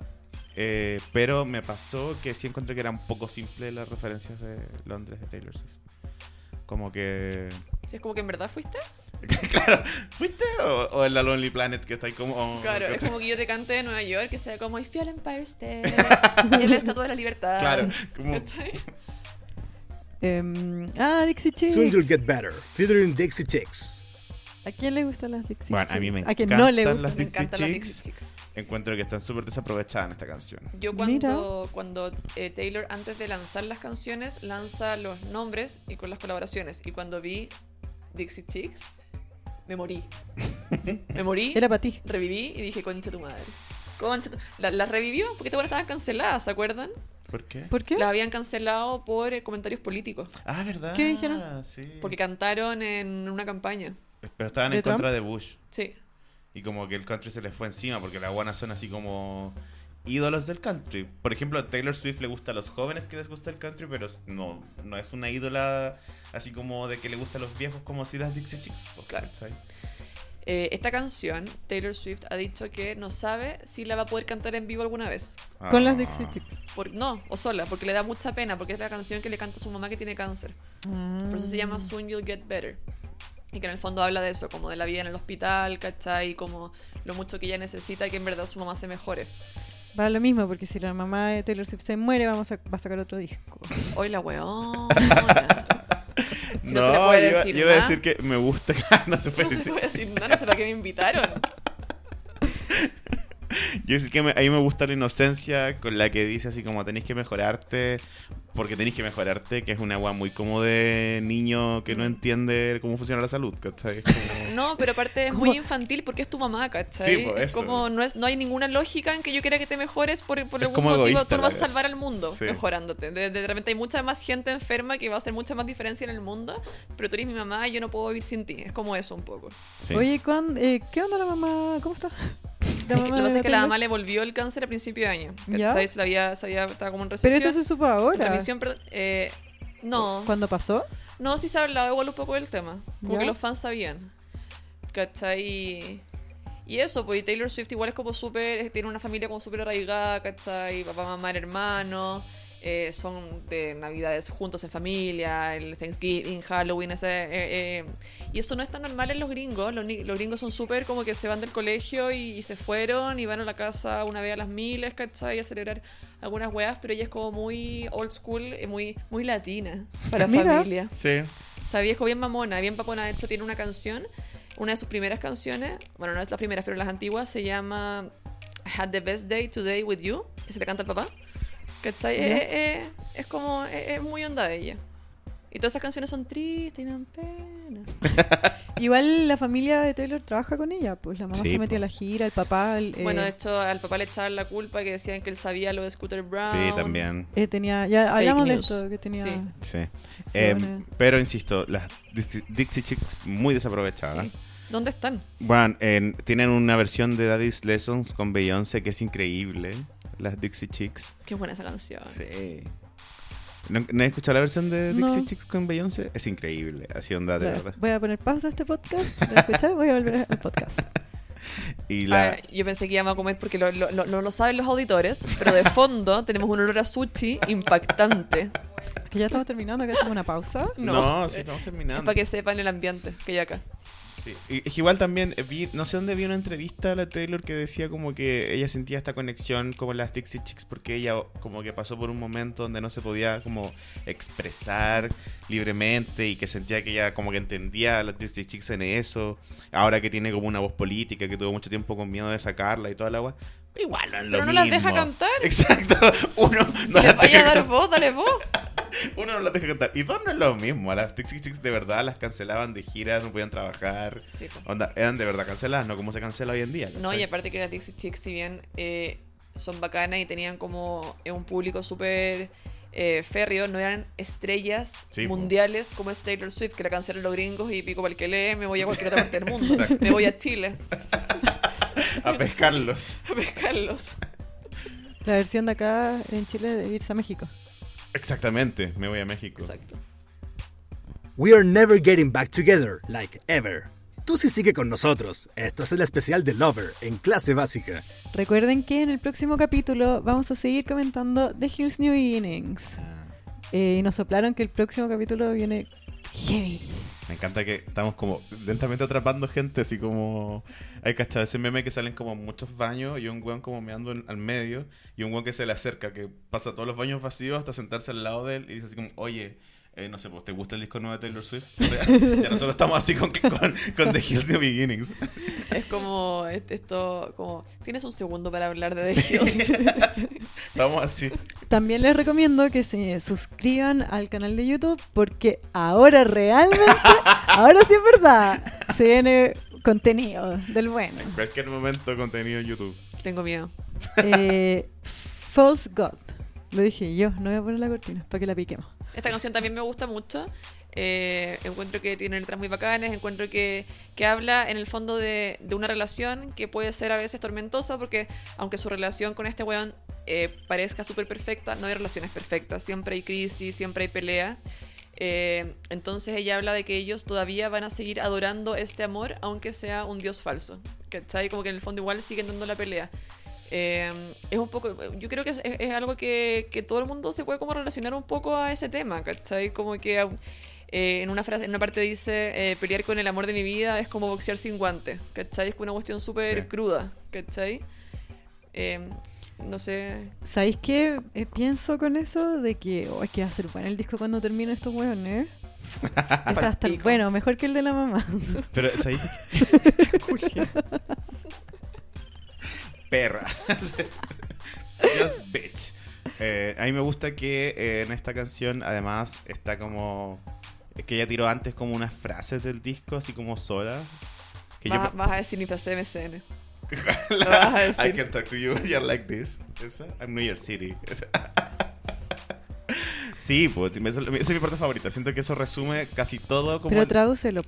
S3: eh, pero me pasó que sí encontré que era un poco simple las referencias de Londres de Taylor Swift. Como que.
S4: Si es como que en verdad fuiste.
S3: claro, ¿fuiste? O, o en la Lonely Planet que está ahí como. oh,
S4: Claro, es
S3: ¿cachai?
S4: como que yo te cante de Nueva York, que sea como I feel Empire State. y la estatua de la libertad.
S3: Claro, como.
S4: ¿Cachai?
S2: Em, ah, Dixie Chicks.
S1: Soon You'll Get Better, featuring Dixie Chicks.
S2: ¿A quién le gustan las Dixie
S3: Bueno, a mí me
S2: Chicks? quien no le
S3: encantan las
S2: gustan.
S4: Me
S3: Dixie
S4: encantan las
S3: Chicks.
S4: Dixie Chicks.
S3: Encuentro que están súper desaprovechadas en esta canción.
S4: Yo
S2: Mira.
S4: cuando, cuando eh, Taylor, antes de lanzar las canciones, lanza los nombres y con las colaboraciones. Y cuando vi Dixie Chicks, me morí. Me morí,
S2: Era para ti.
S4: reviví y dije, concha tu madre. Concha tu... La- las revivió porque esta buena estaban canceladas, ¿se acuerdan?
S3: ¿Por qué?
S2: ¿Por qué?
S4: Las habían cancelado por eh, comentarios políticos.
S3: Ah, ¿verdad?
S2: ¿Qué dijeron?
S3: Sí.
S4: Porque cantaron en una campaña.
S3: Pero estaban en
S2: ¿De Trump?
S3: contra de Bush.
S4: Sí.
S3: Y como que el country se les fue encima porque las guanas son así como ídolos del country. Por ejemplo, a Taylor Swift le gusta a los jóvenes que les gusta el country, pero no, no es una ídola así como de que le gusta a los viejos como si las Dixie Chicks. po,
S4: Claro.
S3: ¿cachai?
S4: Eh, esta canción, Taylor Swift ha dicho que no sabe si la va a poder cantar en vivo alguna vez.
S2: Con las
S3: Ah.
S2: Dixie Chicks.
S4: Por, no, o sola, porque le da mucha pena, porque es la canción que le canta a su mamá que tiene cáncer. Por eso se
S3: Mm.
S2: Ah.
S4: llama Soon You'll Get Better. Y que en el fondo habla de eso, como de la vida en el hospital, ¿cachai? Y como lo mucho que ella necesita y que en verdad su mamá se mejore.
S2: Para lo mismo, porque si la mamá de Taylor Swift se muere, vamos a, va a sacar otro disco.
S4: Hoy la weona. Si no, se le puede
S3: yo,
S4: decir
S3: yo iba a
S4: nada.
S3: decir que me gusta. no se puede
S4: No se
S3: decir.
S4: le voy a decir nada, no sé para qué me invitaron.
S3: Yo iba a decir que me- a mí me gusta la inocencia con la que dice así como tenéis que mejorarte. Porque tenéis que mejorarte, que es una agua muy como de niño que no entiende cómo funciona la salud, ¿cachai? Como-
S4: No, pero aparte es
S2: ¿Cómo?
S4: muy infantil porque es tu mamá, ¿cachai?
S3: Sí, pues,
S4: es
S3: eso.
S4: como no, es, no hay ninguna lógica en que yo quiera que te mejores por, por
S3: Es
S4: algún
S3: como
S4: motivo.
S3: egoísta
S4: Tú no
S3: la
S4: vas a
S3: vez.
S4: salvar al mundo
S3: Sí.
S4: mejorándote. De, de repente hay mucha más gente enferma que va a hacer mucha más diferencia en el mundo, pero tú eres mi mamá y yo no puedo vivir sin ti. Es como eso un poco.
S2: Ah,
S3: Sí.
S2: Oye, ¿cuán- eh, ¿qué onda la mamá? ¿Cómo está? La
S4: Es que lo que
S2: de
S4: pasa es que la
S2: Taylor.
S4: mamá le volvió el cáncer a principio de año.
S2: ¿Ya?
S4: ¿Cachai? Se la había, se había, estaba como en
S2: Pero
S4: recesión.
S2: esto se supo
S4: en
S2: ahora.
S4: remisión, perdón. Eh, no.
S2: ¿Cuándo pasó?
S4: No, sí se hablaba igual un poco del tema. Como
S2: ¿Ya?
S4: que los fans sabían. ¿Cachai? Y eso, pues y Taylor Swift igual es como súper. eh, Tiene una familia como súper arraigada, ¿cachai? Papá, mamá, hermano. eh, son de navidades juntos en familia, el Thanksgiving, Halloween, ese, eh, eh, y eso no es tan normal en los gringos. Los, ni- los gringos son súper como que se van del colegio y, y se fueron y van a la casa una vez a las miles, ¿cachai? A celebrar algunas weas, pero ella es como muy old school, eh, muy, muy latina para
S2: Mira.
S4: familia.
S3: Sí.
S4: O sea, viejo bien mamona, bien papona. De hecho, tiene una canción, una de sus primeras canciones, bueno, no es las primeras, pero las antiguas, se llama I Had the Best Day Today with You, que se le canta al papá. ¿Cachai?
S2: Ya.
S4: Eh, eh, eh, es como, eh, es muy onda de ella. Y todas esas canciones son tristes y me dan pena.
S2: Igual la familia de Taylor trabaja con ella, pues la mamá
S3: Sí,
S2: se metió a
S3: po.
S2: la gira, el papá el, eh,
S4: Bueno, de hecho, al papá le echaban la culpa que decían que él sabía lo de Scooter Brown.
S3: Sí, también.
S2: eh, tenía, ya hablamos de
S4: news.
S2: esto, que tenía...
S4: Sí.
S3: Sí.
S2: sí,
S3: Eh,
S2: bueno.
S3: pero insisto, las Dixie Dixie Chicks muy desaprovechadas.
S4: Sí. ¿Dónde están?
S3: Bueno, en- tienen una versión de Daddy's Lessons con Beyoncé que es increíble. Las Dixie Chicks.
S4: Qué buena esa canción.
S3: Sí. ¿No, no has escuchado la versión de
S2: No.
S3: Dixie Chicks con Beyoncé? Es increíble, así onda
S2: Voy
S3: de
S2: a-
S3: verdad.
S2: Voy a poner pausa a este podcast, voy a escuchar, voy a volver al podcast.
S3: Y la...
S4: Ah, yo pensé que íbamos a comer porque lo- lo- lo- no lo saben los auditores, pero de fondo tenemos un olor a sushi impactante.
S2: Que ya estamos terminando, que hacemos una pausa.
S3: no,
S4: No,
S3: sí, estamos
S4: es
S3: terminando.
S4: para que sepan el ambiente que hay acá.
S3: Sí. Y- es que igual también vi, no sé dónde vi una entrevista a la Taylor que decía como que ella sentía esta conexión como las Dixie Chicks porque ella como que pasó por un momento donde no se podía como expresar libremente y que sentía que ella como que entendía a las Dixie Chicks en eso. Ahora que tiene como una voz política que tuvo mucho tiempo con miedo de sacarla y toda la agua. Igual no es lo
S4: Pero no las
S3: mismo.
S4: deja cantar.
S3: Exacto. Uno
S4: Si
S3: no
S4: les
S3: las
S4: vaya
S3: deja
S4: a dar
S3: cantar.
S4: voz, dale voz.
S3: Uno no las deja cantar. Y dos no es lo mismo. A las Dixie Chicks de verdad las cancelaban de giras, no podían trabajar.
S4: Sí, po.
S3: Onda, eran de verdad canceladas, no como se cancela hoy en día.
S4: No,
S3: ¿cachai?
S4: y aparte que las Dixie Chicks, si bien eh, son bacanas y tenían como eh, un público súper eh, férreo, no eran estrellas
S3: Sí, po.
S4: mundiales como es Taylor Swift, que la cancelan los gringos y pico para el que lee, me voy a cualquier otra parte del mundo.
S3: Exacto.
S4: Me voy a Chile
S3: A pescarlos.
S4: a pescarlos.
S2: La versión de acá en Chile de irse a México.
S3: Exactamente, me voy a México.
S4: Exacto.
S1: We are never getting back together, like ever. Tú sí sigue con nosotros. Esto es el especial de Lover en clase básica.
S2: Recuerden que en el próximo capítulo vamos a seguir comentando The Hills New Innings.
S3: Ah,
S2: Eh, y nos soplaron que el próximo capítulo viene heavy.
S3: Me encanta que estamos como lentamente atrapando gente, así como. Hay cachado ese meme que salen como muchos baños y un weón como meando en- al medio y un weón que se le acerca, que pasa todos los baños vacíos hasta sentarse al lado de él y dice así como, oye. eh, no sé, pues, ¿te gusta el disco nuevo de Taylor Swift? O sea, ya nosotros estamos así con, con, con The Hills New Beginnings.
S4: Es como este- esto, como tienes un segundo para hablar de
S3: Sí.
S4: ellos.
S3: Estamos así.
S2: También les recomiendo que se suscriban al canal de YouTube porque ahora realmente, ahora sí es verdad, se viene contenido del bueno.
S3: En cualquier momento contenido en YouTube.
S4: Tengo miedo.
S2: Eh, False God. Lo dije yo, no voy a poner la cortina para que la piquemos.
S4: Esta canción también me gusta mucho. Eh, encuentro que tiene letras muy bacanas, encuentro que, que habla en el fondo de, de una relación que puede ser a veces tormentosa porque aunque su relación con este weón eh, parezca súper perfecta, no hay relaciones perfectas, siempre hay crisis, siempre hay pelea. Eh, entonces ella habla de que ellos todavía van a seguir adorando este amor, aunque sea un dios falso. ¿Cachai? Como que en el fondo igual siguen dando la pelea. Eh, es un poco, yo creo que es, es algo que, que todo el mundo se puede como relacionar un poco a ese tema, ¿cachai? Como que eh, en, una frase, en una parte dice, eh, pelear con el amor de mi vida es como boxear sin guantes, ¿cachai? Es una cuestión súper
S3: Sí.
S4: cruda, ¿cachai? Eh, no sé,
S2: ¿Sabéis qué? Eh, pienso con eso de que oh, es que va a ser bueno el disco cuando termine estos hueones. ¿eh? Es hasta
S4: Palpico.
S2: bueno, mejor que el de la mamá.
S3: Pero es ahí. Perra. Just bitch. Eh, a mí me gusta que eh, en esta canción, además, está como. Es que ella tiró antes como unas frases del disco, así como sola. Que
S4: vas,
S3: yo.
S4: vas a decir mi frase de MCN. Lo vas a
S3: I
S4: decir.
S3: can talk to you, you're like this. Esa. I'm New York City. Esa. Sí, pues, eso- esa es mi parte favorita. Siento que eso resume casi todo como.
S2: Pero
S3: el-
S2: tradúcelo.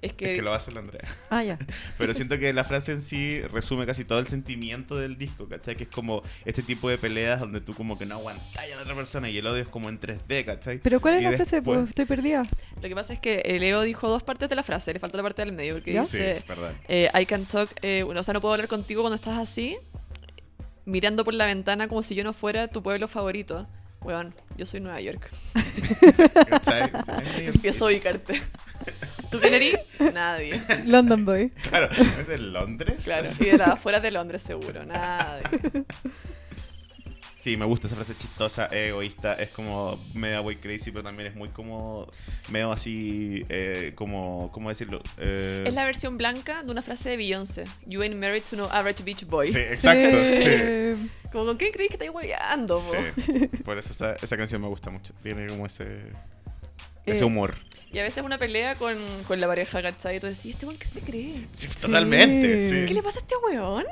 S4: Es que,
S3: es que lo va a hacer la Andrea.
S2: Ah, ya.
S3: Pero siento que la frase en sí resume casi todo el sentimiento del disco, ¿cachai? Que es como este tipo de peleas donde tú como que no aguantas a la otra persona y el odio es como en 3D, ¿cachai?
S2: ¿Pero cuál es
S3: Y
S2: la frase?
S3: después-
S2: Pues estoy perdida.
S4: lo que pasa es que eh, Leo dijo dos partes de la frase, le faltó la parte del medio, porque
S2: ¿Ya?
S3: Sí,
S4: dice...
S3: perdón.
S4: Eh, I can talk, eh, bueno, o sea, no puedo hablar contigo cuando estás así, mirando por la ventana como si yo no fuera tu pueblo favorito. Weón, yo soy Nueva York.
S3: ¿Cachai? Sí, sí.
S4: Empiezo a ubicarte. ¿Tú quién eres? Nadie.
S2: London Boy.
S3: Claro, es de Londres.
S4: Claro,
S3: Sí.
S4: y de las afueras de Londres seguro, nadie.
S3: Sí, me gusta esa frase chistosa, egoísta. Es como medio way crazy, pero también es muy como. medio así. eh, como. ¿Cómo decirlo? Eh,
S4: Es la versión blanca de una frase de Beyoncé. You ain't married to no average beach boy.
S3: Sí, exacto.
S2: Sí.
S3: sí.
S4: Como, ¿con quién crees que estáis hueveando? po?
S3: Sí, por eso esa, esa canción me gusta mucho. Tiene como ese, ese
S2: Eh,
S3: humor.
S4: Y a veces una pelea con, con la pareja, ¿cachai? Y tú decís, ¿este weón qué se cree?
S3: Sí, totalmente. sí.
S4: ¿Qué le pasa a este weón?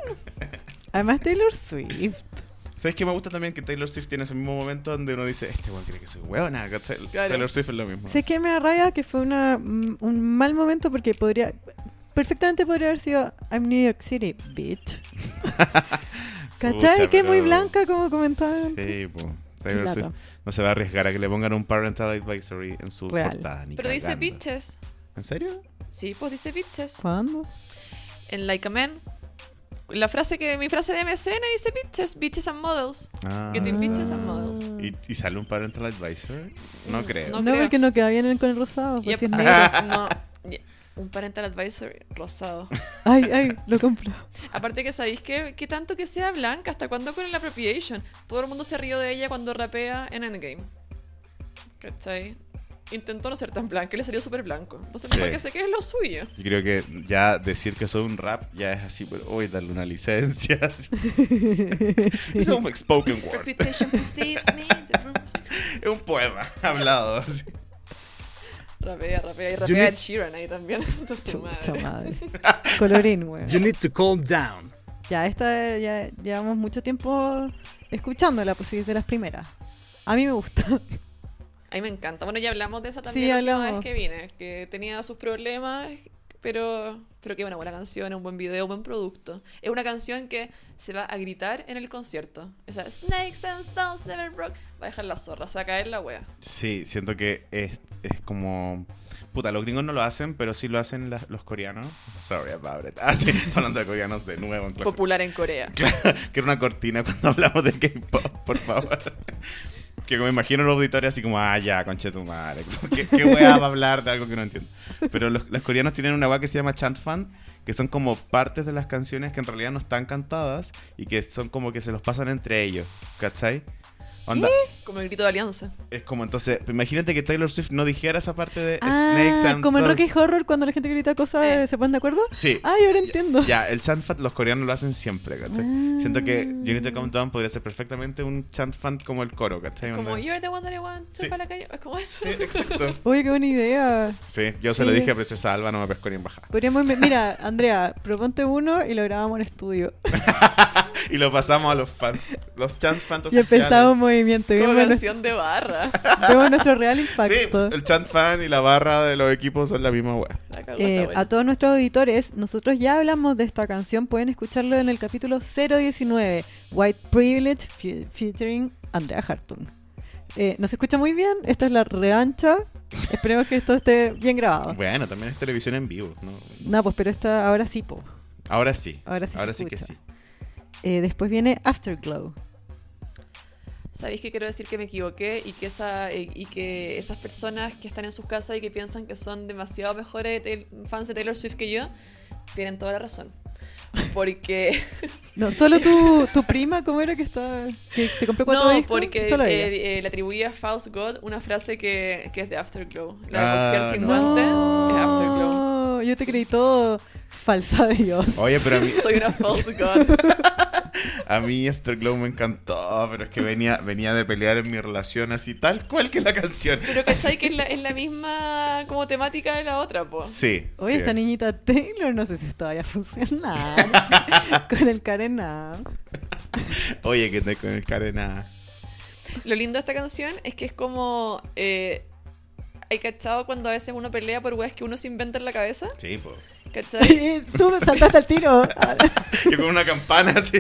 S2: Además Taylor Swift.
S3: ¿Sabes qué me gusta también? Que Taylor Swift tiene ese mismo momento donde uno dice, este weón cree que soy weona, ¿cachai?
S4: Claro.
S3: Taylor Swift es lo mismo.
S2: Sé que me da rabia que fue una, mm, un mal momento porque podría perfectamente podría haber sido I'm New York City, bitch. ¿Cachai?
S3: Pucha,
S2: que es muy
S3: pero-
S2: blanca como comentaban.
S3: Sí, po.
S2: Qué
S3: Taylor
S2: lata.
S3: Swift no se va a arriesgar a que le pongan un parental advisory en su
S2: Real.
S3: portada. ni
S4: Pero dice
S3: cagando.
S4: bitches.
S3: ¿En serio?
S4: Sí, pues dice bitches.
S2: ¿Cuándo?
S4: en Like a Man. La frase que mi frase de MSN dice bitches, bitches and models.
S3: Ah.
S4: Getting bitches and models.
S3: ¿Y, y sale un parental advisory? No creo.
S2: No,
S4: Mm, No creo.
S2: porque no queda bien el- con el rosado.
S4: Y
S2: Pues si es
S4: ap-
S2: negro.
S4: no, y- un parental advisory rosado.
S2: Ay, ay, lo compro.
S4: Aparte que sabéis que, que tanto que sea blanca, ¿hasta cuándo con el appropriation? Todo el mundo se rió de ella cuando rapea en Endgame. ¿Cachai? Intentó no ser tan blanca y le salió súper blanco. Entonces,
S3: Sí.
S4: ¿por qué sé que es lo suyo?
S3: Yo creo que ya decir que soy un rap ya es así, pero hoy darle una licencia. así. Es un spoken word.
S4: Reputation precedes me, the rumors-
S3: Es un poema hablado. así.
S4: Rapea, rapea y rapea
S1: need-
S4: Ed Sheeran ahí también. Entonces,
S2: Chucha
S4: madre.
S2: madre. Colorín, weón.
S1: You need to calm down.
S2: Ya, esta eh, ya llevamos mucho tiempo escuchándola, pues sí, es de las primeras. A mí me gusta.
S4: A mí me encanta. Bueno, ya hablamos de esa
S2: Sí,
S4: también la última
S2: hablamos.
S4: vez que vine, que tenía sus problemas, pero, pero que una buena canción, un buen video, un buen producto. Es una canción que se va a gritar en el concierto. Esa Snakes and Stones Never Rock va a dejar la zorra, se va a caer la wea.
S3: Sí, siento que es, es como. Puta, los gringos no lo hacen, pero sí lo hacen las- los coreanos. Sorry about it. Ah, sí, hablando de coreanos de nuevo en clase.
S4: Popular en Corea.
S3: Claro, que era una cortina cuando hablamos de K-pop, por favor. Que me imagino los auditores así como, ah, ya, conche tu madre. como, ¿Qué, qué weá va a hablar de algo que no entiendo? Pero los, los coreanos tienen una weá que se llama chant fan, que son como partes de las canciones que en realidad no están cantadas y que son como que se los pasan entre ellos, ¿cachai? Onda,
S4: Como el grito de alianza.
S3: es como entonces, imagínate que Taylor Swift no dijera esa parte de Snakes
S2: Ah,
S3: and
S2: como en
S3: Thorns.
S2: Rocky Horror, cuando la gente grita cosas,
S4: Eh.
S2: eh, ¿se ponen de acuerdo?
S3: Sí.
S2: Ay, ahora entiendo.
S3: Ya, el chant fan los coreanos lo hacen siempre, ¿cachai?
S2: Ah.
S3: Siento que You Need to Calm Down podría ser perfectamente un chant fan como el coro, ¿cachai?
S4: Como
S3: Onda-
S4: You're the one that I want, se
S3: Sí.
S4: fue a la calle. Es como eso.
S3: Sí, exacto.
S2: Oye, qué buena idea.
S3: Sí, yo se lo
S2: Sí.
S3: dije a Princesa Alba, no me pescó ni en baja.
S2: Podríamos. inve- Mira, Andrea, proponte uno y lo grabamos en estudio.
S3: Y lo pasamos a los fans, los chant fans
S2: Y
S3: oficiales.
S2: empezamos un movimiento. Vemos,
S4: Como
S2: nuestro-
S4: canción de barra.
S2: vemos nuestro real
S3: Sí,
S2: impacto.
S3: el chant fan y la barra de los equipos son la misma wea.
S4: La cagó,
S2: Eh,
S4: está bueno.
S2: a todos nuestros auditores, nosotros ya hablamos de esta canción. Pueden escucharlo en el capítulo 019, White Privilege fe- featuring Andrea Hartung. Eh, nos escucha muy bien. Esta es la revancha. Esperemos que esto esté bien grabado.
S3: Bueno, también es televisión en vivo. ¿no?
S2: No, pues, pero esta ahora sí, po.
S3: Ahora sí.
S2: Ahora Ah, sí se
S3: Ahora sí que
S2: escucha.
S3: sí.
S2: Eh, después viene Afterglow.
S4: ¿Sabéis que quiero decir que me equivoqué y que, esa, eh, y que esas personas que están en sus casas y que piensan que son demasiado mejores de Tay- fans de Taylor Swift que yo, tienen toda la razón? Porque,
S2: No, solo tu, tu prima, ¿cómo era que está que se compró cuatro
S4: no,
S2: discos?
S4: porque
S2: Solo ella.
S4: eh, eh, le atribuía a False God una frase que, que es de Afterglow. La
S3: Ah,
S4: de boxear sin
S3: no.
S4: guante es Afterglow.
S2: No, yo te creí todo falsa de Dios.
S3: Oye, pero a mí,
S4: Soy una False God.
S3: a mí Afterglow me encantó, pero es que venía, venía de pelear en mi relación así, tal cual que la canción.
S4: Pero cachai que es la, es la misma como temática de la otra, po.
S3: Sí.
S2: Oye,
S3: sí.
S2: esta niñita Taylor no sé si esto vaya a funcionar con el Karen Ab.
S3: Oye, que te con el Karen
S4: Lo lindo de esta canción es que es como. Eh, hay cachado cuando a veces uno pelea por weas que uno se inventa en la cabeza,
S3: Sí, po.
S4: ¿cachai?
S2: Tú me saltaste al tiro.
S3: Yo con una campana así.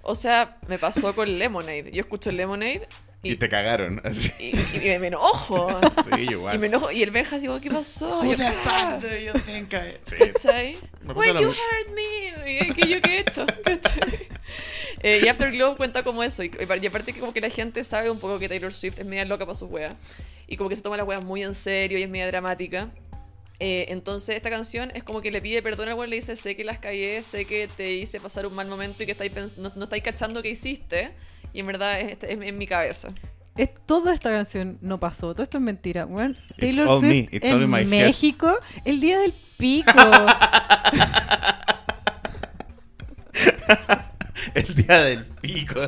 S4: O sea, me pasó con Lemonade. Yo escucho Lemonade y,
S3: Y te cagaron. Así.
S4: y- y me- me enojo.
S3: Sí,
S4: Y me
S3: igual.
S4: enojo. Y el Benja así, como, ¿qué pasó?
S3: Who
S4: Yo,
S3: the
S4: "Ah",
S3: fuck do you think I- Sí.
S4: ¿Cachai?
S3: Me puse
S4: When
S3: la
S4: you
S3: mu-
S4: hurt me, eh, que yo qué he hecho, ¿cachai? Eh, y Afterglow cuenta como eso. Y, y aparte que como que la gente sabe un poco que Taylor Swift es media loca para sus weas. Y como que se toma las weas muy en serio y es media dramática. Eh, entonces esta canción es como que le pide perdón al weón, le dice, sé que las callé, sé que te hice pasar un mal momento y que estáis pens- no, no estáis cachando que hiciste. Y en verdad es, este, es- es en mi cabeza.
S2: Es, toda esta canción no pasó, todo esto es mentira. Weón,
S3: It's
S2: Taylor
S3: all
S2: Swift
S3: me, it's all
S2: en
S3: in my head.
S2: México, el día del pico.
S3: El día del pico.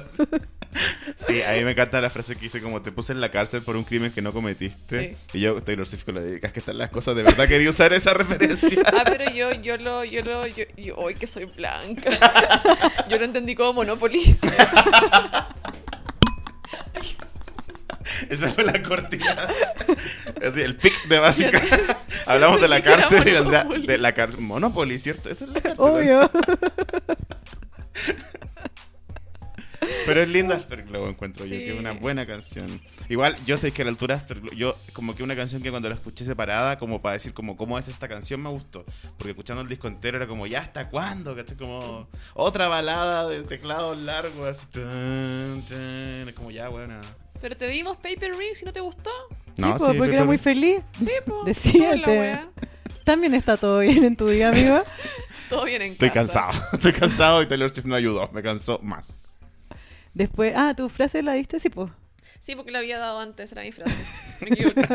S3: Sí, a mí me encanta la frase que dice como te puse en la cárcel por un crimen que no cometiste. Y yo, Taylor Swift, con lo dedicas que están las cosas, de verdad quería usar esa referencia.
S4: Ah, pero yo, yo lo, yo lo, yo, yo- hoy que soy blanca. Yo lo entendí como Monopoly.
S3: Esa fue la cortina. Así, el pic de básica. Hablamos de la
S4: Pensé que
S3: cárcel y
S4: era
S3: vendrá
S4: Monopoly.
S3: de la cárcel. Monopoly, ¿cierto? Esa es la cárcel.
S2: Obvio.
S3: Pero es linda Afterglow, encuentro yo,
S4: Sí.
S3: que es una buena canción. Igual, yo sé que a la altura de Afterglow, yo como que una canción que cuando la escuché separada, como para decir como cómo es esta canción, me gustó. Porque escuchando el disco entero era como, ¿ya hasta cuándo? ¿Cachai? Como otra balada de teclado largo, así. tun, tun, es como, ya, bueno.
S4: Pero te dimos Paper Rings y no te gustó.
S2: Sí, po, porque era muy feliz.
S4: Sí, po.
S2: Decídete.
S4: Sube la wea.
S2: También está todo bien en tu día, amigo.
S4: Todo bien en
S3: Estoy
S4: casa.
S3: cansado, estoy cansado y Taylor Swift no ayudó, me cansó más.
S2: Después, ah, tu frase la diste, sí, pues.
S4: Sí, porque la había dado antes, era mi frase. Me equivoqué.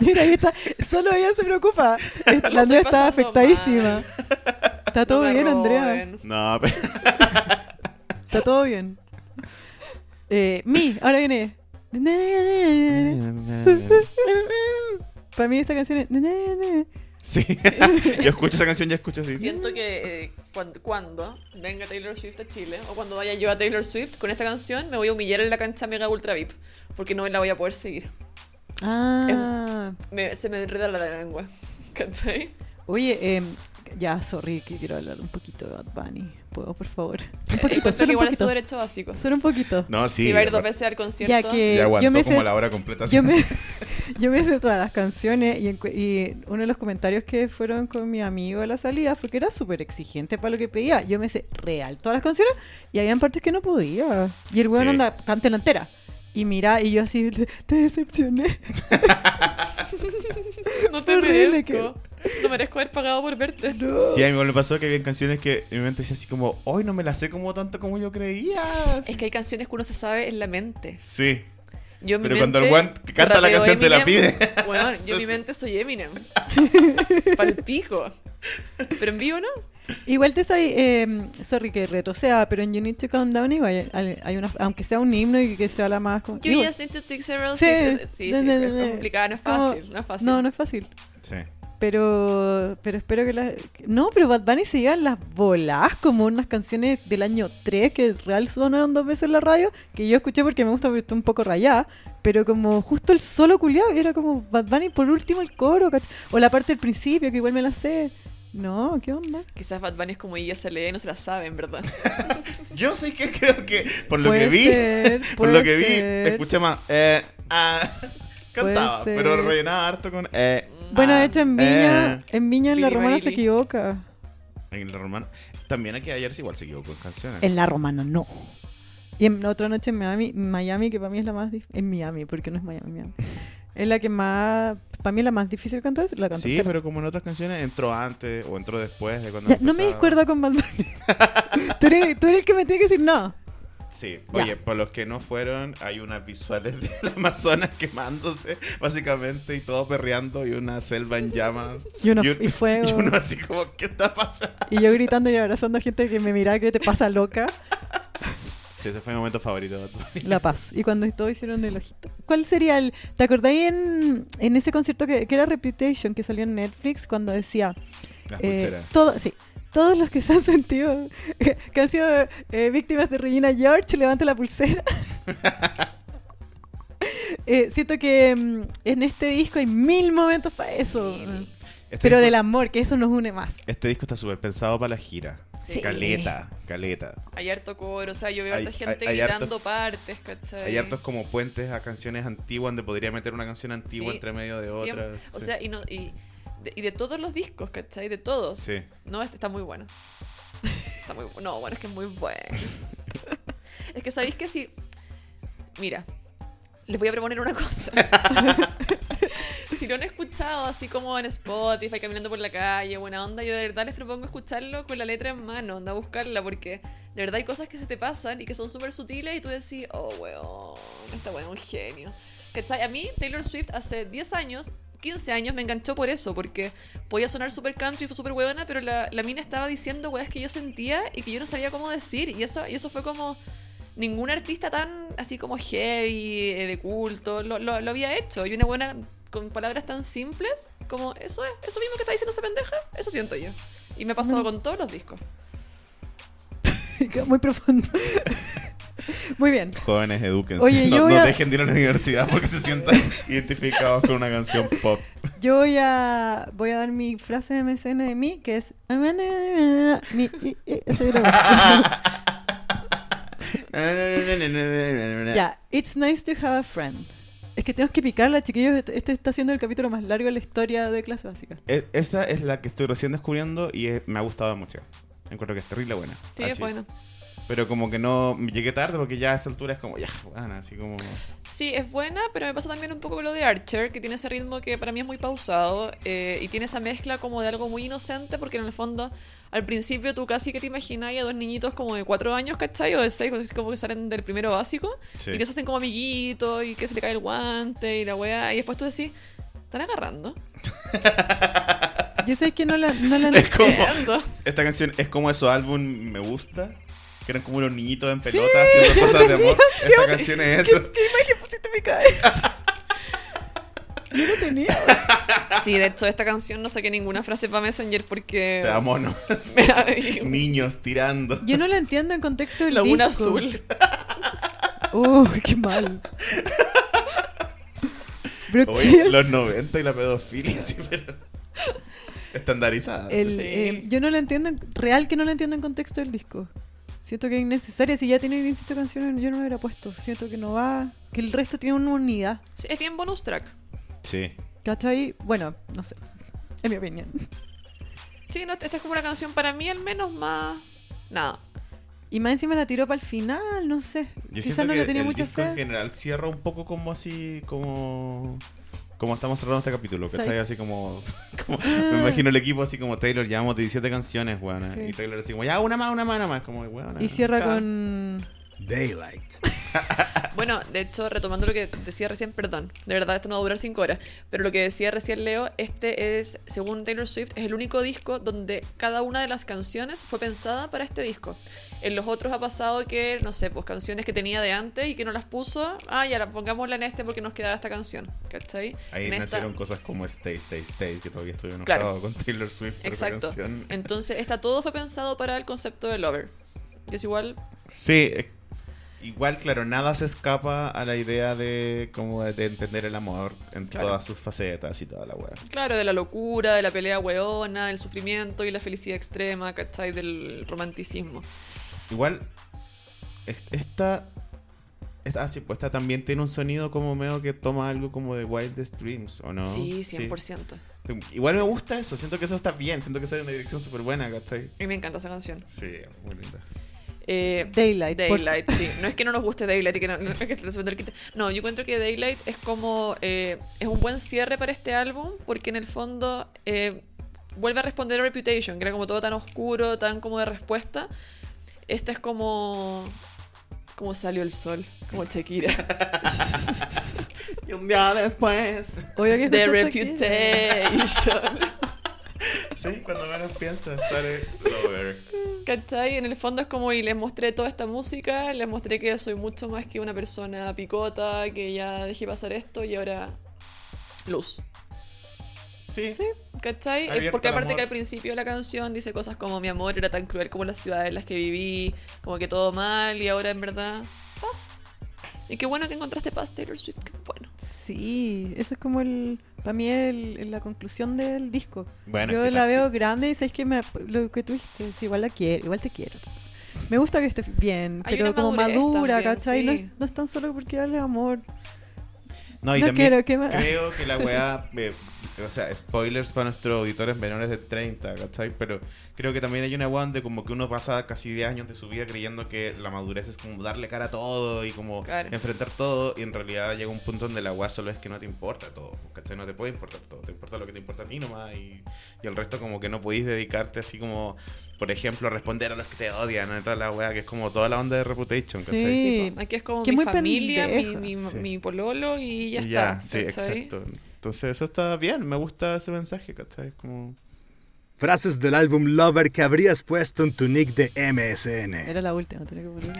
S2: Mira, ahí está. Solo ella se preocupa. Est-
S4: Lo
S2: La Andrea
S4: estoy
S2: está
S4: pasando
S2: afectadísima.
S4: mal.
S2: Está todo
S4: No me
S2: bien, Andrea.
S4: roben.
S3: No, pero...
S2: Está todo bien. Eh, mi, ahora viene. Para mí esta canción es...
S3: Sí, yo escucho esa canción, ya escucho así.
S4: Siento que eh, cuando, cuando venga Taylor Swift a Chile o cuando vaya yo a Taylor Swift con esta canción, me voy a humillar en la cancha Mega Ultra VIP porque no la voy a poder seguir.
S2: Ah.
S4: Me- se me enreda la lengua.
S2: Eh,
S4: ¿Cachai?
S2: Oye, em, ya, sorry, que quiero hablar un poquito de Bad Bunny. ¿Puedo, por favor? Un poquito,
S4: Encuentro que
S2: solo un
S4: igual es su
S2: poquito.
S4: derecho básico.
S2: Solo un poquito.
S3: No, sí.
S4: si va a ir
S3: ya
S4: dos veces al concierto.
S2: Ya que
S3: ya
S2: pues, eh, yo me
S3: aguantó como
S2: sé-
S3: la hora completa. así.
S2: Yo me, yo me sé todas las canciones y, encu- y uno de los comentarios que fueron con mi amigo a la salida fue que era súper exigente para lo que pedía. Yo me sé real todas las canciones y habían partes que no podía. Y el weón
S3: Sí.
S2: anda, cántela entera. Y mira, y yo así, te te decepcioné.
S4: no te
S2: Horrible que-
S4: merezco. No merezco haber pagado por verte.
S2: No.
S3: Sí, a mí igual me pasó que había canciones que en mi mente decía así como, hoy no me las sé como tanto como yo creía.
S4: Es que hay canciones que uno se sabe en la mente.
S3: Sí.
S4: Yo en mi
S3: Pero cuando el
S4: mente
S3: weón que canta la
S4: rapeo
S3: canción te la
S4: Eminem.
S3: pide.
S4: Weón, yo en mi
S3: Entonces-
S4: mente soy Eminem. Pal pico. Pero en vivo no.
S2: Igual te sabí, eh, sorry que retroceda, pero en You Need to Calm Down igual hay, hay una, aunque sea un himno y que sea la más... como-
S4: You
S2: igual-
S4: just need to take several
S2: Sí.
S4: seats. Sí, sí,
S2: No, no, no, no.
S4: es complicado, no es
S2: Como-
S4: fácil. No es fácil.
S2: no, no es fácil.
S3: Sí.
S2: Pero, pero espero que las... No, pero Bad Bunny se llevan las bolas como unas canciones del año 3 que real sonaron dos veces en la radio, que yo escuché porque me gusta, pero estoy un poco rayada. Pero como justo el solo culiado, era como Bad Bunny por último el coro, ¿cach- O la parte del principio, que igual me la sé. No, ¿qué onda?
S4: Quizás Bad Bunny es como ISLE, no se la sabe, en verdad.
S3: Yo sí que creo que, por lo
S2: Puede
S3: que vi,
S2: ser,
S3: por
S2: puede
S3: lo que vi,
S2: ser.
S3: escuché más. Eh, ah,
S2: Puede
S3: cantaba,
S2: ser.
S3: pero rellenaba harto con. Eh,
S2: Bueno,
S3: ah,
S2: de hecho en Viña,
S3: eh.
S2: en Viña en la
S4: Billy
S2: Romana se
S4: Barili.
S2: equivoca.
S3: En la romana. También aquí ayer sí igual se equivocó en canciones.
S2: En la Romana no. Y en otra noche en Miami, Miami que para mí es la más difícil. En Miami, porque no es Miami, Miami. Es la que más. Para mí es la más difícil de cantar. es La
S3: Sí,
S2: cantaste.
S3: pero como en otras canciones entró antes o entró después de cuando
S2: Ya, no me
S3: empezaba.
S2: discuerdo con Bad Bunny. tú, eres, tú eres el que me tiene que decir no.
S3: Sí,
S2: Ya.
S3: oye, por los que no fueron, hay unas visuales de la Amazonas quemándose, básicamente, y todo perreando, y una selva en llamas.
S2: Y uno-
S3: y, un-
S2: y fuego.
S3: y uno así como, ¿qué está pasando?
S2: Y yo gritando y abrazando a gente que me miraba que te pasa loca.
S3: Sí, ese fue mi momento favorito. de Bad Bunny.
S2: La Paz. Y cuando todos hicieron el ojito. ¿Cuál sería el. ¿Te acordáis en, en ese concierto que, que era Reputation que salió en Netflix cuando decía.
S3: Las
S2: eh,
S3: pulseras.
S2: todo, sí. Todos los que se han sentido que han sido eh, víctimas de Regina George, levante la pulsera. Eh, siento que mm, en este disco hay mil momentos para eso.
S4: Mil.
S3: Este
S2: Pero
S3: disco-
S2: del amor, que eso nos une más.
S3: Este disco está súper pensado para la gira.
S2: Sí.
S3: Caleta, caleta.
S4: Hay harto coro, o sea, yo veo
S3: Hay-
S4: harta gente
S3: hay- hay harto-
S4: gritando partes, ¿cachai?
S3: Hay hartos como puentes a canciones antiguas donde podría meter una canción antigua
S4: Sí,
S3: entre medio de
S4: Siempre-
S3: otra.
S4: O
S3: sí.
S4: sea, y, no, y, de, y de todos los discos, ¿cachai? De todos.
S3: Sí.
S4: No, este está muy bueno. Está muy bu- No, bueno, es que es muy bueno. es que sabéis que si. Mira, les voy a proponer una cosa. si no han escuchado así como en Spotify, caminando por la calle, buena onda, yo de verdad les propongo escucharlo con la letra en mano, anda a buscarla, porque de verdad hay cosas que se te pasan y que son súper sutiles y tú decís, oh, weón, esta weón es un genio. ¿Cachai? A mí, Taylor Swift hace 10 años, 15 años, me enganchó por eso, porque podía sonar súper country, fue súper huevona, pero la, la mina estaba diciendo weas que yo sentía y que yo no sabía cómo decir. Y eso, y eso fue como. Ningún artista tan así como heavy, eh, de culto, lo, lo- lo había hecho. Y una buena con palabras tan simples como eso es, eso mismo que está diciendo esa pendeja, eso siento yo. Y me ha pasado con todos los discos.
S2: Muy profundo. Muy bien.
S3: Jóvenes, edúquense.
S2: Oye,
S3: no
S2: yo voy
S3: no
S2: a-
S3: dejen de ir a la universidad porque se sientan identificados con una canción pop.
S2: Yo voy a, voy a dar mi frase de MSN de mí, que es... Mi- i- i- ese era bueno. ya, it's nice to have a friend. Es que tenemos que picarla, chiquillos. Este- Este está siendo el capítulo más largo de la historia de clase básica.
S3: E- Esa es la que estoy recién descubriendo y eh, me ha gustado mucho. Encuentro que es terrible buena.
S4: Sí,
S3: Así.
S4: es bueno.
S3: Pero como que no llegué tarde porque ya a esa altura es como, ya, bueno, así como.
S4: Sí, es buena, pero me pasa también un poco con lo de Archer, que tiene ese ritmo que para mí es muy pausado eh, y tiene esa mezcla como de algo muy inocente, porque en el fondo, al principio tú casi que te imaginas a dos niñitos como de cuatro años, ¿cachai? O de seis, porque es como que salen del primero básico
S3: Sí.
S4: y que se hacen como amiguitos y que se le cae el guante y la weá, y después tú decís, ¿están agarrando?
S2: Yo sé que no la... No la
S3: Es como.
S4: Ando.
S3: Esta canción es como esos álbum Me Gusta, que eran como unos niñitos en pelota haciendo cosas de amor. Esta canción es eso.
S2: pusiste mi cabeza? Yo no tenía.
S4: Sí, de hecho, esta canción no saqué ninguna frase para Messenger porque...
S3: Te da mono.
S4: Me da miedo.
S3: Niños tirando.
S2: Yo no la entiendo en contexto del
S4: Laguna
S2: disco.
S4: Azul.
S2: Uy, qué mal. Brooke
S3: Oye,
S2: Shields,
S3: los 90 y la pedofilia, sí, pero. Estandarizada.
S2: el,
S4: Sí.
S2: eh, yo no la entiendo, en- real que no la entiendo en contexto del disco. Siento que es innecesaria. Si ya tiene 17 canciones, yo no la hubiera puesto. Siento que no va. Que el resto tiene una unidad.
S4: Sí, es bien bonus track.
S3: Sí.
S2: ¿Cachai? Bueno, no sé. Es mi opinión.
S4: Sí, no, esta es como una canción para mí al menos más... Nada.
S2: Y más encima la tiró para el final, no sé.
S3: Yo
S2: Quizás
S3: siento
S2: no
S3: que
S2: le tenía
S3: el
S2: mucha
S3: disco en
S2: fe.
S3: general cierra un poco como así, como... Como estamos cerrando este capítulo, ¿cachai?
S2: Soy-
S3: Así como, como-
S2: Ah.
S3: Me imagino el equipo así como Taylor, llevamos 17 canciones, weona.
S2: Sí.
S3: Y Taylor así como, ya, una más, una más, una más. Como, weona.
S2: Y cierra
S4: Claro.
S2: con.
S1: Daylight.
S4: Bueno, de hecho, retomando lo que decía recién, perdón, de verdad esto no va a durar cinco horas, pero lo que decía recién Leo, este es, según Taylor Swift, es el único disco donde cada una de las canciones fue pensada para este disco. En los otros ha pasado que, no sé, pues canciones que tenía de antes y que no las puso, ah, ya la pongámosla en este porque nos quedaba esta canción, ¿cachai?
S3: Ahí
S4: En esta-
S3: nacieron cosas como Stay, Stay, Stay, que todavía estoy enojado
S4: Claro.
S3: con Taylor Swift por esa
S4: Exacto.
S3: canción.
S4: Entonces, esta todo fue pensado para el concepto de Lover. Y es igual,
S3: Sí, eh, Igual, claro, nada se escapa a la idea de como de entender el amor en
S4: Claro.
S3: todas sus facetas y toda la weá.
S4: Claro, de la locura, de la pelea hueona, del sufrimiento y la felicidad extrema, ¿cachai? Del romanticismo.
S3: Igual, es- esta, esta. Ah, sí, pues esta también tiene un sonido como medio que toma algo como de Wildest Dreams, ¿o no?
S4: Sí, 100%.
S3: Sí. Igual me gusta eso, siento que eso está bien, siento que está en una dirección súper buena, ¿cachai?
S4: Y me encanta esa canción.
S3: Sí, muy linda.
S4: Eh,
S2: Daylight, por-
S4: Daylight, sí. No es que no nos guste Daylight y que no, no es que te- te- te- No, yo encuentro que Daylight es como. eh, es un buen cierre para este álbum porque en el fondo eh, vuelve a responder a Reputation, que era como todo tan oscuro, tan como de respuesta. Esta es como. Como salió el sol, como Shakira.
S3: Y un día después.
S2: Obvio que
S4: The
S2: escucho Shakira.
S4: Reputation.
S3: Sí, cuando menos piensas, sale Lover.
S4: ¿Cachai? En el fondo es como, y les mostré toda esta música, les mostré que soy mucho más que una persona picota, que ya dejé pasar esto y ahora luz.
S3: Sí.
S4: Sí, ¿cachai?
S3: Abierto
S4: Eh, Porque
S3: al
S4: aparte
S3: amor.
S4: que al principio de la canción dice cosas como mi amor era tan cruel como las ciudades en las que viví, como que todo mal y ahora en verdad paz. Y qué bueno que encontraste paz, Taylor Swift, qué bueno.
S2: Sí, eso es como el. Para mí, el- la conclusión del disco.
S3: Bueno,
S2: Yo
S3: es que
S2: la
S3: ta-
S2: veo grande y sabes que me, lo que tú dijiste, sí, igual la quiero, igual te quiero. Me gusta que esté bien,
S4: Hay
S2: pero
S4: una
S2: como
S4: madurez
S2: madura,
S4: también,
S2: ¿cachai? No, es-
S4: sí.
S2: no es tan solo porque darle amor.
S3: No, y
S2: no
S3: también
S2: quiero, ¿qué más?
S3: creo que la weá. eh, o sea, spoilers para nuestros auditores menores de 30, ¿cachai? Pero creo que también hay una weá donde como que uno pasa casi 10 años de su vida creyendo que la madurez es como darle cara a todo y como
S4: Claro.
S3: enfrentar todo. Y en realidad llega un punto donde la weá solo es que no te importa todo, ¿cachai? No te puede importar todo. Te importa lo que te importa a ti nomás y, y el resto como que no podéis dedicarte así como, por ejemplo, a responder a los que te odian, ¿no? toda la weá que es como toda la onda de Reputation, ¿cachai?
S2: Sí.
S4: Sí, po. aquí es como
S2: que
S4: mi
S2: muy
S4: familia, mi,
S2: pendeja.
S4: mi-
S3: Sí.
S4: mi pololo y ya,
S3: Y
S4: está.
S3: sí,
S4: ¿cachai?
S3: exacto. Entonces eso está bien, me gusta ese mensaje, ¿cachai? Como...
S1: Frases del álbum Lover que habrías puesto en tu nick de MSN.
S2: Era la última, tenía que poner.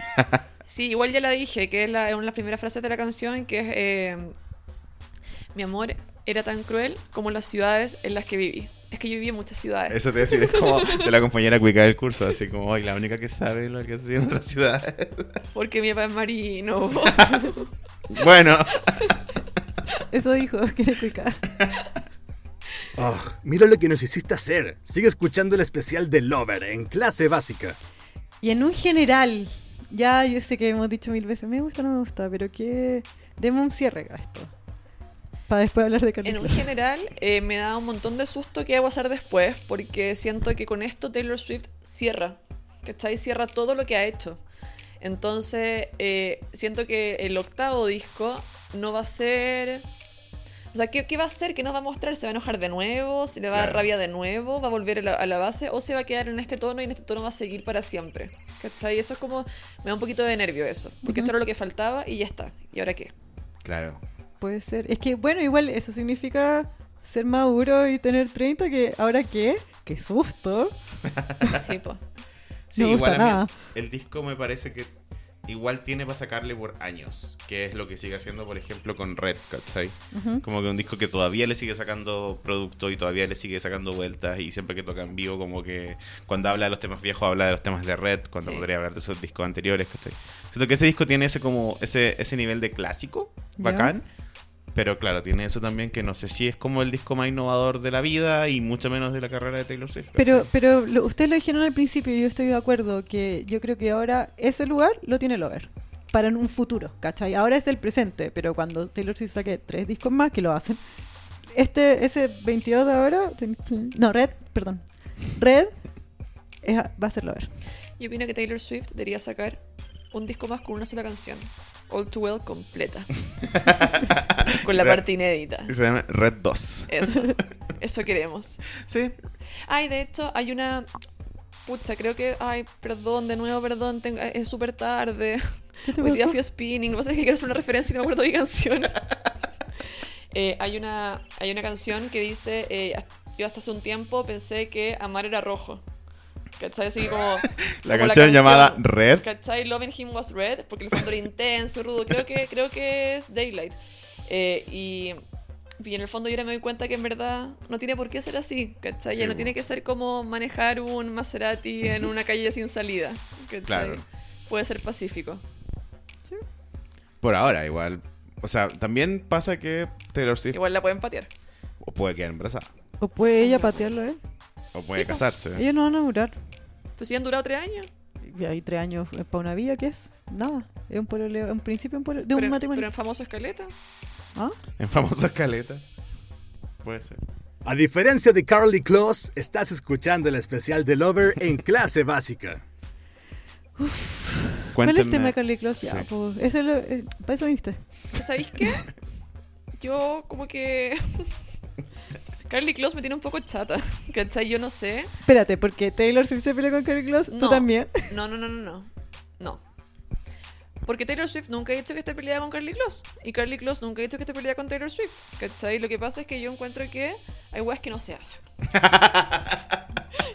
S4: Sí, igual ya la dije, que es la- es una de las primeras frases de la canción, que es eh, mi amor era tan cruel como las ciudades en las que viví. Es que yo viví en muchas ciudades.
S3: Eso te decía, es como de la compañera cuica del curso, así como, "Ay, la única que sabe lo que hace en otras ciudades.
S4: Porque mi papá es marino.
S3: Bueno,
S2: Eso dijo, que era cuica.
S1: Oh, mira lo que nos hiciste hacer. Sigue escuchando el especial de Lover en clase básica.
S2: Y en un general, ya yo sé que hemos dicho mil veces, me gusta o no me gusta, pero que. Deme un cierre a esto. Para después hablar de Carlos
S4: en un
S2: Flores.
S4: general eh, me da un montón de susto qué va a pasar después, porque siento que con esto Taylor Swift cierra, ¿cachai? Cierra todo lo que ha hecho. Entonces, eh, siento que el octavo disco no va a ser... O sea, ¿qué, qué va a hacer? ¿Qué nos va a mostrar? ¿Se va a enojar de nuevo? ¿Se le va a dar
S3: Claro.
S4: rabia de nuevo? ¿Va a volver a la, a la base? ¿O se va a quedar en este tono y en este tono va a seguir para siempre? ¿Cachai? Eso es como... Me da un poquito de nervio eso. Porque esto era lo que faltaba y ya está. ¿Y ahora qué?
S3: claro.
S2: Puede ser. Es que, bueno, igual eso significa ser maduro y tener 30, que ahora qué? ¡Qué susto!
S4: Sí, po.
S3: Sí,
S2: me gusta
S3: igual a mí
S2: nada.
S3: el disco me parece que igual tiene para sacarle por años, que es lo que sigue haciendo, por ejemplo, con Red, ¿cachai?
S2: Ujú.
S3: Como que un disco que todavía le sigue sacando producto y todavía le sigue sacando vueltas y siempre que toca en vivo como que cuando habla de los temas viejos habla de los temas de Red, cuando
S4: Sí.
S3: podría hablar de esos discos anteriores, ¿cachai? Siento que ese disco tiene ese como ese, ese nivel de clásico,
S2: Ya.
S3: bacán, pero claro, tiene eso también que no sé si es como el disco más innovador de la vida y mucho menos de la carrera de Taylor Swift. ¿cachai?
S2: Pero, pero lo- ustedes lo dijeron al principio y yo estoy de acuerdo que yo creo que ahora ese lugar lo tiene Lover. Para en un futuro, ¿cachai? Ahora es el presente, pero cuando Taylor Swift saque tres discos más, que lo hacen. Este, ese 22 de ahora. No, Red, perdón. Red es a- va a ser Lover.
S4: Yo opino que Taylor Swift debería sacar un disco más con una sola canción. All Too Well completa. con la
S3: O sea,
S4: parte inédita.
S3: se llama Red 2.
S4: Eso. Eso queremos.
S3: Sí,
S4: Ay, de hecho, hay una. Pucha, creo que. Ay, perdón, de nuevo, perdón. tengo- eh, es súper tarde.
S2: ¿Qué te
S4: Hoy día
S2: pasó?
S4: fui a spinning. Lo que pasa es que quiero hacer una referencia y no me acuerdo de qué canción. Eh, hay, una, hay una canción que dice: eh, Yo hasta hace un tiempo pensé que amar era rojo. ¿Cachai? Así como.
S3: la
S4: como
S3: canción llamada Red.
S4: ¿Cachai? Loving Him Was Red, porque el fondo era intenso, rudo. Creo que, creo que es Daylight. Eh, y, y en el fondo yo ahora me doy cuenta que en verdad no tiene por qué ser así, ¿cachai?
S3: Sí,
S4: ya no
S3: bueno.
S4: tiene que ser como manejar un Maserati en una calle sin salida. ¿cachai?
S3: Claro.
S4: Puede ser pacífico.
S3: Por ahora, igual. O sea, también pasa que Taylor Swift
S4: Igual la pueden patear.
S3: o puede quedar embarazada.
S2: O puede ella patearlo, ¿eh?
S3: O puede
S4: Sí, po.
S3: casarse.
S2: Ellos no van a durar.
S4: Pues si han durado tres años.
S2: Y hay tres años para una vida, ¿qué es? Nada. Es un pololeo, en principio un pololeo, de un
S4: Pero, pero
S2: matrimonio.
S4: en famoso escaleta.
S2: ¿Ah?
S3: En famosa escaleta. Puede ser.
S1: A diferencia de Carly Close, estás escuchando el especial de Lover en clase básica.
S2: ¿Cuál es el
S3: Cuéntenme-
S2: tema de Carly Close? Ya,
S3: Sí.
S2: pues, ese lo- eh, para eso viniste.
S4: Pues, ¿Sabéis qué? Yo como que... Carly Close me tiene un poco chata, ¿cachai? Yo no sé.
S2: Espérate, porque Taylor Swift se peleó con Carly Close, tú
S4: No.
S2: también.
S4: No, no, no, no, no. No. Porque Taylor Swift nunca ha dicho que esté peleada con Carly Close. Y Carly Close nunca ha dicho que esté peleada con Taylor Swift. ¿Cachai? Lo que pasa es que yo encuentro que hay weas que no se hacen.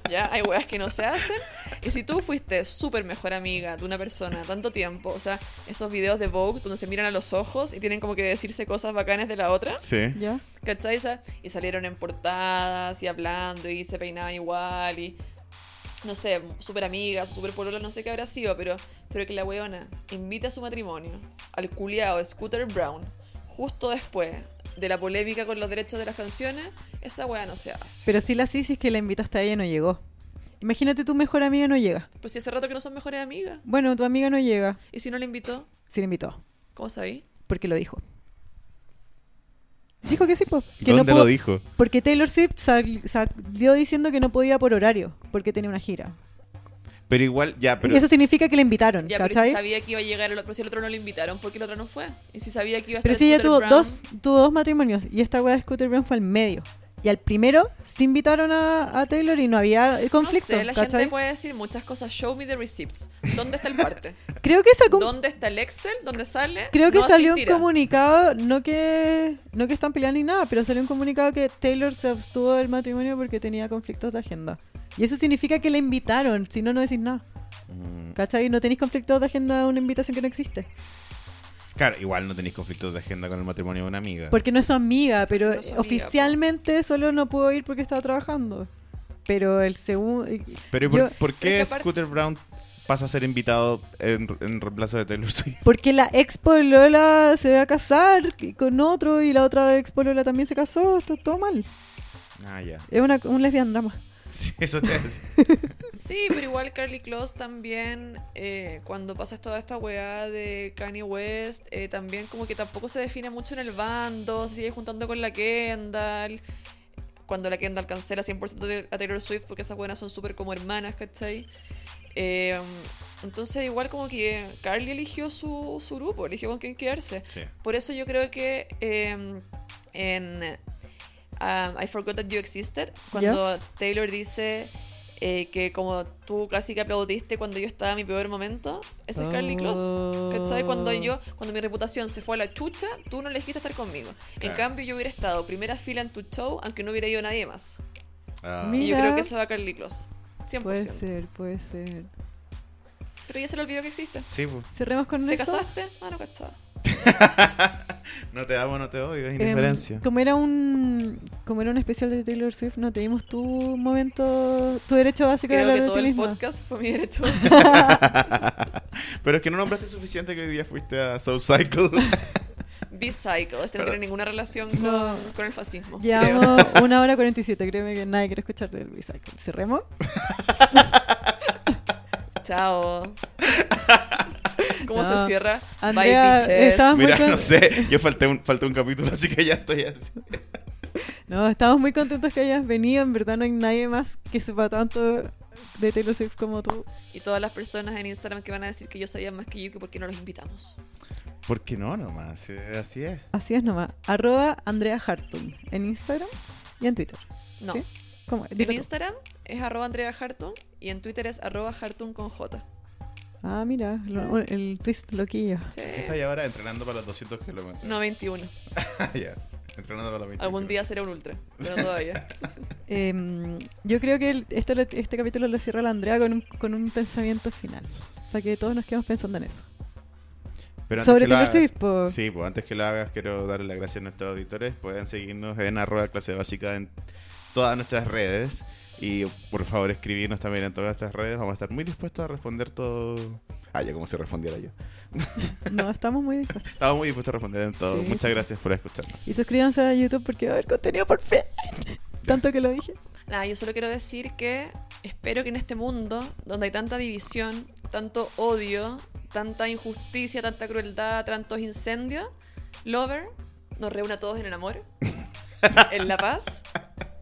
S4: ya, hay weas que no se hacen. Y si tú fuiste súper mejor amiga de una persona tanto tiempo, o sea, esos videos de Vogue donde se miran a los ojos y tienen como que decirse cosas bacanas de la otra.
S3: Sí.
S2: Ya.
S4: ¿Cachai? Sa- Y salieron en portadas y hablando y se peinaban igual y no sé, súper amigas, súper pololas, no sé qué habrá sido, pero, pero que la weona invita a su matrimonio al culiao Scooter Brown justo después de la polémica con los derechos de las canciones, esa wea no se hace.
S2: Pero sí la sí, si es que la invitaste a ella no llegó. Imagínate tu mejor amiga no llega.
S4: Pues si hace rato que no son mejores amigas.
S2: Bueno, tu amiga no llega.
S4: Y si no la invitó,
S2: Sí la invitó,
S4: ¿cómo sabí?
S2: porque lo dijo. Dijo que sí, pues. Que no
S3: ¿Dónde
S2: pudo-
S3: lo dijo?
S2: Porque Taylor Swift sal- salió diciendo que no podía por horario, porque tenía una gira.
S3: Pero igual, ya, pero.
S2: Y eso significa que la invitaron,
S4: Ya, pero
S2: ¿cachai?
S4: si sabía que iba a llegar, el otro, pero si el otro no lo invitaron, ¿por qué el otro no fue? Y si sabía que iba a estar
S2: Pero si ella
S4: Scooter
S2: tuvo
S4: Braun-
S2: dos, tuvo dos matrimonios y esta weá de Scooter Brown fue al medio. Y al primero se invitaron a, a Taylor y no había eh, conflicto.
S4: No sé, la
S2: ¿cachai?
S4: gente puede decir muchas cosas. Show me the receipts. ¿Dónde está el parte?
S2: Creo que sacó un-
S4: ¿Dónde está el Excel? ¿Dónde sale?
S2: creo que
S4: No
S2: salió
S4: asistirá.
S2: un comunicado, no que no que están peleando ni nada, pero salió un comunicado que Taylor se abstuvo del matrimonio porque tenía conflictos de agenda. Y eso significa que la invitaron, si no no decís nada.
S3: Mm,
S2: ¿Cachai? No tenéis conflictos de agenda a una invitación que no existe.
S3: Claro, igual no tenéis conflictos de agenda con el matrimonio de una amiga.
S2: Porque no es su amiga, pero
S4: No es su amiga, po.
S2: oficialmente solo no pudo ir porque estaba trabajando. Pero el segundo...
S3: Pero ¿y por,
S2: yo-
S3: por qué
S4: es que aparte-
S3: Scooter Brown pasa a ser invitado en, en reemplazo de Taylor Swift?
S2: Porque la ex polola se va a casar con otro y la otra ex polola también se casó. Esto es todo mal.
S3: Ah, ya.
S2: Es una, un lesbian drama.
S3: Sí, eso te hace.
S4: Sí, pero igual Carly Close también, eh, cuando pasas toda esta weá de Kanye West, eh, también como que tampoco se define mucho en el bando, se sigue juntando con la Kendall. Cuando la Kendall cancela 100% de- a Taylor Swift, porque esas buenas son súper como hermanas, ¿cachai? Eh, entonces, igual como que Carly eligió su, su grupo, eligió con quién quedarse.
S3: Sí.
S4: Por eso yo creo que eh, en um, I Forgot That You Existed, cuando Taylor dice eh, que como tú casi que aplaudiste cuando yo estaba en mi peor momento, ese es Carly Close. ¿Cachai? Cuando
S2: Oh.
S4: yo, cuando mi reputación se fue a la chucha, tú no elegiste estar conmigo.
S3: Claro.
S4: En cambio, yo hubiera estado primera fila en tu show, aunque no hubiera ido nadie más.
S3: Ah,
S2: Mi-
S4: Y yo creo
S2: Mira.
S4: que eso va a Carly Close. 100%.
S2: Puede ser, puede ser.
S4: Pero ya se le olvidó que existe.
S3: sí, pues.
S2: Cerremos con
S4: ¿Te
S2: eso.
S4: casaste? Ah, no cachaba.
S3: No te amo, no te odio, es
S2: Em,
S3: indiferencia.
S2: como era un como era un especial de Taylor Swift, no te dimos tu momento, tu derecho básico de
S4: Creo
S2: hablar
S4: que
S2: de
S4: todo
S2: ti
S4: el
S2: misma.
S4: podcast fue mi derecho.
S3: Pero es que no nombraste suficiente que hoy día fuiste a Soul Cycle.
S4: Bicycle. Este no
S3: Pero-
S4: tiene ninguna relación
S2: No.
S4: con, con el fascismo. creo.
S2: Llevamos una hora 47, créeme que nadie quiere escucharte del Recycle. Cerremos.
S4: Chao. ¿Cómo
S2: No.
S4: se cierra?
S2: Andrea,
S4: Bye, bitches.
S2: estaba- muy
S3: Mira,
S2: con-
S3: no sé, yo falté un, falté un capítulo, así que ya estoy así.
S2: No, estamos muy contentos que hayas venido. En verdad no hay nadie más que sepa tanto de Taylor Swift como tú.
S4: Y todas las personas en Instagram que van a decir que yo sabía más que Yuki porque no los invitamos.
S3: ¿Por qué no nomás? Eh, Así es.
S2: Así es nomás. Arroba Andrea Hartung en Instagram y en Twitter.
S4: No.
S2: ¿Sí? ¿Cómo?
S4: En
S2: Dilo tú.
S4: Instagram es arroba Andrea Hartung y en Twitter es arroba Hartung con J.
S2: Ah, mira, lo- el twist loquillo.
S4: Sí.
S3: Estás ahora entrenando para los 200 kilómetros. Ah,
S4: No, 21.
S3: ya. Entrenando para los 20.
S4: Algún día será un ultra, pero no todavía.
S2: Em, yo creo que el- este, lo- este capítulo lo cierra la Andrea con un, con un pensamiento final. Para que todos nos quedemos pensando en eso.
S3: Pero antes
S2: Sobre
S3: que lo
S2: Taylor
S3: hagas-
S2: Swift, po.
S3: Sí, pues antes que lo hagas, quiero darle las gracias a nuestros auditores. Pueden seguirnos en arroba clase básica en todas nuestras redes. Y por favor, escribirnos también en todas nuestras redes. Vamos a estar muy dispuestos a responder todo, Ah, ya como si respondiera yo.
S2: No, estamos muy dispuestos.
S3: Estaba muy dispuesto a responder en todo.
S2: Sí.
S3: Muchas gracias por escucharnos.
S2: Y suscríbanse a YouTube porque va a haber contenido por fin. Tanto que lo dije.
S4: Nada, yo solo quiero decir que espero que en este mundo, donde hay tanta división, tanto odio, tanta injusticia, tanta crueldad, tantos incendios, Lover nos reúne a todos en el amor, en la paz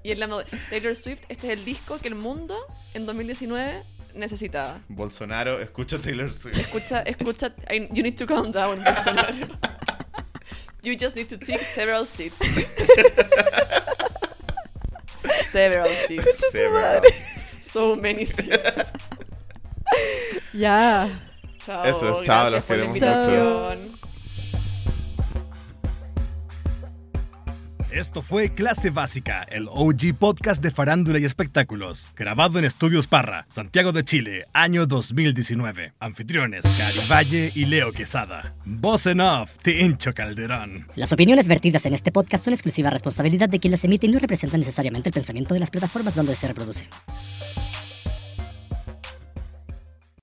S4: y en la moda. Taylor Swift, este es el disco que el mundo en 2019 necesitaba.
S3: Bolsonaro, escucha Taylor Swift.
S4: Escucha, escucha, I- you need to calm down, Bolsonaro. You just need to take several seats. several seats.
S3: Several.
S4: So many seats.
S2: Ya.
S4: Chao.
S3: Eso, chao,
S4: gracias
S3: los
S4: por la
S3: queremos
S2: mucho.
S4: invitación.
S1: Esto fue Clase Básica, el OG podcast de farándula y espectáculos, grabado en Estudios Parra, Santiago de Chile, año 2019. Anfitriones, Cari Valle y Leo Quesada. Voz en off, Tincho Calderón.
S6: Las opiniones vertidas en este podcast son exclusiva responsabilidad de quien las emite y no representan necesariamente el pensamiento de las plataformas donde se reproducen.